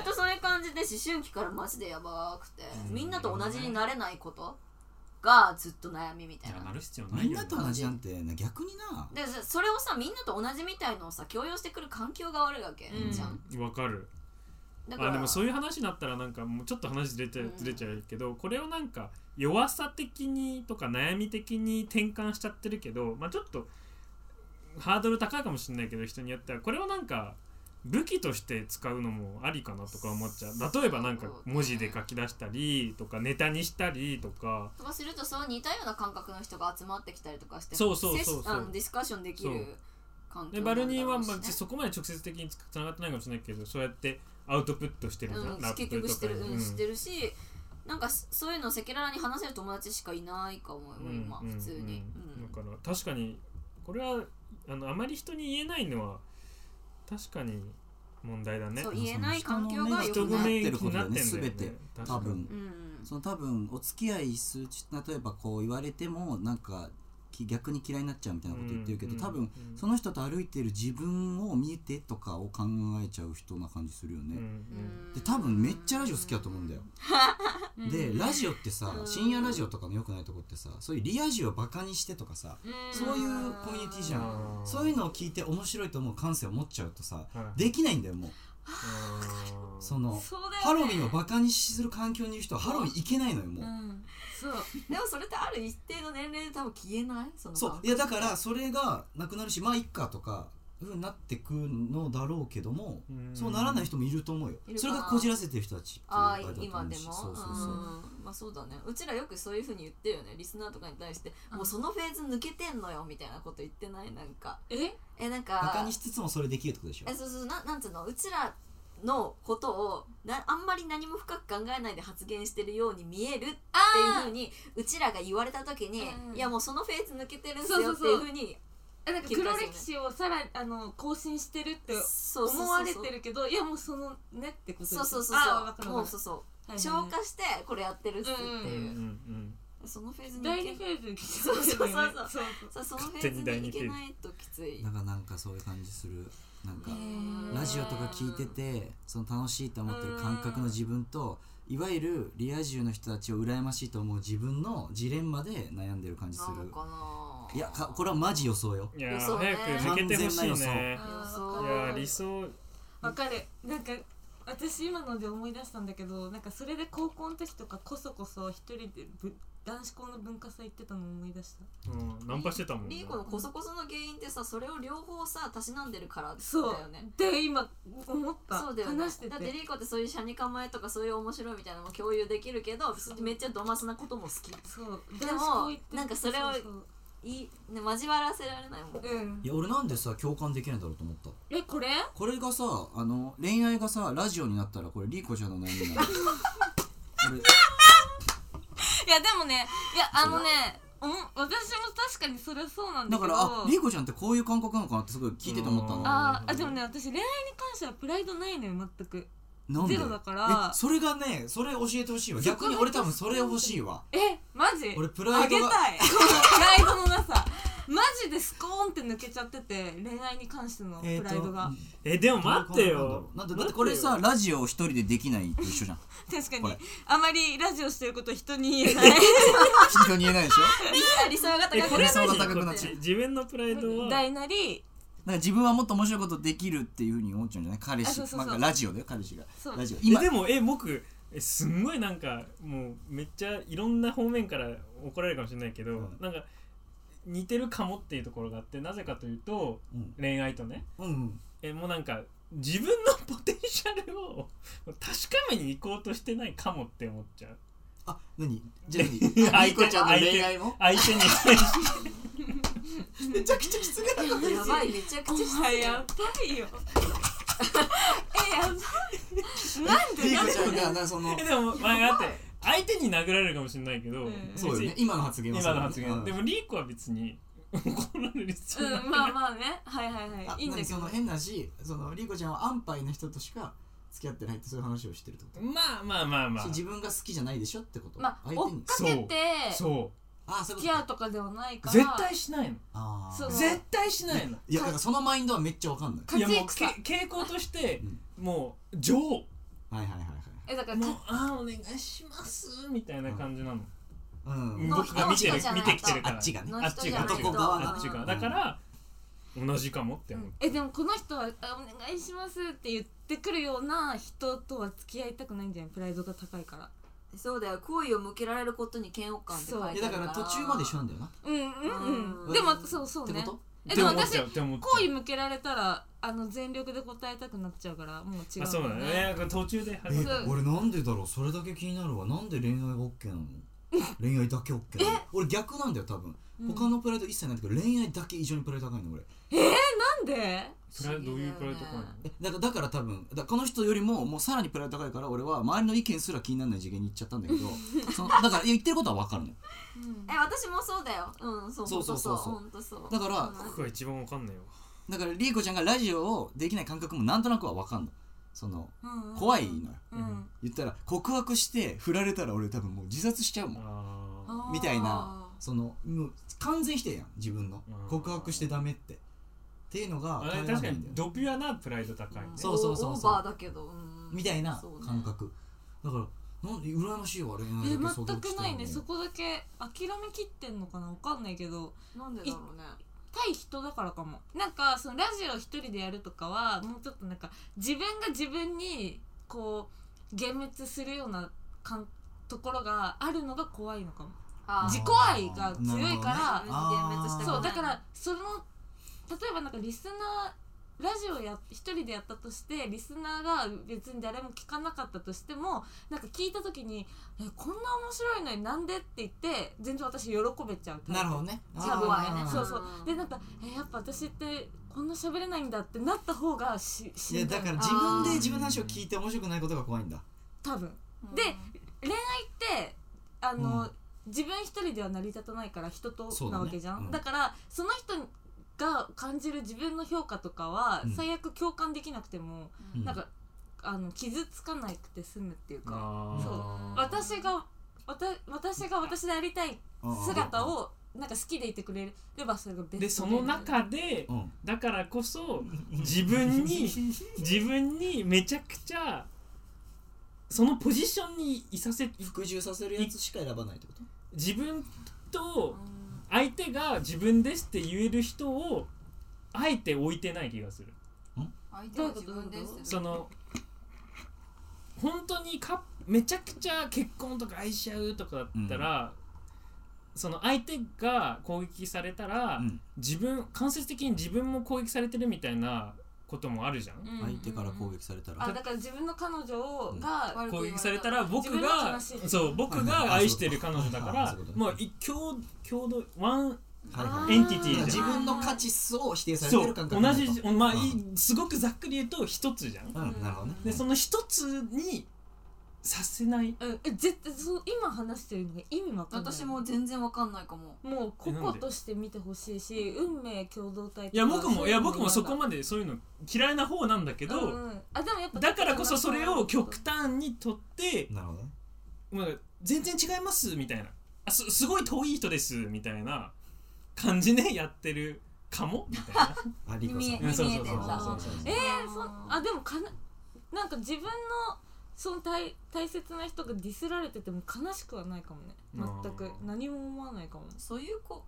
Speaker 3: っとそういう感じで思春期からマジでやばくてみんなと同じになれないことがずっと悩みみたい
Speaker 2: じゃあ
Speaker 3: な
Speaker 2: なる必要ない
Speaker 1: み
Speaker 2: よ
Speaker 1: んなと同じなんてな逆にな
Speaker 3: でそれをさみんなと同じみたいのをさ強要してくる環境が悪いわけ、
Speaker 4: うん
Speaker 3: じゃん
Speaker 2: わかる
Speaker 3: だから
Speaker 2: あでもそういう話になったらなんかもうちょっと話ずれちゃう
Speaker 3: うん
Speaker 2: ずれちゃうけど、これをなんか弱さ的にとか悩み的に転換しちゃってるけど、まあ、ちょっとハードル高いかもしれないけど人によってはこれをなんか武器として使うのもありかなとか思っちゃう例えばなんか文字で書き出したりとかネタにしたりとか
Speaker 3: とかするとそう似たような感覚の人が集まってきたりとかして
Speaker 2: そうそうそうそう
Speaker 3: セッシあのディスカッションできる
Speaker 2: そう
Speaker 3: 環境
Speaker 2: でバルニーは、
Speaker 3: なんだ
Speaker 2: ま
Speaker 3: ろ
Speaker 2: あ、
Speaker 3: うしね
Speaker 2: そこまで直接的につながってないかもしれないけどそうやってアウトプットしてるじゃん、
Speaker 3: うん
Speaker 2: ラッ
Speaker 3: 結
Speaker 2: プと
Speaker 3: 局知って
Speaker 2: か
Speaker 3: る、
Speaker 2: に
Speaker 3: うん知ってるしなんかそそういうのを赤裸々に話せる友達しかいないかも、今普通に、うん
Speaker 2: だから確かにこれはあのあまり人に言えないのは確かに問題だね
Speaker 3: そう言えない環境が良
Speaker 2: 人
Speaker 3: く
Speaker 2: ご
Speaker 3: ない
Speaker 2: めになってんだよ
Speaker 1: 人
Speaker 2: ね
Speaker 1: ごめん気になってることだよね全て
Speaker 2: 確か
Speaker 1: 多
Speaker 2: に
Speaker 1: 分
Speaker 3: うん
Speaker 1: その多分お付き合いする例えばこう言われてもなんかき逆に嫌いになっちゃうみたいなこと言ってるけど、
Speaker 2: うん
Speaker 1: 多分
Speaker 2: うん
Speaker 1: その人と歩いてる自分を見てとかを考えちゃう人な感じするよ
Speaker 2: うんう
Speaker 1: ね、
Speaker 2: ん
Speaker 1: で多分めっちゃラジオ好きだと思うんだよ、でラジオってさ深夜ラジオとかの良くないとこってさそういうリア充をバカにしてとかさそういうコミュニティじゃん
Speaker 2: あー
Speaker 1: そういうのを聞いて面白いと思う感性を持っちゃうとさ
Speaker 2: はい
Speaker 1: できないんだよもう
Speaker 2: あー
Speaker 1: その
Speaker 4: そうだよ
Speaker 1: ハロウィンをバカにする環境にいる人はハロウィン行けないのよもう、
Speaker 4: うん
Speaker 3: そうでもそれってある一定の年齢で多分消えないその
Speaker 1: そういやだからそれがなくなるしまあいっかとかいうふうになってくのだろうけども
Speaker 2: うん
Speaker 1: そうならない人もいると思うよ
Speaker 3: いるかな
Speaker 1: それがこじらせてる人たちっていっ
Speaker 3: あ
Speaker 1: ぱいだ
Speaker 3: あ
Speaker 1: と思うし
Speaker 3: 今でも
Speaker 1: そうそうそう、
Speaker 3: んまあそうだねうちらよくそういうふうに言ってるよねリスナーとかに対してもうそのフェーズ抜けてんのよみたいなこと言ってないなんか
Speaker 4: え
Speaker 3: えなん
Speaker 1: バカ
Speaker 3: か
Speaker 1: にしつつもそれできるってことでしょ
Speaker 3: えそうそうななんつうのうちらのことをなあんまり何も深く考えないで発言してるように見えるっていうふうにうちらが言われた時に、
Speaker 4: うん
Speaker 3: いやもうそのフェーズ抜けてるんですよ
Speaker 4: そう
Speaker 3: って
Speaker 4: そう
Speaker 3: い
Speaker 4: そうう
Speaker 3: ふうに
Speaker 4: えなんか黒歴史をさらあの更新してるって
Speaker 3: そうそうそうそう
Speaker 4: 思われてるけどいやもうそのねってことでし
Speaker 3: そ
Speaker 4: ょ
Speaker 3: うそうそう
Speaker 4: あーわか
Speaker 3: そう
Speaker 4: る
Speaker 3: も
Speaker 4: わ
Speaker 3: う
Speaker 4: か
Speaker 3: そ
Speaker 4: る
Speaker 3: うそう
Speaker 4: はいはい
Speaker 3: 消化してこれやってるっすって
Speaker 2: うんうん
Speaker 3: いうう、
Speaker 2: ん
Speaker 3: そのフェーズに
Speaker 4: 第
Speaker 3: い
Speaker 4: 二フ
Speaker 3: け
Speaker 4: ェーズ
Speaker 3: そうそうそうそう
Speaker 4: そう
Speaker 3: そうそのフェ
Speaker 2: 勝手に第
Speaker 3: ーズに
Speaker 2: 二フェー
Speaker 3: いけ
Speaker 2: ズ
Speaker 3: ないときつい
Speaker 1: なんかなんかそういう感じするなんか
Speaker 3: ねえ
Speaker 1: ラジオとか聞いててその楽しいと思ってる感覚の自分といわゆるリア充の人たちを羨ましいと思う自分のジレンマで悩んでる感じす
Speaker 3: なの
Speaker 1: る
Speaker 3: かない
Speaker 1: いやかこれはマジ予想よ
Speaker 2: いやー
Speaker 3: そうね
Speaker 2: 早く抜けてほしい
Speaker 1: 完全な
Speaker 2: ねい
Speaker 3: 予想
Speaker 2: やー理想
Speaker 4: わかるなんか私今ので思い出したんだけどなんかそれで高校の時とかこそこそ一人でぶ男子校の文化祭行ってたのを思い出した
Speaker 2: うんナンパしてたもん
Speaker 3: リーコのコソコソの原因ってさそれを両方さたしなんでるから
Speaker 4: そう
Speaker 3: だよね
Speaker 4: で今思った
Speaker 3: そうだよね
Speaker 4: 話して
Speaker 3: だ
Speaker 4: て
Speaker 3: ってリーコってそういう車に構えとかそういう面白いみたいなのも共有できるけどめっちゃドマスなことも好き
Speaker 4: そう
Speaker 3: でも
Speaker 4: 男子校行って
Speaker 3: なんかそれを
Speaker 4: うう
Speaker 3: いい、ね、交わらせられ ないもん
Speaker 4: そううん
Speaker 1: いや俺なんでさ共感できないんだろうと思った
Speaker 4: えこれ
Speaker 1: これがさあの恋愛がさラジオになったらこれリーコちゃんの悩みになる俺
Speaker 4: いやでもねいやあのねおも私も確かにそれはそうなんだ
Speaker 1: だ
Speaker 4: け
Speaker 1: か
Speaker 4: ど
Speaker 1: らあリーコちゃんってこういう感覚なのかなってすごい聞いてて思った
Speaker 2: うん
Speaker 1: の
Speaker 4: あーあでもね私恋愛に関してはプライドないのよ全く
Speaker 1: なんで
Speaker 4: ゼロだから
Speaker 1: えそれがねそれ教えてほしいわ逆に俺多分それ欲しいわ
Speaker 4: えマジ
Speaker 1: 俺プライド が
Speaker 4: あげたいプライドのなさマジでスコーンって抜けちゃってて恋愛に関しての
Speaker 1: えー
Speaker 4: プ
Speaker 1: と
Speaker 4: ライドが、
Speaker 2: えでも 待ってよ
Speaker 1: なんでだってこれさラジオを一人でできないと一緒じゃん
Speaker 4: 確
Speaker 1: こ
Speaker 4: かに
Speaker 1: れ
Speaker 4: あまりラジオしてること人に言えな い
Speaker 1: 人に言えないでしょ
Speaker 3: 理想が
Speaker 2: え
Speaker 3: 高
Speaker 2: こ
Speaker 3: く
Speaker 1: 理
Speaker 2: れは大事
Speaker 3: なる
Speaker 1: 想が高くなっちゃう
Speaker 2: じ自分のプライドは
Speaker 4: 大なり
Speaker 1: なんか自分はもっと面白いことできるっていうふうに思っちゃうんじゃない彼氏
Speaker 4: あそうそうそう
Speaker 1: まあラジオだよ彼氏が
Speaker 4: そう
Speaker 1: ラジオ
Speaker 2: え
Speaker 1: 今
Speaker 2: でもえ僕えすんごいなんかもうめっちゃいろんな方面から怒られるかもしれないけど、
Speaker 1: うん
Speaker 2: なんか似てるかもっていうところがあってなぜかというと
Speaker 1: うん
Speaker 2: 恋愛とね
Speaker 1: うん
Speaker 2: えもうなんか自分のポテンシャルを確かめに行こうとしてないかもって思っちゃう
Speaker 1: あ何じゃあ何リ
Speaker 2: 相
Speaker 1: ーコ
Speaker 2: 手
Speaker 1: ちゃんの恋愛も
Speaker 2: 相手に対して
Speaker 1: めちゃくちゃ失礼なこと
Speaker 3: やばいめちゃくちゃ
Speaker 4: お 前やばいよえやばいなんで
Speaker 1: リー
Speaker 4: なん
Speaker 1: コ
Speaker 4: で
Speaker 1: ちゃんがなその
Speaker 2: えでも前あって相手に殴られるかもしれないけど、
Speaker 4: うん
Speaker 2: 別
Speaker 1: そうよね
Speaker 2: に
Speaker 1: 今の発言は
Speaker 2: 今の発言、
Speaker 1: うん
Speaker 2: でもリーコは別に 怒られる必要ない、
Speaker 4: うんまあまあねはいはい
Speaker 1: あ
Speaker 4: はいいいんだけ
Speaker 1: 何そ
Speaker 4: ど
Speaker 1: の変なしそのリーコちゃんは安牌の人としか付き合ってないってそういう話をしてるってこと
Speaker 2: まあまあまあまあ
Speaker 1: 自分が好きじゃないでしょってこと
Speaker 4: まあ追っ
Speaker 1: に
Speaker 4: かけて
Speaker 2: そう
Speaker 1: あそう
Speaker 4: 付
Speaker 1: いうこと
Speaker 4: き合うとかではないから
Speaker 2: 絶対しないの
Speaker 1: あー
Speaker 4: そう
Speaker 2: 絶対しないの
Speaker 1: いやだからそのマインドはめっちゃわかんない
Speaker 2: いや
Speaker 4: 勝
Speaker 2: も
Speaker 4: ち
Speaker 2: う
Speaker 4: 戦
Speaker 2: け傾向として
Speaker 1: うん
Speaker 2: もう女王
Speaker 1: はいはいはいはい
Speaker 4: えだから
Speaker 2: もう
Speaker 4: か
Speaker 2: あーお願いしますみたいな感じなの
Speaker 1: うん
Speaker 3: ん
Speaker 2: 僕が見てる
Speaker 3: の人じゃな
Speaker 2: 見
Speaker 3: い
Speaker 2: てきてるから
Speaker 1: あっちがね
Speaker 3: の
Speaker 2: あっ
Speaker 3: 人
Speaker 2: ち
Speaker 3: じ
Speaker 2: が
Speaker 3: ゃないと
Speaker 1: 男側が
Speaker 2: あっちが
Speaker 1: うん
Speaker 2: だから同じかもって思う
Speaker 4: えでもこの人はあ「お願いします」って言ってくるような人とは付き合いたくないんじゃないプライドが高いから
Speaker 3: そうだよ好意を向けられることに嫌悪感って書いてあ
Speaker 1: い
Speaker 3: る
Speaker 1: や
Speaker 3: か
Speaker 1: だ
Speaker 3: ら
Speaker 1: から途中まで一緒なんだよなっ
Speaker 4: うんうん
Speaker 3: う
Speaker 4: うんんでもそうそう
Speaker 1: て
Speaker 4: ね
Speaker 1: こと
Speaker 4: えでも
Speaker 2: って思っち
Speaker 4: 私
Speaker 2: ゃうって思っちゃう
Speaker 4: 好意向けられたらあの全力で答えたくなっちゃうからもう違う
Speaker 2: あそうだねこれ途中で始ま
Speaker 1: え
Speaker 2: る
Speaker 4: そう
Speaker 1: 俺なんでだろうそれだけ気になるわなんで恋愛が OK なの恋愛だけ OK なの俺逆なんだよ多分
Speaker 4: うん
Speaker 1: 他のプライド一切ないんだけど恋愛だけ異常にプライド高いの俺
Speaker 4: なんで
Speaker 2: プライドどういうプライドかな
Speaker 1: えだからだから多分だこの人よりももうさらにプライド高いから俺は周りの意見すら気にならない次元に行っちゃったんだ けどそのだから言ってることは分かるの
Speaker 3: え私もそうだようんそう
Speaker 1: そうそうそうそう
Speaker 3: 本当そう
Speaker 1: だから
Speaker 3: うん
Speaker 2: 僕が一番わかんないわ
Speaker 1: だからリーコちゃんがラジオをできない感覚もなんとなくは分かんのその
Speaker 4: うんうん
Speaker 1: 怖いのよ
Speaker 4: うん
Speaker 1: 言ったら告白して振られたら俺多分もう自殺しちゃうもん
Speaker 2: あ
Speaker 4: あー
Speaker 1: みたいなそのもう完全否定やん自分の
Speaker 2: うん
Speaker 1: 告白してダメってっていうのが
Speaker 2: ーあれ
Speaker 1: 耐えられ
Speaker 2: 確
Speaker 1: な
Speaker 2: か
Speaker 1: いん
Speaker 2: に
Speaker 1: だよね
Speaker 2: ドピュアなプライド高いね
Speaker 1: そうそうそうそう
Speaker 3: オーバーだけどうん
Speaker 1: みたいな
Speaker 3: そうね
Speaker 1: 感覚だからなんで羨ましいわ恋
Speaker 4: え
Speaker 1: 愛だけ想像
Speaker 4: 全くないね
Speaker 1: して
Speaker 4: そ
Speaker 1: る
Speaker 4: こだけ諦めきってんのかなわかんないけど
Speaker 3: なんでだろうね
Speaker 4: 対人だからかもなんかそのラジオ一人でやるとかはもうちょっとなんか自分が自分にこう幻滅するようなかんところがあるのが怖いのかも
Speaker 3: あー
Speaker 4: 自己愛が強いから、
Speaker 3: 自分に幻滅したくない
Speaker 4: そうだからその例えばなんかリスナーラジオや一人でやったとしてリスナーが別に誰も聞かなかったとしてもなんか聞いた時に「えこんな面白いのになんで?」って言って全然私喜べちゃうタイプ
Speaker 1: なるほどね
Speaker 4: 多分
Speaker 3: 怖い
Speaker 4: ね
Speaker 3: ね
Speaker 4: そうそうでなんかえやっぱ私ってこんな喋れないんだってなった方がしし
Speaker 1: いや
Speaker 4: んどい
Speaker 1: だから自分で自分の話を聞いて面白くないことが怖いんだ
Speaker 4: 多分
Speaker 3: うん
Speaker 4: で恋愛ってあの、
Speaker 1: うん
Speaker 4: 自分一人では成り立たないから人と
Speaker 1: そうだ
Speaker 4: な
Speaker 1: ね
Speaker 4: わけじゃんだ,、
Speaker 1: うん
Speaker 4: からその人が感じる自分の評価とかは、
Speaker 1: うん
Speaker 4: 最悪共感できなくても、
Speaker 1: うん
Speaker 4: なんかあの傷つかなくて済むっていうか、
Speaker 2: あー
Speaker 4: 私がわた私が私でありたい姿をなんか好きでいてくれればそれがベスト
Speaker 2: でその中で
Speaker 1: うん
Speaker 2: だからこそ自分に自分にめちゃくちゃそのポジションにいさせい
Speaker 1: 服従させるやつしか選ばないってこと
Speaker 2: 自分と相手が自分ですって言える人をあえて置いてない気がする
Speaker 3: 相手は自分ですって
Speaker 2: その本当にかめちゃくちゃ結婚とか愛し合うとかだったら、その相手が攻撃されたら、
Speaker 1: うん
Speaker 2: 自分間接的に自分も攻撃されてるみたいなこともあるじゃん、
Speaker 4: うん
Speaker 1: 相手から攻撃されたら
Speaker 4: あだから自分の彼女をが、
Speaker 3: 悪く言
Speaker 2: 攻
Speaker 3: われ
Speaker 2: 撃されたら僕
Speaker 4: 自分の
Speaker 2: が
Speaker 4: 悲しい
Speaker 2: そう僕
Speaker 1: はい
Speaker 2: が
Speaker 1: はい
Speaker 2: 愛してる彼女だか
Speaker 1: あ
Speaker 2: ら
Speaker 1: そういうこと
Speaker 2: もう一共共同ワン
Speaker 1: はいはい
Speaker 2: エンティテ
Speaker 1: だから
Speaker 2: ィ
Speaker 1: 自
Speaker 2: じゃん
Speaker 1: 分の価値を否定され
Speaker 2: そ
Speaker 1: て
Speaker 2: う
Speaker 1: る感
Speaker 2: 同
Speaker 1: 覚なんだ
Speaker 2: じまあ、い
Speaker 1: うん
Speaker 2: すごくざっくり言うと一つじゃん
Speaker 1: うんなるほどね
Speaker 2: でその一つにさせない
Speaker 4: うん、え絶対そう今話してるのが意味わかんない
Speaker 3: 私も全然わかんないかも
Speaker 4: もう個
Speaker 2: えなん
Speaker 4: 々
Speaker 2: で
Speaker 4: として見てほしいし運命共同体とか
Speaker 2: いや僕
Speaker 4: そ
Speaker 2: も
Speaker 4: う
Speaker 2: いうや
Speaker 4: の
Speaker 2: 僕もそこ
Speaker 4: 嫌
Speaker 2: までそういうの嫌いな方なんだけ
Speaker 4: だ
Speaker 2: ど、
Speaker 4: うんうんあでもやっぱ
Speaker 2: だからこそそれを極端にとって、
Speaker 1: なるほどね
Speaker 2: まあ、全然違いますみたいなあすすごい遠い人ですみたいな感じねやってるかもみたい な
Speaker 1: あリコさん
Speaker 3: 見え
Speaker 2: うんそうそう
Speaker 3: 見え
Speaker 2: そ
Speaker 3: て
Speaker 2: うん
Speaker 3: だ
Speaker 2: そうそう
Speaker 4: えー、そ
Speaker 3: あー
Speaker 4: あでもかななんか自分のその大大切な人がディスられてても悲しくはないかもね全
Speaker 2: あ
Speaker 4: く
Speaker 2: ー
Speaker 4: 何も思わないかも
Speaker 3: そういう子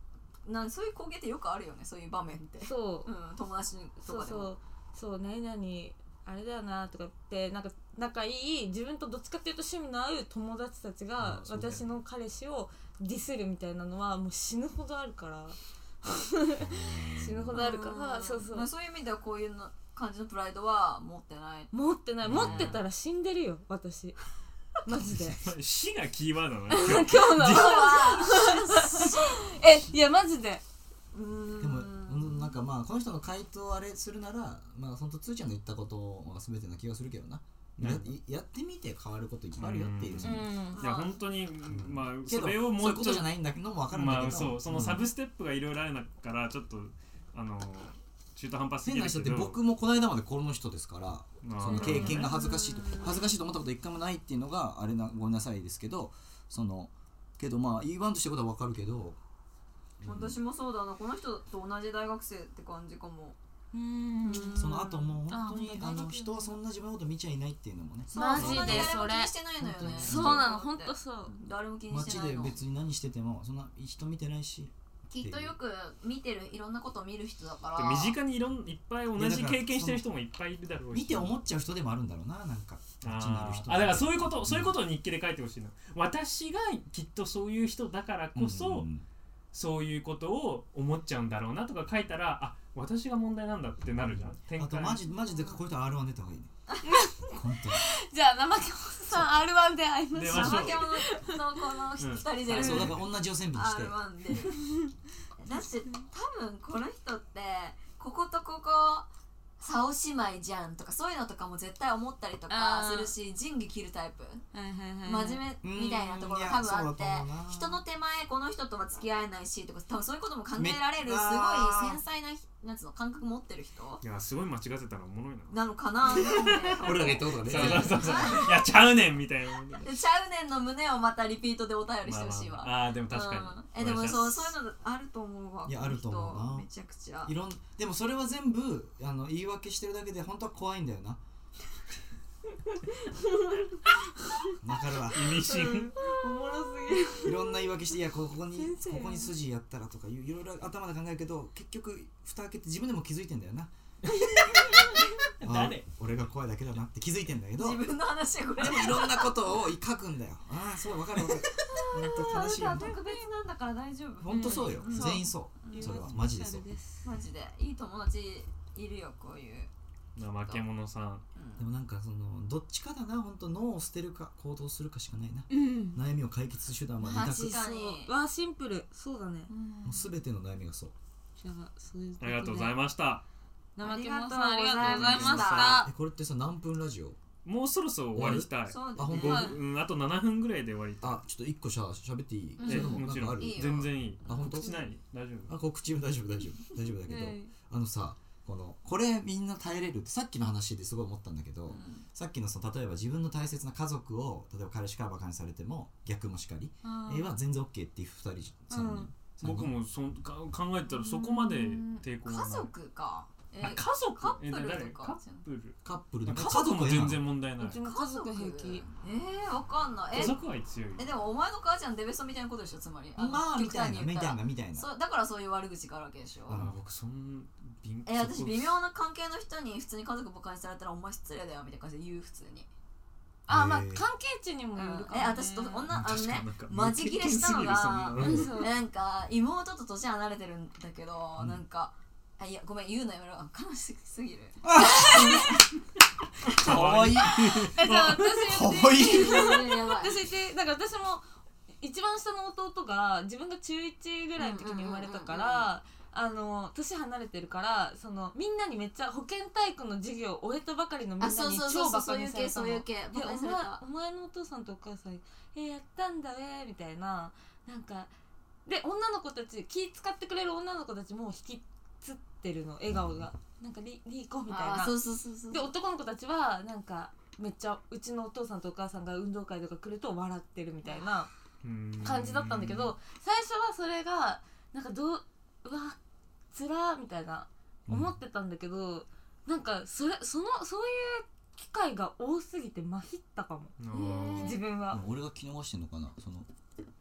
Speaker 3: なんそういう光景ってよくあるよねそういう場面って
Speaker 4: そ
Speaker 3: う
Speaker 4: う、
Speaker 3: ん友達と
Speaker 4: そう
Speaker 3: かで
Speaker 4: そ
Speaker 3: も
Speaker 4: うそう何々あれだよなとか言ってなんか仲いい自分とどっちかっていうと趣味の合う友達たちが
Speaker 1: うんそうだよね
Speaker 4: 私の彼氏をディスるみたいなのはもう死ぬほどあるから死ぬほどあるから
Speaker 3: ん
Speaker 4: そうそう
Speaker 3: まあそういう意味ではこういうの感じのプライドは持ってない
Speaker 4: 持ってない
Speaker 2: ね
Speaker 4: 持ってたら死んでるよ私マジで
Speaker 2: 死がキーワードなの
Speaker 4: 今日の えいやマジで
Speaker 1: で
Speaker 3: で
Speaker 1: もうんなんかまあこの人の回答あれするならまあ本当つーちゃんの言ったことは全てな気がするけどな
Speaker 2: うん
Speaker 1: ややってみて変わることいっぱいあるよっていう
Speaker 2: うん
Speaker 1: その
Speaker 4: うん
Speaker 2: いや本当にまあ
Speaker 1: けど
Speaker 2: それをも
Speaker 1: そう
Speaker 2: う
Speaker 1: いうこ
Speaker 2: ちょ
Speaker 1: と
Speaker 2: っ
Speaker 1: じ
Speaker 2: と
Speaker 1: ゃないんだけどもわかるんだけ
Speaker 2: ま
Speaker 1: ど
Speaker 2: あそうそのサブステップがいろいろあるからちょっとあの中途半端す
Speaker 1: 変
Speaker 2: ぎ
Speaker 1: な
Speaker 2: る
Speaker 1: 人っ
Speaker 2: け
Speaker 1: て
Speaker 2: ど
Speaker 1: 僕もこの間までこの人ですから
Speaker 2: まあ
Speaker 1: その経験が恥ずかしいと恥ずかしいと思ったこと一回もないっていうのがあれなごめんなさいですけどそのけどまあ言わんとしてることは分かるけど
Speaker 3: 私もそうだなこの人と同じ大学生って感じかも
Speaker 4: うん
Speaker 1: その後もう本当に
Speaker 4: あ
Speaker 1: あ
Speaker 4: 本当だ
Speaker 1: の人はそんな自分のこと見ちゃいないっていうのもね
Speaker 4: マジで
Speaker 3: そんなに誰も
Speaker 4: それ
Speaker 3: 気にしてないのよね
Speaker 4: そうなの本当そう
Speaker 3: 誰も気にして
Speaker 1: 街
Speaker 3: ない
Speaker 1: で
Speaker 3: の
Speaker 1: 別に何しててもそんな人見てないし
Speaker 3: きっとよく見てるいろんなことを見る人だから
Speaker 2: 身近にいろんいっぱい同
Speaker 1: いやだ
Speaker 2: じ
Speaker 1: から
Speaker 2: 経験してる人もいっぱいいるだろうし
Speaker 1: 見て思っちゃう人でもあるんだろうななんかこっちにな
Speaker 2: あ
Speaker 1: る
Speaker 2: ー
Speaker 1: 人
Speaker 2: あだからそういうことそういうことを日記で書いてほしいの私がきっとそういう人だからこそ、
Speaker 1: うんうん
Speaker 2: そういうことを思っちゃうんだろうなとか書いたらあ私が問題なんだってなるじゃん展
Speaker 1: あと
Speaker 2: 開
Speaker 1: マジマジでこういう人は R1 出た方がいいね本当に
Speaker 4: じゃあ怠け者さん R1 で会いまし
Speaker 2: 出
Speaker 4: ょう
Speaker 2: ましょ
Speaker 3: 怠け者のこの
Speaker 2: うん
Speaker 3: 2人で
Speaker 1: あそうだから同じ予選部にして
Speaker 3: R1 でだし多分この人ってこことここ竿姉妹じゃんとかそういうのとかも絶対思ったりとかするし仁義切るタイプ
Speaker 4: はいはいはいはい
Speaker 3: 真面目みたいなところが多分あって
Speaker 1: うんいやそうだと思うな
Speaker 3: 人の手前この人とは付き合えないしとか多分そういうことも考えられ
Speaker 1: め
Speaker 3: るすご
Speaker 1: っ
Speaker 3: い
Speaker 1: あー
Speaker 3: 繊細ななんつうの感覚持ってる人
Speaker 2: いやすごい間違ってたらおもろいな
Speaker 3: なの かなみたいな
Speaker 1: 俺らが言ったことがね
Speaker 2: そうそうそうそ ういやちゃうねんみたいな
Speaker 3: でチャウネンの胸をまたリピートでお便りしてほしいわ、
Speaker 2: ああーでも確か
Speaker 3: う
Speaker 2: に、
Speaker 3: ん、えでもそうそう
Speaker 2: う
Speaker 3: いうのあると思うわ
Speaker 1: いやあると思うな
Speaker 3: この人めちゃくちゃ
Speaker 1: いろんでもそれは全部あの言い訳してるだけで本当は怖いんだよなわかるわ
Speaker 2: 意味深、
Speaker 4: おもろすぎる
Speaker 1: いろんな言い訳していやこここに
Speaker 4: 先生
Speaker 1: ここに筋やったらとかいういろいろ頭で考えるけど結局蓋開けて自分でも気づいてんだよなあ
Speaker 2: 誰
Speaker 1: 俺が怖いだけだなって気づいてんだけど
Speaker 3: 自
Speaker 1: で
Speaker 3: 分の話はこ れ
Speaker 1: もいろんなことを書くんだよああそうわかるわかる本当悲しいよね
Speaker 3: 特別なんだから大丈夫
Speaker 1: 本当そうよ、
Speaker 3: うん
Speaker 1: 全員そう、それはマジでそう
Speaker 4: う
Speaker 3: マジでいい友達いるよこういう、
Speaker 2: 怠け者さん
Speaker 1: でもなんかそのどっちかだな本当脳を捨てるか行動するかしかないな
Speaker 4: うん
Speaker 1: 悩みを解決する手段は二択
Speaker 3: 確かに
Speaker 4: わあシンプルそうだね
Speaker 1: もう全ての悩みがそう
Speaker 4: じゃあそういう
Speaker 2: ありがとうござい
Speaker 4: ま
Speaker 2: ました
Speaker 4: す怠け者さんありがとうございまし
Speaker 2: あ
Speaker 4: た
Speaker 1: えこれってさ何分ラジオ
Speaker 2: もうそろそろ終わりたい
Speaker 3: そう
Speaker 1: あ
Speaker 3: だ
Speaker 1: 本
Speaker 3: ね
Speaker 1: 当
Speaker 4: はい
Speaker 2: うん、あと7分ぐらいで終わりたい
Speaker 1: あちょっと一個しゃしゃべっていい、
Speaker 4: うん
Speaker 1: それとも
Speaker 2: えも
Speaker 1: な
Speaker 2: ち
Speaker 1: ん
Speaker 2: ろん
Speaker 1: かある
Speaker 3: いいよ
Speaker 2: 全然いい
Speaker 1: あ本当
Speaker 2: 告知ない大丈夫
Speaker 1: あ告知も大丈夫大丈夫大丈夫だけど、あのさこのこれみんな耐えれるってさっきの話ですごい思ったんだけど、さっきのその例えば自分の大切な家族を例えば彼氏からバカにされても逆もしかり、えは全然 OK っていう2人3人、
Speaker 4: うん
Speaker 1: 三人
Speaker 2: 僕もそんか考えたらそこまで抵抗はない
Speaker 3: 家族かえ
Speaker 2: あ家族
Speaker 3: カップル
Speaker 2: え
Speaker 3: とか
Speaker 2: 誰カップル
Speaker 1: カップルでも
Speaker 2: 家族も
Speaker 1: は嫌な
Speaker 2: 全
Speaker 1: の
Speaker 2: 然問題な
Speaker 4: う
Speaker 2: い
Speaker 4: ちも家族平気
Speaker 3: えー、わかんない
Speaker 2: 家
Speaker 3: え
Speaker 2: 族愛強い
Speaker 3: えでもお前の母ちゃんデベソみたいなことでしょつまりの
Speaker 1: まあみ
Speaker 3: 極
Speaker 1: た
Speaker 3: 端
Speaker 1: い
Speaker 3: に
Speaker 1: な
Speaker 3: 言
Speaker 1: み
Speaker 3: った
Speaker 1: たい
Speaker 3: ら
Speaker 1: なみたいな
Speaker 3: そうだからそういう悪口があるわけでしょ、
Speaker 1: うん
Speaker 2: あ僕そん敏
Speaker 3: え私微妙
Speaker 2: な
Speaker 3: な関係の人に普通に家族ばかにされたらお前失礼だよみたいな感じで言う普通に
Speaker 4: あまあ
Speaker 1: え
Speaker 4: 関
Speaker 1: ー
Speaker 4: 係値にもよるか
Speaker 3: え
Speaker 4: ら
Speaker 3: 私と女あのね
Speaker 2: なんか
Speaker 3: マジ切れしたのが
Speaker 2: 無血
Speaker 4: そ
Speaker 3: えなんか妹と年離れてるんだけど、
Speaker 1: うん
Speaker 3: なんかあいやごめん言うのやめろ 悲しすぎる
Speaker 2: かわいい
Speaker 1: か
Speaker 4: えじゃあ私言って
Speaker 1: わいい
Speaker 3: やばい
Speaker 4: 私ってなんか私も一番下の弟が自分が中1ぐらいの時に生まれたから、あの年離れてるからそのみんなにめっちゃ保健体育の授業を終えたばかりのみん な
Speaker 3: あ
Speaker 4: に
Speaker 3: そうそうそ
Speaker 4: 超
Speaker 3: うそう
Speaker 4: バ
Speaker 3: そ
Speaker 4: カ
Speaker 3: うい
Speaker 4: に
Speaker 3: う
Speaker 4: さ
Speaker 3: 系
Speaker 4: れた
Speaker 3: そ
Speaker 4: の
Speaker 3: ういう系
Speaker 4: い
Speaker 3: バ
Speaker 4: や
Speaker 3: カ
Speaker 4: お
Speaker 3: にされ
Speaker 4: 前
Speaker 3: た
Speaker 4: お前のお父さんとお母さん「えーやったんだね」みたいななんかで女の子たち気使ってくれる女の子たちも引きつってるの笑顔がなんかリ「リーコ」みたい
Speaker 3: あ
Speaker 4: な
Speaker 3: ーそうそうそうそう
Speaker 4: で男の子たちはなんかめっちゃうちのお父さんとお母さんが運動会とか来ると笑ってるみたいな感じだったんだけど最初はそれがなんかどううわつらーみたいな思ってたんだけど、なんかそれそのそういう機会が多すぎてまひったかも
Speaker 2: うん
Speaker 4: 自分は。
Speaker 1: 俺が聞き逃してんのかなその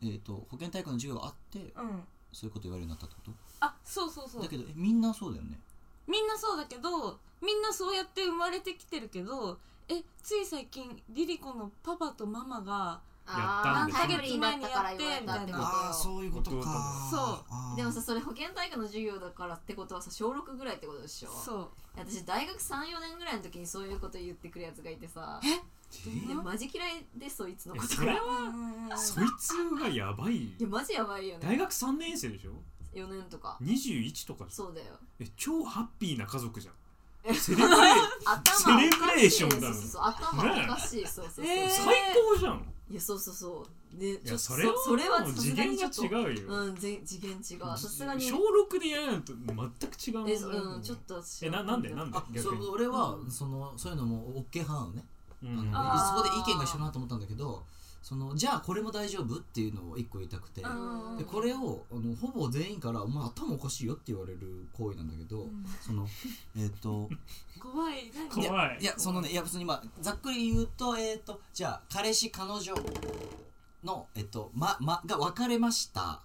Speaker 1: えー、と保健体育の授業があって
Speaker 4: うん
Speaker 1: そういうこと言われるようになったってこ
Speaker 4: あそうそうそ
Speaker 1: と
Speaker 4: う
Speaker 1: だけどえみんなそうだよね
Speaker 4: みんなそうだけどみんなそうやって生まれてきてるけどえつい最近リリコのパパとママが
Speaker 2: やったん
Speaker 3: あ
Speaker 2: です
Speaker 3: ー何ヶ月前にやってみたい
Speaker 4: みたい
Speaker 3: な
Speaker 4: な
Speaker 1: ああそういうことか
Speaker 2: 弟だ
Speaker 4: そう
Speaker 1: あー
Speaker 3: でもさそれ保健体育の授業だからってことはさ小6ぐらいってことでしょ
Speaker 4: そう
Speaker 3: 私大学34年ぐらいの時にそういうこと言ってくるやつがいてさでマジ嫌いでそいつの
Speaker 2: え
Speaker 3: こと
Speaker 2: そ
Speaker 3: が
Speaker 2: れ
Speaker 3: い
Speaker 2: は
Speaker 4: そ
Speaker 2: そいつがやばい
Speaker 3: やマジやばいよ
Speaker 2: 大
Speaker 3: ね
Speaker 2: 学3年生でしょ
Speaker 3: 4年とか
Speaker 2: 21とかじゃん
Speaker 3: そうだよ
Speaker 2: え超ハッピーな家族じゃん
Speaker 3: え
Speaker 2: セレブレイ
Speaker 3: 頭お
Speaker 2: セレブ
Speaker 3: か
Speaker 2: レ
Speaker 3: し
Speaker 2: ー
Speaker 3: い
Speaker 2: ションだ
Speaker 3: そ
Speaker 2: も
Speaker 3: うんそうそう頭おかしいそうそうそう、
Speaker 4: えー
Speaker 2: 最高じゃん
Speaker 3: いやそうそうそうで
Speaker 2: い
Speaker 3: ちょ
Speaker 2: や
Speaker 3: っと
Speaker 2: それは
Speaker 3: それは
Speaker 2: もう
Speaker 3: さ
Speaker 2: 次
Speaker 3: すが
Speaker 2: 元
Speaker 3: にち
Speaker 2: が
Speaker 3: ょっと
Speaker 2: 違うよ
Speaker 3: うんぜ次元違うさすがに
Speaker 2: 小6でやるのと全く違う
Speaker 3: え
Speaker 2: もんだよ
Speaker 3: うんちょっと私
Speaker 2: えななんでなんで
Speaker 1: あそ
Speaker 2: 逆に
Speaker 1: う俺は
Speaker 3: うん
Speaker 1: そのそういうのも OK 派なのね、
Speaker 2: う
Speaker 1: あの
Speaker 2: ん
Speaker 3: あー
Speaker 1: そこで意見が一緒だなと思ったんだけどそのじゃあこれも大丈夫っていうのを一個言いたくて、
Speaker 4: うん
Speaker 1: でこれをあのほぼ全員から「お前頭おかしいよ」って言われる行為なんだけど、そのえっ、と
Speaker 4: 怖い何
Speaker 2: 怖い
Speaker 1: やいやそのねいや別に今ざっくり言うとえっ、とじゃあ彼氏彼女のえっ、とままが別れました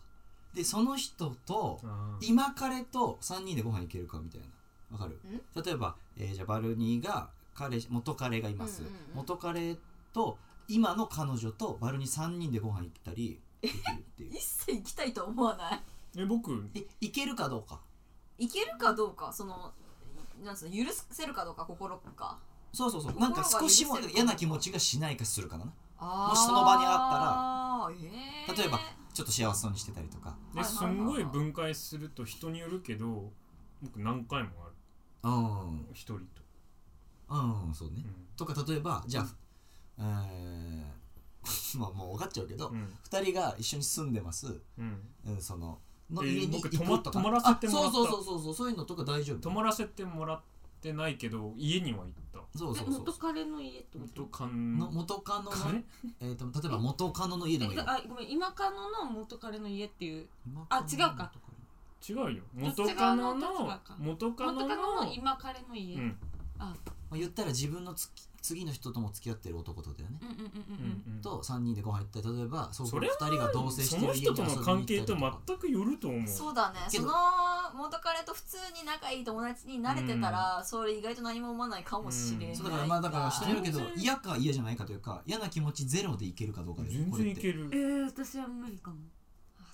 Speaker 1: でその人と
Speaker 2: あー
Speaker 1: 今彼と3人でご飯行けるかみたいなわかる例えば、えーじゃあバルニーが彼氏元彼がいます、
Speaker 3: うんうんうん
Speaker 1: 元彼と今の彼女とバルニー3人でご飯行ったりできるっていう
Speaker 3: 一切行きたいと思わない
Speaker 2: え僕
Speaker 1: え行けるかどうか
Speaker 3: 行けるかどうかそのなんつうの許せるかどうか心か
Speaker 1: そうそうそうなんか少しも嫌な気持ちがしないかするかな
Speaker 3: も
Speaker 1: もしその場にあ
Speaker 3: あった
Speaker 1: 例えばちょっと幸せそうにしてたりとか
Speaker 3: はいはいはいは
Speaker 2: で
Speaker 3: い
Speaker 2: すんごい分解すると人によるけど僕何回もある
Speaker 1: うん
Speaker 2: 一人と、
Speaker 1: うんそうね
Speaker 2: うん
Speaker 1: とか例えばじゃあ、えー まあもう分かっちゃうけど、
Speaker 2: うん
Speaker 1: 二2人が一緒に住んでます、
Speaker 2: うん、
Speaker 1: うん、そのの
Speaker 2: えー
Speaker 1: 家に
Speaker 2: 僕
Speaker 1: 行くとか、
Speaker 2: 泊ま泊まらせてもらった
Speaker 1: あそうそうそうそうそういうのとか大丈夫
Speaker 2: 泊まらせてもらってないけど家には行った
Speaker 1: そうそうそう
Speaker 4: 元彼の家ってこと
Speaker 2: 元カン
Speaker 1: の元カノの
Speaker 2: 彼、
Speaker 1: えー、と例えば元カノの家でもいい
Speaker 4: え
Speaker 1: よ
Speaker 4: あごめん今カノの元彼の家っていう
Speaker 1: 今
Speaker 4: あ違うか
Speaker 2: 違うよ元カノの
Speaker 4: 違うの
Speaker 2: 元カノ
Speaker 4: 元
Speaker 2: の
Speaker 4: カノの今彼の家、
Speaker 2: う
Speaker 4: うん、
Speaker 2: ん
Speaker 1: まあ、言ったら自分のつき次の人とも付き合ってる男とだよね、
Speaker 4: うんうん
Speaker 2: う
Speaker 4: うん
Speaker 2: んうん
Speaker 1: と3人でご飯行ったり例えばそう
Speaker 2: それ
Speaker 1: 2
Speaker 2: は
Speaker 1: 人が同棲して
Speaker 2: そ
Speaker 1: る家
Speaker 2: の
Speaker 1: に遊び
Speaker 2: 人と
Speaker 1: に行
Speaker 2: の
Speaker 1: ったり
Speaker 2: 関係
Speaker 1: と
Speaker 2: と
Speaker 1: か
Speaker 2: 全くよると思う
Speaker 3: そうだね
Speaker 1: け
Speaker 3: そ
Speaker 1: ど
Speaker 3: の元彼と普通に仲いい友達に慣れてたら、それ意外と何も思わないかもしれない、
Speaker 2: うん
Speaker 1: そうだからまあだから人によるけど
Speaker 2: 全然
Speaker 1: 嫌か嫌じゃないかというか嫌な気持ちゼロでいけるかどうかで
Speaker 2: 全
Speaker 1: これ
Speaker 2: 然
Speaker 1: っ
Speaker 2: い
Speaker 1: て
Speaker 2: ける
Speaker 4: えー、私は無理かも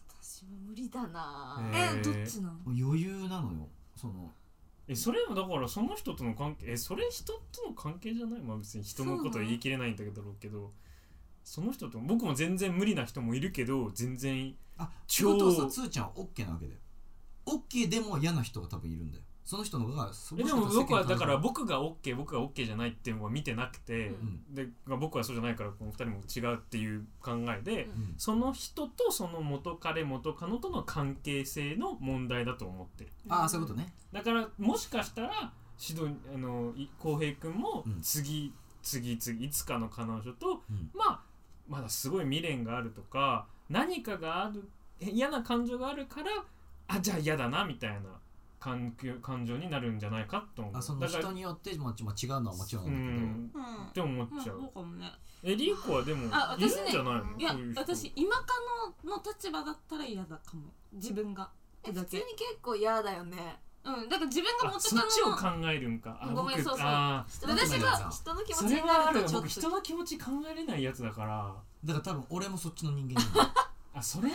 Speaker 3: 私も無理だな、
Speaker 2: え
Speaker 4: え
Speaker 2: ー
Speaker 4: ー、どっちなの
Speaker 1: もう余裕なのよその
Speaker 2: えそれもだからその人との関係えそれ人との関係じゃないまあ別に人のことは言い切れないんだけどけどその人と僕も全然無理な人もいるけど全然
Speaker 1: あって
Speaker 2: 超
Speaker 1: ことはさつーちゃんは OK なわけだよ OK でも嫌な人が多分いるんだよその人の方がそ
Speaker 2: えでも僕はだから
Speaker 1: 僕
Speaker 2: 僕が OK 僕が OK じゃないっていうのは見てなくて、でまあ僕はそうじゃないからこの2人も違うっていう考えで、
Speaker 1: うん
Speaker 2: その人とその元彼元カノとの関係性の問題だと思ってる
Speaker 1: ああそういうことね
Speaker 2: だからもしかしたらシドあのい浩平君も
Speaker 1: うん
Speaker 2: 次、次次いつかの彼女と、
Speaker 1: うん
Speaker 2: まあまだすごい未練があるとか何かがあるえ嫌な感情があるからあじゃあ嫌だなみたいな感感情になるんじゃないかと思う
Speaker 1: あその
Speaker 2: だから
Speaker 1: 人によってもちまあ違うのはもちろん
Speaker 2: う
Speaker 1: なんだけど、
Speaker 2: ん
Speaker 4: うん
Speaker 2: って思っ
Speaker 4: まあ
Speaker 2: ちゃ
Speaker 4: そう
Speaker 2: う
Speaker 4: かもね
Speaker 2: えリーコはでも
Speaker 4: あ
Speaker 2: いるん
Speaker 4: 私
Speaker 2: じ
Speaker 4: ね
Speaker 2: ゃないの
Speaker 4: いや
Speaker 2: こうう人
Speaker 4: 私今カノの立場だったら嫌だかも自分が
Speaker 3: え
Speaker 4: だ
Speaker 3: 普通
Speaker 4: け
Speaker 3: に結構嫌だよね
Speaker 4: うんだから自分が
Speaker 2: あ
Speaker 4: 元
Speaker 2: そっちを
Speaker 4: カノの
Speaker 2: 考えるんかあ
Speaker 4: ごめ
Speaker 2: 僕
Speaker 4: んそうそう
Speaker 2: あー
Speaker 3: 人の気持ち人の気持ち
Speaker 4: 私が
Speaker 2: それ
Speaker 3: に
Speaker 2: は
Speaker 3: な
Speaker 2: ある
Speaker 3: る
Speaker 2: よ
Speaker 3: とちょっ
Speaker 2: 僕
Speaker 3: と
Speaker 2: 人の気持ち考えれないやつだから
Speaker 1: だから多分俺もそっちの人間なんだよ
Speaker 2: あそれの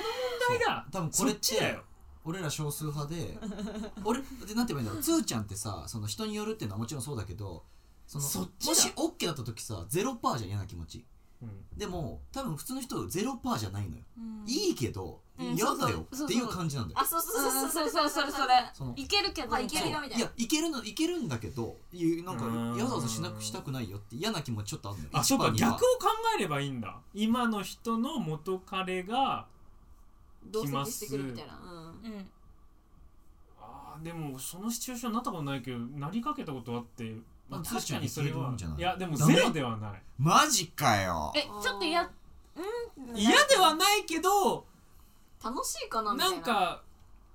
Speaker 2: 問題だ
Speaker 1: 多分こ
Speaker 2: そ
Speaker 1: れ
Speaker 2: っ
Speaker 1: っ
Speaker 2: ちだ
Speaker 1: て
Speaker 2: よ
Speaker 1: 俺ら少数派で 俺でなんて言えばいいんだろうつーちゃんってさその人によるっていうのはもちろんそうだけどその
Speaker 2: そっちだ
Speaker 1: もし OK だった時さ0%じゃん嫌な気持ち
Speaker 2: うん
Speaker 1: でも多分普通の人0%じゃないのよ、
Speaker 4: うん
Speaker 1: いいけど
Speaker 4: うん
Speaker 1: 嫌だよ
Speaker 4: そうそ
Speaker 1: っ
Speaker 4: う
Speaker 1: ていう感じなんだよ
Speaker 3: あそうそうそうそうそうそうそれ
Speaker 1: その
Speaker 4: いけるけど
Speaker 3: まあいける
Speaker 4: みた
Speaker 3: よみ
Speaker 4: い
Speaker 3: たい
Speaker 1: い
Speaker 3: な
Speaker 1: やいけるのいけるんだけどいうなんか
Speaker 2: うーん
Speaker 1: やだとしなくしたくないよって嫌な気持ちちょっとあるのよ
Speaker 2: あそうか
Speaker 1: 一番には
Speaker 2: 逆を考えればいいんだ今の人の元彼が
Speaker 3: 同席してくるみたいな、うん、
Speaker 4: なうん
Speaker 2: あーでもそのシチュエーションになったことないけどなりかけたことあって、ま
Speaker 1: ま
Speaker 2: あ、
Speaker 1: あ
Speaker 2: 確かにそれ
Speaker 1: 確か
Speaker 2: は
Speaker 1: にいけるんじゃない
Speaker 2: いやでも
Speaker 1: ダメ
Speaker 2: ゼロではない
Speaker 1: マジかよ
Speaker 4: えちょっとやうん
Speaker 2: 嫌ではないけど
Speaker 3: 楽しいかなみたい
Speaker 2: な
Speaker 3: なん
Speaker 2: か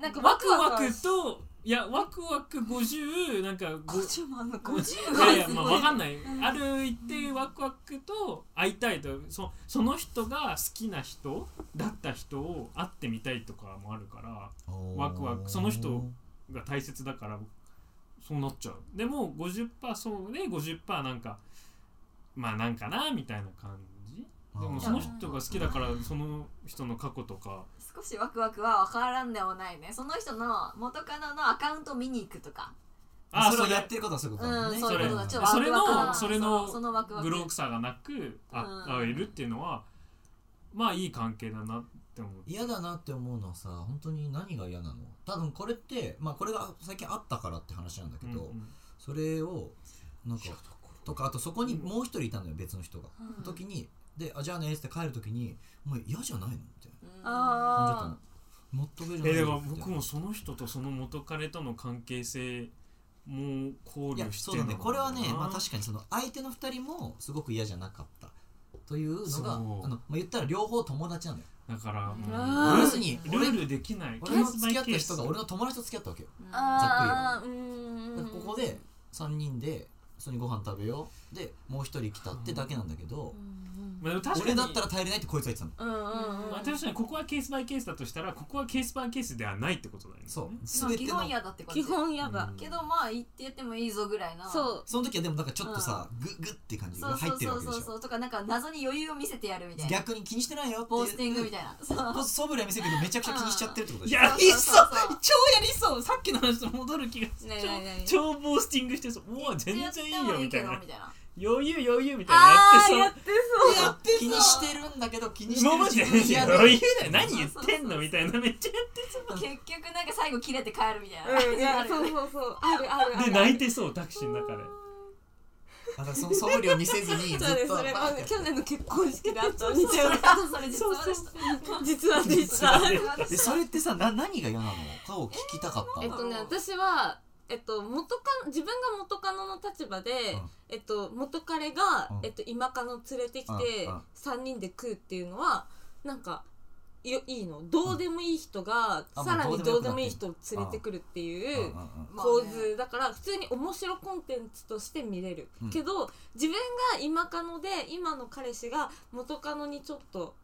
Speaker 4: なんか
Speaker 2: ワ
Speaker 4: ワ
Speaker 2: ク
Speaker 4: ク
Speaker 2: ワ
Speaker 4: ワ
Speaker 2: ク
Speaker 4: ク
Speaker 2: といやワクワク50なんかご
Speaker 4: 50万の
Speaker 3: 50
Speaker 2: い
Speaker 3: は
Speaker 2: やいや
Speaker 3: す
Speaker 2: まあ
Speaker 3: ごい
Speaker 2: 分かんない、ある一定ワクワクと会いたいとそその人が好きな人だった人を会ってみたいとかもあるからワクワクその人が大切だからそうなっちゃうでも50%そうで50%なんかまあなんかなみたいな感じ
Speaker 1: あー
Speaker 2: でもその人が好きだからその人の過去とか
Speaker 3: 少しワクワクは分からんでもないねその人の元カノのアカウント見に行くとか
Speaker 2: あ
Speaker 1: それをやっ
Speaker 2: る
Speaker 1: てることはそういうことだもん
Speaker 3: う
Speaker 1: ね
Speaker 3: んそういうことだちょっと
Speaker 2: そ
Speaker 3: ワ
Speaker 2: れ
Speaker 3: ク
Speaker 2: の
Speaker 3: ワクな
Speaker 2: それの
Speaker 3: そのワクワク
Speaker 2: グロークさがなくあ
Speaker 3: うん
Speaker 2: 会えるっていうのはまあいい関係だなって思う
Speaker 1: 嫌だなって思うのはさ本当に何が嫌なの多分これってまあこれが最近あったからって話なんだけど、
Speaker 2: うんうん
Speaker 1: それをなんかとかあとそこにもう一人いたのよ別の人が、
Speaker 3: うん
Speaker 1: 時にであじゃあねっつって帰る時にもう嫌じゃないのみたいな
Speaker 3: うん
Speaker 1: 感じだった
Speaker 4: あ
Speaker 1: のもっと上じゃない
Speaker 2: えで
Speaker 1: の
Speaker 2: も
Speaker 1: みたいな
Speaker 2: 僕もその人とその元彼との関係性も考
Speaker 1: いや
Speaker 2: 慮して
Speaker 1: そうだ
Speaker 2: な
Speaker 1: ね
Speaker 2: のか
Speaker 1: これはね、
Speaker 2: な
Speaker 1: まあ、確かにその相手の2人もすごく嫌じゃなかったというのがあ
Speaker 2: そ
Speaker 1: の
Speaker 2: う、
Speaker 1: まあ、言ったら両方友達なんだよ
Speaker 2: だからも
Speaker 4: あー
Speaker 1: 要するに
Speaker 2: うル
Speaker 1: 俺
Speaker 2: ールできない
Speaker 1: 俺の付き合った人が俺の友達と付き合ったわけよ
Speaker 4: あーう
Speaker 1: だからこ
Speaker 4: ーん
Speaker 1: こで3人で普通にご飯食べようでもう一人来たってだけなんだけど
Speaker 2: まあでも確か
Speaker 1: 俺
Speaker 2: に
Speaker 1: だったら耐えれないってこいつは言ってたの
Speaker 4: うんうんうん
Speaker 2: まあ確かにここはケースバイケースだとしたらここはケースバイケースではないってことだよね
Speaker 1: そう
Speaker 3: まあ
Speaker 1: 全て
Speaker 3: 基
Speaker 1: の
Speaker 3: 本嫌だって感
Speaker 4: 基
Speaker 3: じ
Speaker 4: 本やだ
Speaker 2: うん
Speaker 3: けどまあ言ってやってもいいぞぐらいな
Speaker 4: そう
Speaker 1: その時はでもなんかちょっとさグッグッって感じ
Speaker 3: そ
Speaker 1: が
Speaker 3: う
Speaker 1: 入
Speaker 3: そ
Speaker 1: っ
Speaker 3: う
Speaker 1: てる
Speaker 3: そ
Speaker 1: わ
Speaker 3: う
Speaker 1: けでし
Speaker 3: そう
Speaker 1: ょ
Speaker 3: そうとかなんか謎に余裕を見せてやるみたいな
Speaker 1: 逆に気にしてないよって
Speaker 3: ポースティングみた
Speaker 1: い
Speaker 3: いなそう
Speaker 1: なそぶりは見せるけどめちゃくちゃ気にしちゃってるってことでしょ
Speaker 2: やりそう
Speaker 3: そうそうそう
Speaker 2: 超やりそうさっきの話と戻る気がする
Speaker 4: ねえねえねえ
Speaker 2: 超超ボースティングしてそうもう全然いいよみたい
Speaker 3: やっ
Speaker 2: な
Speaker 3: てもけど
Speaker 2: 余裕余裕みたい
Speaker 4: あー
Speaker 2: な
Speaker 4: や
Speaker 2: やっ
Speaker 4: っ
Speaker 2: て
Speaker 1: 気にしてるんだけど気にして
Speaker 2: そう今ま
Speaker 1: る
Speaker 2: で
Speaker 1: 自分嫌
Speaker 2: 余裕
Speaker 1: で
Speaker 2: だよ何言ってんのみたいなめっちゃ
Speaker 3: みたいな結局なんか最後切れて帰るみたいな、
Speaker 4: そううんいやそうそうそうあるあるある
Speaker 2: で泣いてそうタクシーの中で
Speaker 1: あだからそのそぶりを見せず にず
Speaker 4: それ
Speaker 1: っと
Speaker 4: それ
Speaker 1: バー
Speaker 4: あ
Speaker 1: ってや
Speaker 4: の
Speaker 1: って
Speaker 4: 去年の結婚式であった似たような
Speaker 3: それ実
Speaker 4: そう
Speaker 3: 話
Speaker 4: そ
Speaker 3: で
Speaker 4: う
Speaker 3: した
Speaker 4: 実はでした
Speaker 1: えそれってさな何が嫌なのかを聞きたかった
Speaker 4: えっ
Speaker 1: の
Speaker 4: とね私はえっと元カノ自分が元カノの立場で、
Speaker 1: ん
Speaker 4: えっと元彼が、
Speaker 1: うん
Speaker 4: えっと今カノ連れてきて
Speaker 1: うんうん
Speaker 4: 三人で食うっていうのはなんかよいいのどうでもいい人が、
Speaker 1: あ
Speaker 4: さら
Speaker 1: もう
Speaker 4: に
Speaker 1: ど
Speaker 4: ど
Speaker 1: うで
Speaker 4: うで
Speaker 1: も
Speaker 4: も
Speaker 1: い
Speaker 4: い
Speaker 1: い
Speaker 4: い
Speaker 1: 人
Speaker 4: 人を連れてくるって
Speaker 1: う
Speaker 4: い
Speaker 1: んうんう
Speaker 4: うん構図だから普通に面白コンテンツとして見れる、
Speaker 1: うん
Speaker 4: けど自分が今カノで今の彼氏が元カノにちょっと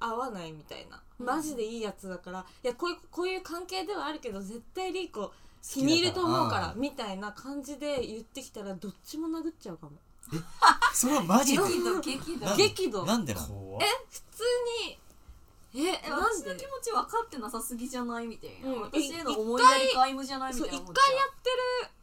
Speaker 4: 合わないみたいな
Speaker 3: うん
Speaker 4: マジでいいやつだからいやこういうこういう関係ではあるけど絶対リーコ気に入ると思うからみたいな感じで言ってきたらどっちも殴っちゃうかも
Speaker 1: それはマジで
Speaker 3: 激怒激怒
Speaker 1: なんで
Speaker 4: 激怒
Speaker 1: なんでなの
Speaker 2: 怖っ
Speaker 4: 普通にえ
Speaker 3: え
Speaker 4: な
Speaker 3: 私
Speaker 4: ん
Speaker 3: の
Speaker 4: で
Speaker 3: 気持ち分かってなさすぎじゃないみたいな、
Speaker 4: うん
Speaker 3: 私への
Speaker 4: い
Speaker 3: 思いやり皆無じゃないみ
Speaker 4: そ
Speaker 3: た
Speaker 4: う
Speaker 3: い
Speaker 4: 一回
Speaker 3: な
Speaker 4: やっ
Speaker 3: 思っちゃ
Speaker 4: てる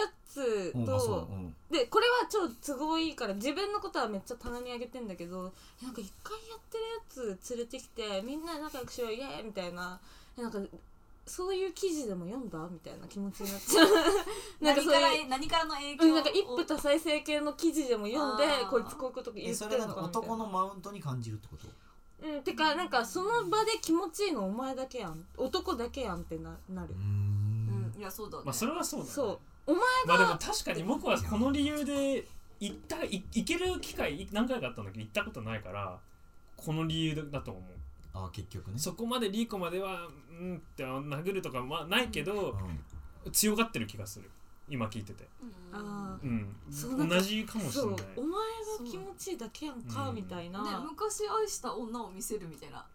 Speaker 4: やつ
Speaker 1: うんあそう
Speaker 4: と
Speaker 1: うん
Speaker 4: でこれは超都合いいから自分のことはめっちゃ棚にあげてんだけどなんか一回やってるやつ連れてきてみんなで仲良くしようイエーイみたいななんかそういう記事でも読んだみたいな気持ちになっちゃうなん
Speaker 3: 何
Speaker 4: かそう
Speaker 3: か
Speaker 4: いう
Speaker 3: ら何からの影響
Speaker 4: うんなんか一夫多妻制系の記事でも読んで
Speaker 3: あー
Speaker 4: こいつこういうこと言
Speaker 1: え
Speaker 4: って
Speaker 1: それ
Speaker 4: る
Speaker 1: なん
Speaker 4: の
Speaker 1: か
Speaker 4: かなみたい
Speaker 1: 男
Speaker 4: な
Speaker 1: のマウントに感じるってこと
Speaker 4: うんてかなんかその場で気持ちいいのお前だけやん男だけやんってななる
Speaker 1: うー
Speaker 3: うん
Speaker 1: ん
Speaker 3: いやそうだね、
Speaker 2: まあそれはそうだね
Speaker 4: そうお前
Speaker 2: まあでも確かに僕はこの理由で行ったい行ける機会い何回かあったんだけど行ったことないからこの理由だと思う
Speaker 1: あ結局ね
Speaker 2: そこまでリーコまではうんって殴るとかまあないけど
Speaker 1: うん
Speaker 2: 強がってる気がする今聞いてて
Speaker 3: うん
Speaker 4: あ
Speaker 2: うん
Speaker 4: そうなんか
Speaker 2: 同じかもし
Speaker 4: そ
Speaker 2: れ
Speaker 4: う
Speaker 2: ない
Speaker 4: お前が気持ちいいだけやんか
Speaker 2: うん
Speaker 4: みたいな、
Speaker 3: ね、昔愛した女を見せるみたいな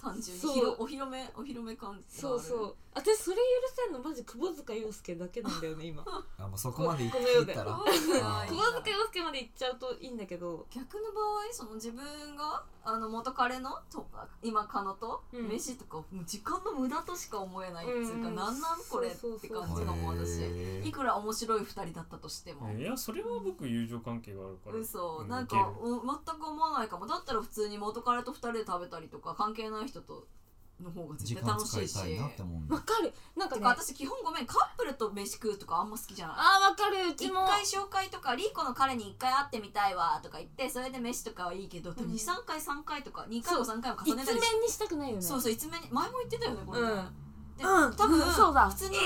Speaker 3: 単純に
Speaker 4: そう
Speaker 3: ひろお披露目お披露目感
Speaker 4: そうそうう私それ許せんのマジ窪塚洋介だけなんだよね 今窪
Speaker 1: あもうそこまでいっ
Speaker 4: この世で
Speaker 1: たらあー
Speaker 4: 塚洋介まで行っちゃうといいんだけど
Speaker 3: 逆の場合その自分があの元彼のと今彼女と
Speaker 4: うん
Speaker 3: 飯とか、もう時間の無駄としか思えないっていうか、
Speaker 4: うん
Speaker 3: なんなんこれっ
Speaker 4: そうそう
Speaker 3: て
Speaker 4: そう
Speaker 3: 感じのも私
Speaker 1: へー
Speaker 3: いくら面白い二人だったとしても、
Speaker 2: いやそれは僕友情関係があるから
Speaker 3: 嘘
Speaker 2: うん
Speaker 3: なん
Speaker 2: いけ
Speaker 3: か
Speaker 2: る
Speaker 3: お全く思わないかもだったら普通に元彼と二人で食べたりとか関係ない人との方が絶
Speaker 1: 時
Speaker 3: 対
Speaker 1: 間
Speaker 3: 楽し
Speaker 1: 使
Speaker 3: い
Speaker 1: い
Speaker 3: した
Speaker 1: いなって思うんだ
Speaker 4: わかるなんか
Speaker 3: て
Speaker 4: ね
Speaker 3: か私基本ごめんカップルと飯食うとかあんま好きじゃない
Speaker 4: あーわかるうち
Speaker 3: 一
Speaker 4: も
Speaker 3: 回紹介とかリーコの彼に一回会ってみたいわとか言ってそれで飯とかはいいけど多分
Speaker 4: うん
Speaker 3: 23回3回とか2回も3回も
Speaker 4: 一
Speaker 3: 重ね
Speaker 4: 面に
Speaker 3: たりして
Speaker 4: したくないよね
Speaker 3: そうそういつめに前も言ってたよねこれ
Speaker 4: う
Speaker 3: ね
Speaker 4: ん
Speaker 3: で
Speaker 4: うん
Speaker 3: 多分
Speaker 4: うんそうだ
Speaker 3: 普通にリ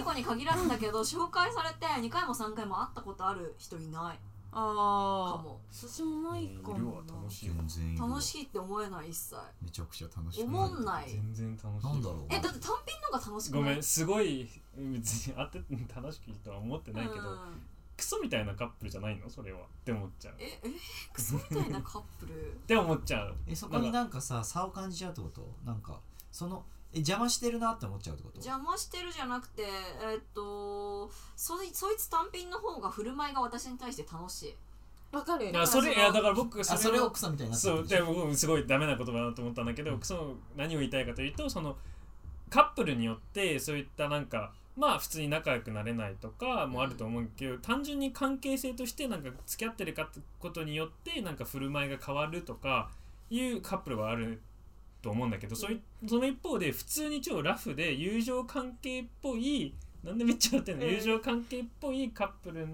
Speaker 3: ーコに限らずだけど紹介されて2回も3回も会ったことある人いないか
Speaker 4: ああ
Speaker 3: も
Speaker 4: 私もないか
Speaker 2: いる
Speaker 4: も
Speaker 2: わ楽しいわ
Speaker 1: 全然いる
Speaker 3: 楽しいって思えない一切
Speaker 1: めちゃくちゃ楽しい
Speaker 3: 思んない
Speaker 2: 全然楽しい
Speaker 1: なんだろう
Speaker 3: えだって単品の方が楽しくな
Speaker 2: ご
Speaker 3: い
Speaker 2: めんすごい別にあって正しくとは思ってないけど、
Speaker 3: うん
Speaker 2: クソみたいなカップルじゃないのそれはって思っちゃうっ
Speaker 3: ええクソみたいなカップル
Speaker 2: て思っちゃう
Speaker 1: えそこになんかさ差を感じちゃうってことなんかそのえ邪魔してるなって思っちゃうってこと
Speaker 3: 邪魔してるじゃなくてえーっとそいそいつ単品の方が振る舞いが私に対して楽しい
Speaker 4: わかる
Speaker 2: だからそれいやだから僕
Speaker 1: あそれを
Speaker 2: を
Speaker 1: クソみたいになってる
Speaker 2: そ
Speaker 1: わ
Speaker 2: う
Speaker 1: けで
Speaker 2: で
Speaker 1: し ょ
Speaker 2: 僕すごいダメな言葉だなと思ったんだけど、その何を言いたいかというとそのカップルによってそういったなんかまあ普通に仲良くなれないとかもあると思うけど、単純に関係性としてなんか付き合ってるかことによってなんか振る舞いが変わるとかいうカップルはあると思うんだけど、そういその一方で普通に超ラフで友情関係っぽいなんでめっちゃ笑ってんの、
Speaker 4: うん
Speaker 2: 友情関係っぽいカップル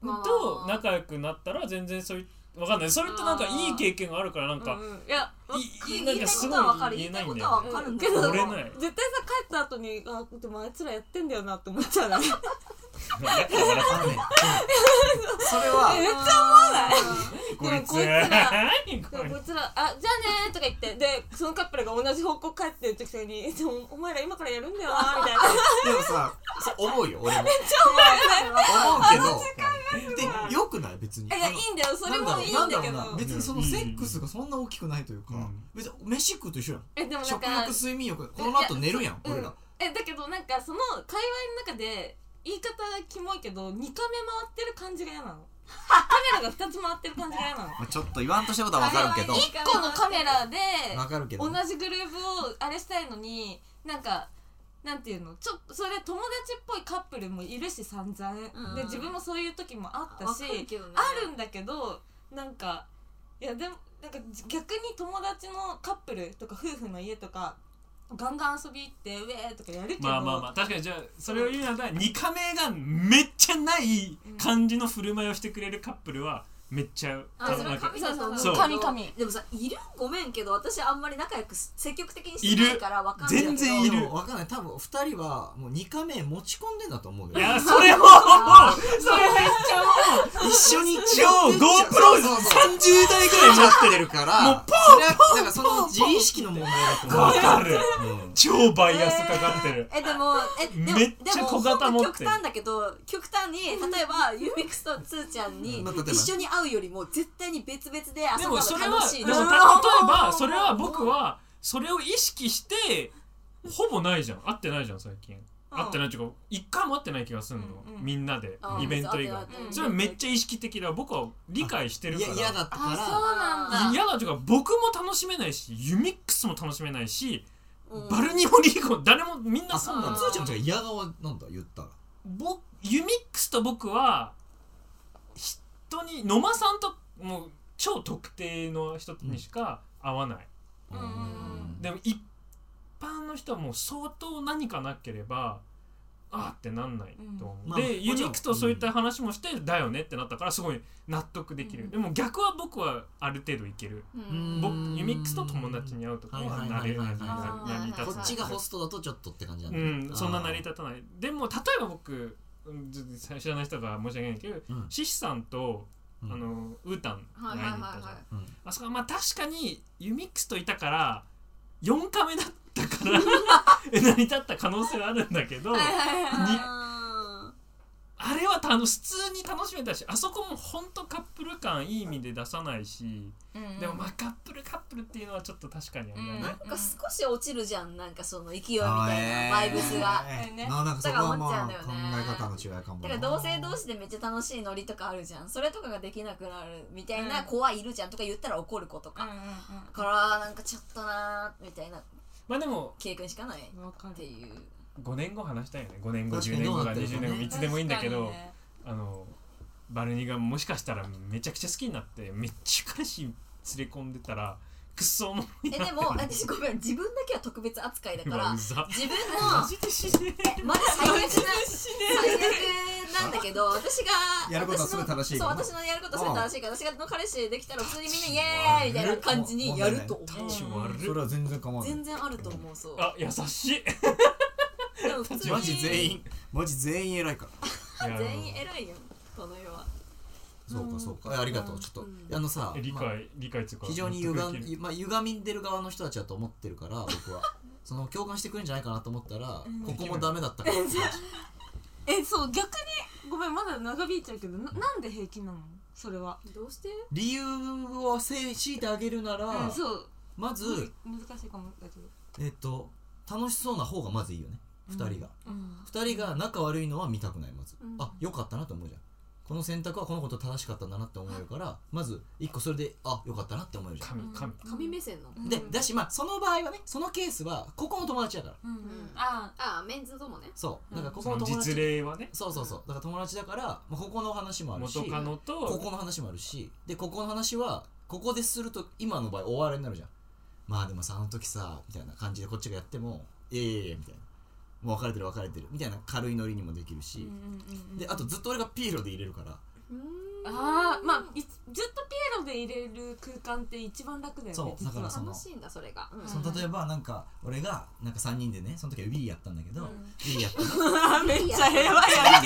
Speaker 3: まあ
Speaker 2: と仲良くなったら全然そういわかんないそれってなんかいい経験があるからなんか、
Speaker 4: うんうんいや
Speaker 2: いい
Speaker 3: 言いたいことは分かる
Speaker 2: 言
Speaker 3: 言
Speaker 2: え
Speaker 3: い
Speaker 2: な
Speaker 3: た
Speaker 2: いんだ
Speaker 3: いこと
Speaker 2: よ
Speaker 3: は分
Speaker 2: ね
Speaker 3: かるんだ
Speaker 4: け
Speaker 3: け
Speaker 4: ど
Speaker 3: ど
Speaker 2: 折れない
Speaker 4: 絶対さ帰った後にあでもあいつらやってんだよなって思っちゃうな
Speaker 2: だから
Speaker 1: あのねでもそれは
Speaker 4: え
Speaker 2: こいつ
Speaker 7: こいつら
Speaker 2: 何こ
Speaker 7: でも
Speaker 2: れ
Speaker 7: こいつら「あじゃあね」とか言ってでそのカップルが同じ方向帰ってる時にえ「でもお前ら今からやるんだよな」みたいな
Speaker 1: でもさそう思うよ俺も思うけどでよくない別に
Speaker 7: いやいいんだよそれもいいんだけ
Speaker 1: なんろう
Speaker 7: ど
Speaker 1: な別にそのセックスがそんな大きくないというか、
Speaker 8: うん
Speaker 1: 別に飯食うと一緒やん
Speaker 7: えでもなん
Speaker 1: 食
Speaker 7: か
Speaker 1: 欲睡眠欲この後寝るやん
Speaker 7: うん
Speaker 1: 俺ら
Speaker 4: えだけどなんかその界隈の中で言い方キモいけど2カメ回ってる感じが嫌なのカメラが2つ回ってる感じが嫌なの
Speaker 9: まあちょっと言わんとしたことはわかるけど
Speaker 4: 1個のカメラで
Speaker 9: わかるけど
Speaker 4: 同じグループをあれしたいのになんかなんていうのちょっとそれ友達っぽいカップルもいるし散々、
Speaker 3: うん
Speaker 4: で自分もそういう時もあった
Speaker 3: わ
Speaker 4: し
Speaker 3: かるけどね
Speaker 4: あるんだけどなんかいやでもなんか逆に友達のカップルとか夫婦の家とかガンガン遊び行ってウェーとかやるけど
Speaker 2: まあまあまあ確かにじゃあそれを言うなら2カメがめっちゃない感じの振る舞いをしてくれるカップルはめっちゃ
Speaker 3: あそれ
Speaker 2: なん
Speaker 3: は
Speaker 2: か
Speaker 3: 神だと思う
Speaker 2: そう
Speaker 4: 神々
Speaker 3: でもさいるごめんけど私あんまり仲良くす積極的にしてないからわかんない
Speaker 2: 全然い
Speaker 1: で
Speaker 2: る
Speaker 1: も分かんない多分2人はもう2カメ持ち込んでんだと思うよ
Speaker 2: いやそれももうそれめっちゃ
Speaker 1: 一緒に
Speaker 2: 超 GoPro30
Speaker 1: そうそう
Speaker 2: 台ぐらい持って
Speaker 1: ってるからもうポーなんかその自意識の問題だと
Speaker 2: る
Speaker 1: 思う
Speaker 2: わかる
Speaker 1: うん
Speaker 2: 超バイアスかかってる
Speaker 3: えでもえでも
Speaker 2: めっちゃ小型持ってる
Speaker 3: でもほんと極端だけど極端に例えばユーミックスとつーちゃんに
Speaker 1: まあ例えば
Speaker 3: 一緒に会うよりも絶対に別々で遊
Speaker 2: で
Speaker 3: ぶ
Speaker 2: もそれ
Speaker 3: のが
Speaker 2: は
Speaker 3: 楽
Speaker 2: で
Speaker 3: しい
Speaker 2: もた
Speaker 3: な
Speaker 2: 例えばそれは僕はそれを意識してほぼないじゃん会ってないじゃん最近会ってないっていうか一回も会ってない気がするの
Speaker 4: うんうん
Speaker 2: みんなで
Speaker 3: あー
Speaker 2: イベント以外
Speaker 3: 別々で
Speaker 2: それはめっちゃ意識的だ僕は理解してる
Speaker 1: いや
Speaker 2: から
Speaker 1: 嫌だったから
Speaker 4: あそうなんだ
Speaker 2: 嫌だというか僕も楽しめないしユミックスも楽しめないし、
Speaker 3: うん
Speaker 2: バルニモリーゴ誰もみんな
Speaker 1: あそうなんだ
Speaker 3: あ
Speaker 1: つ
Speaker 3: ー
Speaker 1: ーちゃんとか嫌顔なんだ言ったら
Speaker 2: 僕ユミックスと僕は人に野間さんともう超特定の人にしか会わない、
Speaker 4: うんうんうん
Speaker 2: でも一般の人はもう相当何かなければあーってなんないと思う、
Speaker 1: うんまあ
Speaker 2: で
Speaker 1: もち
Speaker 2: ユ
Speaker 1: ろん
Speaker 2: ニークとそういった話もして、だよねってなったからすごい納得できる、
Speaker 4: うん
Speaker 2: でも逆は僕はある程度いける、
Speaker 4: うん
Speaker 2: 僕ユミックスと友達に会うとか
Speaker 1: はい
Speaker 2: は
Speaker 1: はい
Speaker 2: な
Speaker 1: はい
Speaker 2: れ
Speaker 1: はい
Speaker 2: な
Speaker 1: はい
Speaker 2: りなり立たない
Speaker 1: こっちがホストだとちょっとって感じなん
Speaker 2: う
Speaker 1: だね
Speaker 2: んそんな成り
Speaker 1: あ
Speaker 2: 立たないでも例えば僕うんちょっと知らない人が申し訳ないけど、
Speaker 1: うん
Speaker 2: シシさんとあ
Speaker 1: うん
Speaker 2: のウータン
Speaker 3: はいはいはいは
Speaker 2: じゃんあそこはまあ確かにユミックスといたから4カメだったから成り立った可能性はあるんだけどにあれはたの普通に楽しめたしあそこも本当カップル感いい意味で出さないし、
Speaker 4: うん
Speaker 2: でもまあカップルカップルっていうのはちょっと確かにあれだね、
Speaker 4: うん
Speaker 3: なんか少し落ちるじゃんなんかその勢いみたい
Speaker 1: あ
Speaker 3: なバイブスが
Speaker 1: えー
Speaker 4: ね
Speaker 1: まあなんかそこはまあ
Speaker 3: だから
Speaker 1: 考
Speaker 3: 思っちゃうんだよね
Speaker 1: え方の違いかも
Speaker 3: だから同性同士でめっちゃ楽しいノリとかあるじゃんそれとかができなくなるみたいな
Speaker 4: うん
Speaker 3: 子はいるじゃんとか言ったら怒る子と
Speaker 4: うん
Speaker 3: か
Speaker 4: うんうん
Speaker 3: だからなんかちょっとなーみたいな
Speaker 2: まあでも
Speaker 3: 経験しかないっ
Speaker 4: わか
Speaker 3: ていう
Speaker 2: 5年後話したいよね5年後
Speaker 1: 確
Speaker 2: 10
Speaker 1: かに
Speaker 2: 年
Speaker 1: どう
Speaker 2: 後
Speaker 1: な
Speaker 2: が
Speaker 1: ってるか
Speaker 2: 20年後
Speaker 1: ね
Speaker 2: いつでもいいんだけど、
Speaker 4: 確かにね
Speaker 2: あのバルニがもしかしたらめちゃくちゃ好きになってめっちゃ彼氏連れ込んでたらくっそ重い
Speaker 3: え でも私ごめん自分だけは特別扱いだか
Speaker 2: わ
Speaker 3: ら
Speaker 2: うざ
Speaker 3: 自分の
Speaker 2: ジで死ね
Speaker 3: まだ最悪な最悪なんだけど私が
Speaker 8: やることは全て正しい
Speaker 3: そ
Speaker 8: か
Speaker 3: う
Speaker 8: らね
Speaker 3: 私のやることは全て正しいから私がの彼氏できたら普通にみんなイエーイみたいな感じにやると思
Speaker 2: タッチ
Speaker 3: う
Speaker 2: 悪
Speaker 8: そ
Speaker 2: い
Speaker 8: れは全然構わない
Speaker 3: 全然あると思うそう
Speaker 2: あ優 しい
Speaker 3: でも普通に
Speaker 1: マジ全員マジ全員偉いから
Speaker 3: 全員偉いよこの世は
Speaker 1: そうかそうかありがとうちょっとあのさ
Speaker 2: 理解、
Speaker 1: まあ
Speaker 2: 理解つうか
Speaker 1: 非常に
Speaker 2: 納得でき
Speaker 1: 歪んまあ歪みでる側の人たちだと思ってるから僕 はその共感してくれるんじゃないかなと思ったらここもダメだったから
Speaker 4: えそう逆にごめんまだ長引いちゃうけどななんで平気なのそれは
Speaker 3: どうして
Speaker 1: 理由をせ強いてあげるな
Speaker 4: うん
Speaker 1: ら
Speaker 4: そう
Speaker 1: まず
Speaker 4: 難しいかもだけど
Speaker 1: えっと楽しそうな方がまずいいよね2人が
Speaker 4: うん
Speaker 1: 2人が仲悪いのは見たくないまず
Speaker 3: うん
Speaker 1: あ良かったなと思うじゃんこの選択はこのこと正しかったんだなって思えるからまず1個それであ良かったなって思えるじゃん
Speaker 2: 神神
Speaker 3: 神目線の
Speaker 4: うん
Speaker 1: でだしまあその場合はねそのケースはここの友達だから
Speaker 4: うんうんあ
Speaker 3: あメンズともね
Speaker 1: そうだからここ
Speaker 2: そ
Speaker 1: の
Speaker 2: の
Speaker 1: 友達
Speaker 2: 実例はね
Speaker 1: そうそうそうだから友達だから、まあ、ここの話もあるし
Speaker 2: 元カノと
Speaker 1: ここの話もあるしでここの話はここですると今の場合終わりになるじゃんまあでもさあの時さみたいな感じでこっちがやってもいやいやいやみたいなもう別れてる別れてるみたいな軽いノリにもできる
Speaker 4: うんう
Speaker 1: し
Speaker 4: ん、うんうん
Speaker 1: であとずっと俺がピエロで入れるから
Speaker 3: うーん
Speaker 10: ああまあいずっとピエロで入れる空間って一番楽だよね
Speaker 1: そうだ
Speaker 10: 実
Speaker 1: から
Speaker 10: は
Speaker 1: その
Speaker 3: 楽しいんだそれが、うん
Speaker 1: その例えばなんか俺がなんか3人でねその時は Wii やったんだけど、Wii やったの
Speaker 10: めっちゃ平和や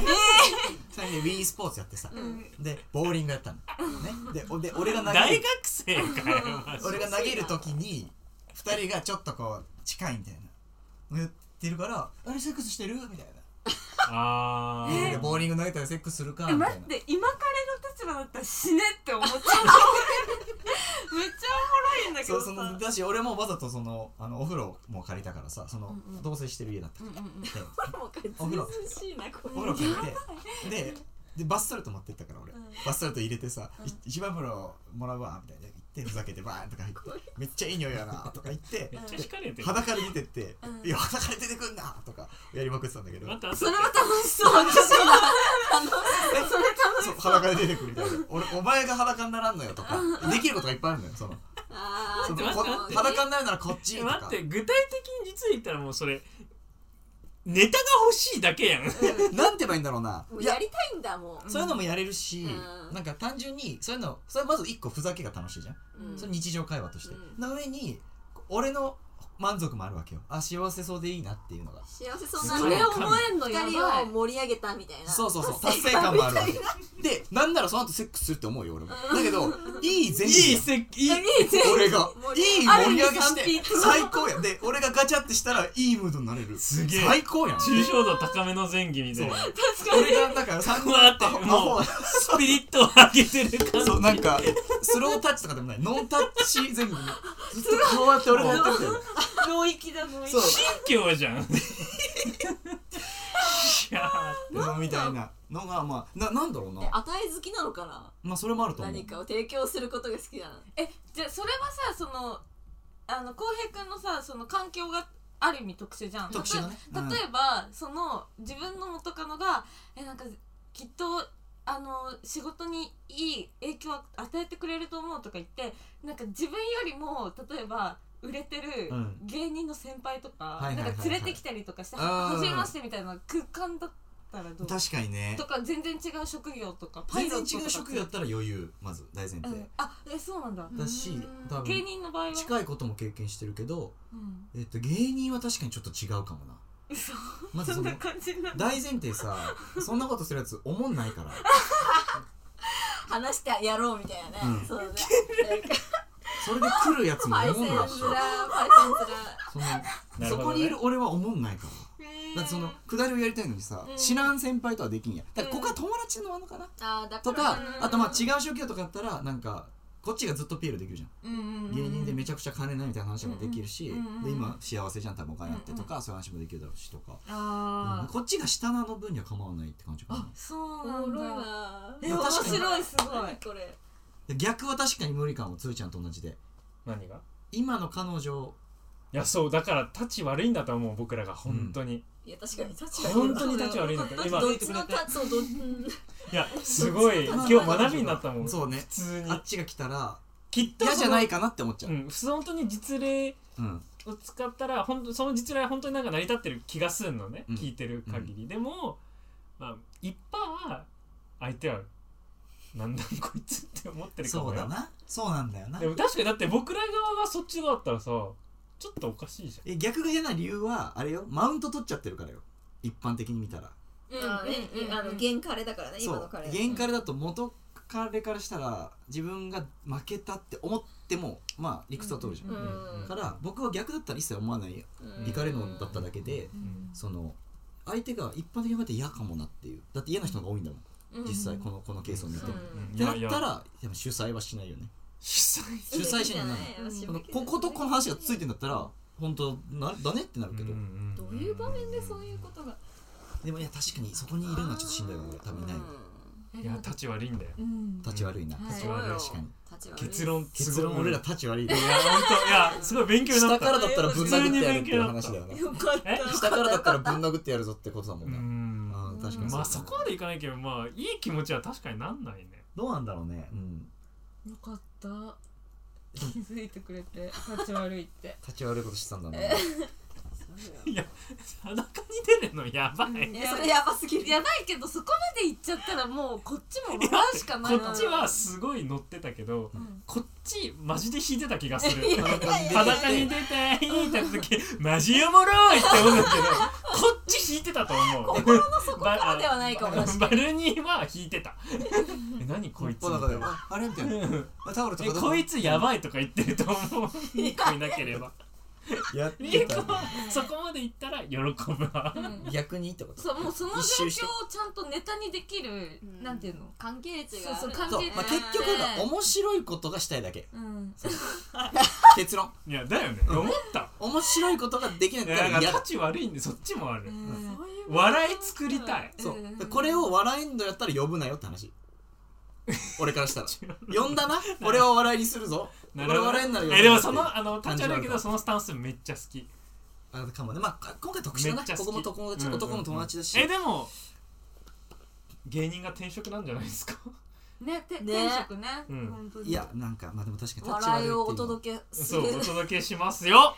Speaker 1: 3人で Wii スポーツやってさ、でボーリングやったの、ね、でおで俺が投げ
Speaker 2: 大
Speaker 1: る
Speaker 2: 学生 かよマジで
Speaker 1: 俺が投げる時に2人がちょっとこう近いみたいなやってるから「あれセックスしてる?」みたい
Speaker 2: あ
Speaker 1: な、でボーリング投げたらセックスするか
Speaker 10: え
Speaker 1: みた
Speaker 10: 待
Speaker 1: い
Speaker 10: っ
Speaker 1: な
Speaker 10: て今彼の立場だったら死ねって思っちゃう めっちゃおもろいんだけ
Speaker 1: そ
Speaker 10: ど
Speaker 1: う
Speaker 10: さ
Speaker 1: そのだし俺もわざとそのあのお風呂も借りたからさその、同棲してる家だったから、で
Speaker 3: も
Speaker 1: お
Speaker 3: う
Speaker 1: 風呂
Speaker 3: 涼しいなこ
Speaker 1: お風呂借りてででバスソルト持ってったから俺、バスソルト入れてさ、い一番風呂もらうわみたいな言ってふざけてバーンとか入ってめっちゃいい匂いやなとか言って
Speaker 2: めっちゃ惹かれてる
Speaker 1: 裸で出てって、いや裸で出てくんなとかやりまくってたんだけど、
Speaker 2: また
Speaker 10: それは楽しそう私は
Speaker 1: そう裸で出てくるみたいな俺お前が裸にならんのよとかできることがいっぱいあるのよその
Speaker 3: あ
Speaker 1: その
Speaker 2: 待って
Speaker 1: こ
Speaker 2: 待って
Speaker 1: 裸になるならこっち
Speaker 2: え
Speaker 1: と
Speaker 2: 待っ
Speaker 1: か
Speaker 2: て具体的に実言ったらもうそれネタが欲しいだけやん
Speaker 1: なんて言えばいいんだろうな
Speaker 3: ーもう
Speaker 1: い
Speaker 3: や
Speaker 1: や
Speaker 3: りたいんだも
Speaker 1: そういうのもやれるし、
Speaker 3: うん
Speaker 1: なんか単純にそういうのそれまず一個ふざけが楽しいじゃん、
Speaker 3: う、うん
Speaker 1: それ日常会話として、
Speaker 3: う
Speaker 1: の上に俺の満足もあるわけよあ幸せそうでいいなっていうのが
Speaker 3: 幸せそうな
Speaker 2: す
Speaker 10: そ
Speaker 2: ごい
Speaker 10: れ思えんのやば
Speaker 3: 二
Speaker 10: い
Speaker 3: 人を盛り上げたみたいな
Speaker 1: そうそうそう達成感もあるわけでなんならその後セックスするって思うよ俺もだけどいい前
Speaker 2: い
Speaker 1: 日
Speaker 2: いせいい
Speaker 1: 俺がいい盛り上げして
Speaker 10: ある意味賛否
Speaker 1: 最高やんで俺がガチャってしたらいいムードになれる
Speaker 2: すげえ
Speaker 1: 最高やん
Speaker 2: 抽象度高めの前儀みたいな
Speaker 1: 俺がだから3
Speaker 2: うわって
Speaker 1: ア
Speaker 2: も
Speaker 1: ホ
Speaker 2: うスピリットを上げてる感じ
Speaker 1: そうなんかスロータッチとかでもないノンタッチ全部ずっとこうやって俺がやってきてる
Speaker 10: 領域だ領域
Speaker 1: そう
Speaker 2: 信 教じゃんいや
Speaker 1: そうみたいなのがまあななんだろう
Speaker 3: え
Speaker 1: な
Speaker 3: 与え好きなのかな
Speaker 1: まあそれもあると思う
Speaker 3: 何かを提供することが好きなの
Speaker 4: えじゃあそれはさそのあの浩平君のさその環境がある意味特殊じゃん
Speaker 1: 特殊だね
Speaker 4: 例え例えば、その自分の元カノがえなんかきっとあの仕事にいい影響を与えてくれると思うとか言ってなんか自分よりも例えば売れてる
Speaker 1: うん
Speaker 4: 芸人の先輩とか、
Speaker 1: はいはいはいはい
Speaker 4: なんか連れてきたりとかして
Speaker 1: あー
Speaker 4: 初めましてみたいな空間だったらどう
Speaker 1: 確かにね
Speaker 4: とか全然違う職業とかパイ
Speaker 1: 全
Speaker 4: ロ
Speaker 1: 然
Speaker 4: ットとか
Speaker 1: 違う職業だったら余裕まず大前
Speaker 4: う
Speaker 1: 提
Speaker 4: ん、あえそうなんだ
Speaker 1: だし多
Speaker 4: 芸
Speaker 1: 分
Speaker 4: 人の場合は
Speaker 1: 近いことも経験してるけど
Speaker 4: うん
Speaker 1: えっと芸人は確かにちょっと違うかもな
Speaker 4: 嘘
Speaker 1: まず
Speaker 4: そ
Speaker 1: そ
Speaker 4: ん
Speaker 1: の
Speaker 4: な感じになる
Speaker 1: 大前提さそんなことするやつおもんないから
Speaker 3: 話してやろうみたいなね、
Speaker 1: うん
Speaker 3: そうだね
Speaker 1: それで来るや つも
Speaker 3: パイ
Speaker 1: お
Speaker 3: セン
Speaker 1: もん
Speaker 3: ズ
Speaker 1: な
Speaker 3: ラ
Speaker 1: いし
Speaker 3: パイセンズラ
Speaker 1: その
Speaker 2: なる
Speaker 1: そ
Speaker 2: ほど
Speaker 1: こ
Speaker 2: ね
Speaker 1: にいる俺はおもんないからだってそのくだりをやりたいのにさ知らん先輩とはできんやんだからここは友達のあのかな
Speaker 3: あーだ
Speaker 1: と
Speaker 3: から
Speaker 1: かあとまあ違う職業とかだったらなんかこっちがずっとピエロできるじゃん
Speaker 4: うんうんうん
Speaker 1: 芸人でめちゃくちゃ金ないみたいな話もできるし
Speaker 4: うんうん
Speaker 1: で今幸せじゃん多分お金あってとかそういう話もできるだろうしとかうん
Speaker 4: あー
Speaker 1: こっちが下なの分には構わないって感じかな
Speaker 4: そう
Speaker 3: お
Speaker 4: な
Speaker 3: も
Speaker 4: ん
Speaker 3: ろい
Speaker 4: だ
Speaker 3: な
Speaker 1: え面
Speaker 4: 白いすごい
Speaker 3: 何これ
Speaker 1: で逆は確かに無理かもつーちゃんと同じで
Speaker 2: 何が
Speaker 1: 今の彼女
Speaker 2: いやそうだから立ち悪いんだと思う僕らが本当に、
Speaker 3: いや確かに確
Speaker 2: 本当に立ち悪いんだと思う今
Speaker 3: どっちのたそうどうん
Speaker 2: いやすごい今日学びになったもん
Speaker 1: そうね
Speaker 2: 普通に
Speaker 1: あっちが来たら
Speaker 2: きっと
Speaker 1: 嫌
Speaker 2: そ
Speaker 1: じゃ
Speaker 2: の
Speaker 1: ないかなって思っちゃ
Speaker 2: う
Speaker 1: うん
Speaker 2: 普通本当に実例
Speaker 1: うん
Speaker 2: を使ったら本当その実例は本当になんか成り立ってる気がするのね、
Speaker 1: うん
Speaker 2: 聞いてる限り、でも、まあ、一般は相手はなんだこいつって思ってるかも
Speaker 1: そう
Speaker 2: よ
Speaker 1: だなそうなんだよな
Speaker 2: でも確かにだって僕ら側がそっち側だったらさちょっとおかしいじ
Speaker 1: え逆が嫌な理由はあれよマウント取っちゃってるからよ一般的に見たら
Speaker 3: あねあの原カレだからね
Speaker 1: そ
Speaker 3: 今の
Speaker 1: う
Speaker 3: カレ
Speaker 1: 原カレだと元カレからしたら自分が負けたって思ってもまあ理屈は通るじゃん、
Speaker 3: うん
Speaker 1: だから僕は逆だったら一切思わない
Speaker 3: うん
Speaker 1: イカレのだっただけで、
Speaker 2: ゃん、うん
Speaker 1: その相手が一般的に考えて嫌かもなっていうだって嫌な人の方が多いんだもん、実際このこのケースを見て、
Speaker 3: うん
Speaker 2: うんい
Speaker 1: だ
Speaker 2: や
Speaker 1: っ
Speaker 2: い
Speaker 1: た
Speaker 2: や
Speaker 1: らでも主催はしないよね
Speaker 2: 主催
Speaker 1: 主催者にはな
Speaker 3: う
Speaker 1: い
Speaker 3: ん私
Speaker 1: こ
Speaker 3: も
Speaker 1: の
Speaker 3: 聞いた
Speaker 1: こことこの話がついてんだったら本当なだねってなるけど、
Speaker 3: どういう場面でそういうことが
Speaker 1: でもいや確かにそこにいるのはちょっとしんどいわ俺多分いないわ、
Speaker 2: いや立ち悪いんだよ
Speaker 4: うん
Speaker 1: 立ち悪いな、
Speaker 2: 立ち悪い
Speaker 1: 確かに
Speaker 3: 立ち悪い
Speaker 2: 結論
Speaker 1: 結論俺ら
Speaker 2: い
Speaker 1: 立ち悪い
Speaker 2: や本当いやすごい勉強にな
Speaker 1: 下
Speaker 2: っ
Speaker 1: から
Speaker 2: た
Speaker 1: だったらぶん殴ってやるっていう話だよな
Speaker 3: よかった
Speaker 2: え
Speaker 1: 下からだったらぶん殴ってやるぞってことだも
Speaker 2: うん
Speaker 1: な、
Speaker 2: ん
Speaker 1: あー確かに
Speaker 2: まあ
Speaker 1: うだ
Speaker 2: そこまでいかないけどまあいい気持ちは確かになんないね
Speaker 1: どうなんだろうね、うん、
Speaker 4: よかった 気づいてくれて立ち悪いって
Speaker 1: 立ち悪いことしてたんだな
Speaker 2: 裸に出るのやばい
Speaker 3: えそれやばすぎる
Speaker 4: やばいけどそこまで行っちゃったらもうこっちも笑うしかない
Speaker 2: こっちはすごい乗ってたけど、
Speaker 4: ん
Speaker 2: こっちマジで引いてた気がする
Speaker 3: やいや
Speaker 2: 裸に出ていいってやった時マジおもろいって思うんだけどこっち引いてたと思う心の底
Speaker 3: からではないかも確
Speaker 2: バルニーは引いてたえ何こいつ
Speaker 11: この中でああれみたいなあタオルと
Speaker 2: え
Speaker 11: か
Speaker 2: こいつやばいとか言ってると思うミーコいなければ
Speaker 11: やって
Speaker 2: ミー
Speaker 11: た
Speaker 2: コはそこまで行ったら喜ぶわ
Speaker 4: うん
Speaker 11: 逆にってこと
Speaker 4: そうもうその状
Speaker 11: 一
Speaker 4: 況
Speaker 11: 周
Speaker 4: を
Speaker 11: して
Speaker 4: ちゃんとネタにできる、
Speaker 3: ん
Speaker 4: なんていうの
Speaker 3: 関係値がある
Speaker 4: そうそう関
Speaker 1: そう
Speaker 4: 係値
Speaker 1: まあ、結局が面白いことがしたいだけ
Speaker 4: うん
Speaker 1: 結論
Speaker 2: いやだよね思った
Speaker 1: 面白いことができない
Speaker 2: い
Speaker 1: か
Speaker 2: や
Speaker 1: ら
Speaker 2: だから
Speaker 1: 嫌
Speaker 2: 価
Speaker 1: だ
Speaker 2: 値悪いんでそっちもある
Speaker 4: うん
Speaker 2: 笑い作りたい
Speaker 1: そう
Speaker 4: うん
Speaker 1: でこれを笑えんのやったら呼ぶなよって 話俺からしたら呼んだな俺は笑いにするぞ
Speaker 2: な
Speaker 1: 俺
Speaker 2: るほど
Speaker 1: は笑えんなら呼ぶ
Speaker 2: えでもそのあの立
Speaker 1: 感
Speaker 2: ち
Speaker 1: じはあ
Speaker 2: 悪
Speaker 1: る
Speaker 2: いけ
Speaker 1: か
Speaker 2: どそのスタンスめっちゃ好き
Speaker 1: あかもねまあか今回特殊だ
Speaker 2: めっちゃ
Speaker 1: な
Speaker 2: 好
Speaker 1: こ
Speaker 2: き
Speaker 1: こも友達、
Speaker 2: うんうんうん
Speaker 1: 男も友達だし、
Speaker 2: えでも芸人が転職なんじゃないです か
Speaker 4: ねて
Speaker 3: ね
Speaker 4: 転職ね
Speaker 2: うん
Speaker 4: 本当に
Speaker 1: いやなんかまあでも確かに立ち悪い
Speaker 3: 笑
Speaker 1: って
Speaker 3: いうを
Speaker 1: の
Speaker 3: お届けす
Speaker 2: そ
Speaker 3: る
Speaker 2: うお届けしますよ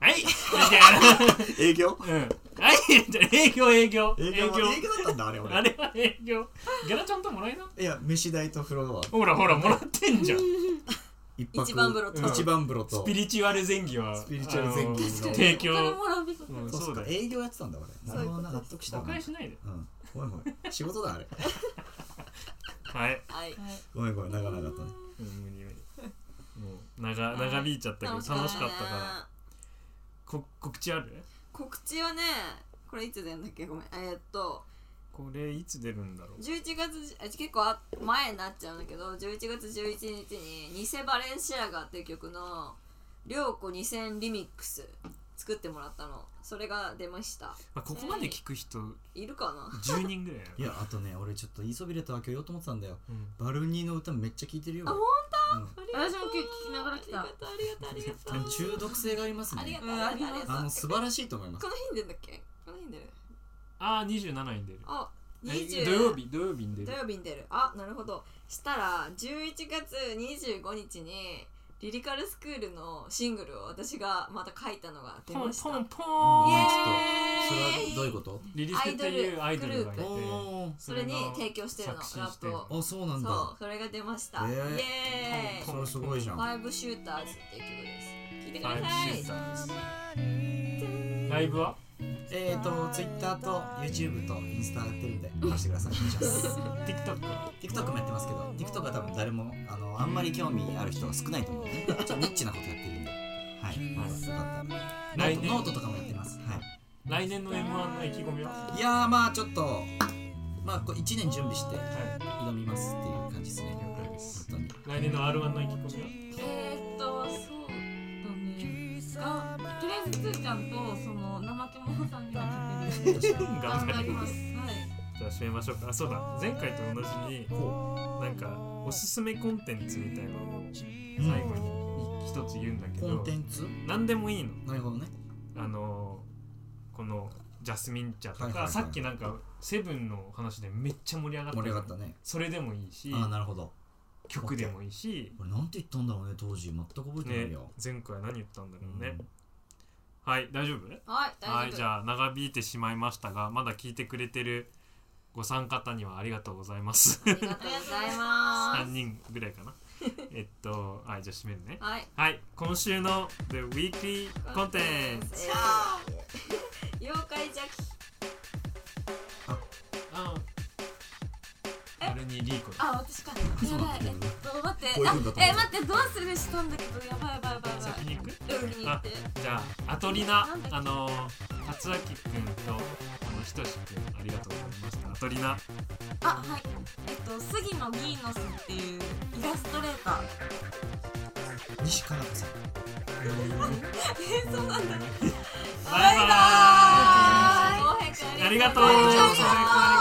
Speaker 2: はい みたい
Speaker 1: 営業
Speaker 2: なうんはいじゃあ営業営業
Speaker 1: 営業営業だったんだあれ俺
Speaker 2: あれは営業ギャラちゃんともらえない
Speaker 1: いや飯代と風呂は
Speaker 2: ほらほらもらってんじゃんス
Speaker 1: 一泊
Speaker 3: 一番風呂と
Speaker 1: 一番風呂と
Speaker 2: ピリチュアル前儀は
Speaker 1: スピリチュアル前儀
Speaker 2: あの
Speaker 1: の
Speaker 2: 提供
Speaker 4: お金もらうべきだ
Speaker 2: うん
Speaker 1: そう
Speaker 2: そう
Speaker 1: か
Speaker 2: だよ
Speaker 1: 営業やってたんだ俺なるほどな納得した
Speaker 2: 誤
Speaker 1: わ
Speaker 2: 解しないで
Speaker 1: うんごめんごめん仕事だあれ
Speaker 2: はい
Speaker 3: はい
Speaker 1: ごめんごめん長々とね
Speaker 2: うん無理無理もう長長引いちゃったけど楽しかったからこ告知ある
Speaker 3: 告知はねこれいつ出るんだっけごめんえーっと
Speaker 2: これいつ出るんだろう
Speaker 3: 11月あ結構あ前になっちゃうんだけど11月11日に「偽バレンシアガ」っていう曲の「涼子2000リミックス」作ってもらったのそれが出ました
Speaker 2: まあここまで聞く人
Speaker 3: いるかな
Speaker 2: 10人ぐらいや
Speaker 1: いやあとね俺ちょっと言いそびれたわけようと思ってたんだよ
Speaker 2: うん
Speaker 1: バルニーの歌めっちゃ聴いてるよ
Speaker 3: あ
Speaker 4: 私も今日聞きながら来た
Speaker 3: ありがとうありがとうあ
Speaker 1: うん中毒性があります
Speaker 3: りが
Speaker 1: ね
Speaker 3: とうありがとうありがとう
Speaker 1: あの素晴らしいと思います
Speaker 3: この日に出るんだっけこの日に出る
Speaker 2: ああ27に出る
Speaker 3: あ
Speaker 2: え
Speaker 3: 20
Speaker 2: 土曜日土曜日に出
Speaker 3: 土
Speaker 2: る
Speaker 3: 曜日に出るあなるほどしたら11月25日にリリカルスクールのシングルを私がまた書いたのが出
Speaker 2: ポン
Speaker 3: ました
Speaker 2: ポンポ
Speaker 1: うん
Speaker 2: ーン
Speaker 1: ちょっ
Speaker 3: エ
Speaker 1: とそれ
Speaker 3: ーイ
Speaker 1: はどういうこと
Speaker 2: リリスケっていうアイドルがいて
Speaker 3: え
Speaker 1: お
Speaker 3: それに提供してるのラ
Speaker 2: 作詞
Speaker 3: ッ
Speaker 2: して
Speaker 3: プ
Speaker 2: る
Speaker 3: を
Speaker 1: ーあそうなん
Speaker 3: そう
Speaker 1: だ
Speaker 3: それが出ました、
Speaker 1: え
Speaker 3: イエ
Speaker 1: ー
Speaker 3: ーイ
Speaker 1: それすごいじゃ
Speaker 3: 「フ
Speaker 1: ん
Speaker 3: ァイブシューターズ」っていう曲です聴いてくだ
Speaker 2: ライブ
Speaker 3: さ
Speaker 2: シ
Speaker 3: い
Speaker 2: ューターですライブは
Speaker 1: えーと Twitter と YouTube とインスタやってるんで貸してくだ さいお願いします
Speaker 2: TikTok は
Speaker 1: TikTok もやってますけど TikTok は多分誰もあのあんまり興味ある人は少ないと思うんでねちょっとニッチなことやってるんではい、はい、よかったらノー
Speaker 2: 来
Speaker 1: ト
Speaker 2: 年
Speaker 1: ノートとかもやってますはい
Speaker 2: 来年の M1 の意気込みははい
Speaker 1: やーまあちょっとまあこう1年準備して挑みますっていう感じですね
Speaker 2: 了解です
Speaker 1: 本
Speaker 2: 来年の R1 の意気込みは
Speaker 4: えーっとそうだねあとりあえずつーちゃんとその怠け者さんには勝てるように頑張りますはい
Speaker 2: じゃあ締めましょうかあそうだ前回と同じになんかおすすめコンテンツみたいなのを
Speaker 1: 当に
Speaker 2: 最後に一つ言うんだけ
Speaker 1: コン
Speaker 2: ど
Speaker 1: テンツ
Speaker 2: 何でもいいの
Speaker 1: なるほどね
Speaker 2: あのーこのジャスミン茶と
Speaker 1: はいはい
Speaker 2: か
Speaker 1: はい
Speaker 2: さっきなんかセブンの話でめっちゃ盛り上がった
Speaker 1: 盛り上がったね
Speaker 2: それでもいいし
Speaker 1: ああなるほど
Speaker 2: 曲でもいいし、
Speaker 1: 俺なんて言ったんだろうね当時全く覚えてない
Speaker 2: ね
Speaker 1: よ、、
Speaker 2: 前回何言ったんだろうね
Speaker 1: うん、
Speaker 2: はい大丈夫
Speaker 3: はい
Speaker 2: は
Speaker 3: 大
Speaker 2: い
Speaker 3: 丈
Speaker 2: じゃあ長引いてしまいましたがまだ聞いてくれてるご参加方にはありがとうございます
Speaker 3: 夫ありがとうございま
Speaker 2: 3人ぐらいか なえっとはいじゃあ締めるね
Speaker 3: すはい
Speaker 2: はい今週の The Weekly Content
Speaker 3: えー 妖怪ジャッキ
Speaker 2: あれにリーコだ
Speaker 4: あ、私か。やばい。えっと、待って。
Speaker 1: こういうふうにだと
Speaker 4: あ、え、待って、どうするしたんだけど、やばいやばいやばいやば
Speaker 2: 先に行く
Speaker 4: い。うん、に行って。
Speaker 2: じゃあアトリナあのー達明くんとあのひとしくんありがとうございましたアトリナ
Speaker 4: あ、はい。えっと、杉野ギーノスっていうイラストレーター。
Speaker 1: 西加奈子さん
Speaker 4: そうなんだ。
Speaker 2: バイバーイ
Speaker 3: ー浩平君
Speaker 2: ありがとうあ
Speaker 3: ありがとう
Speaker 2: りがとう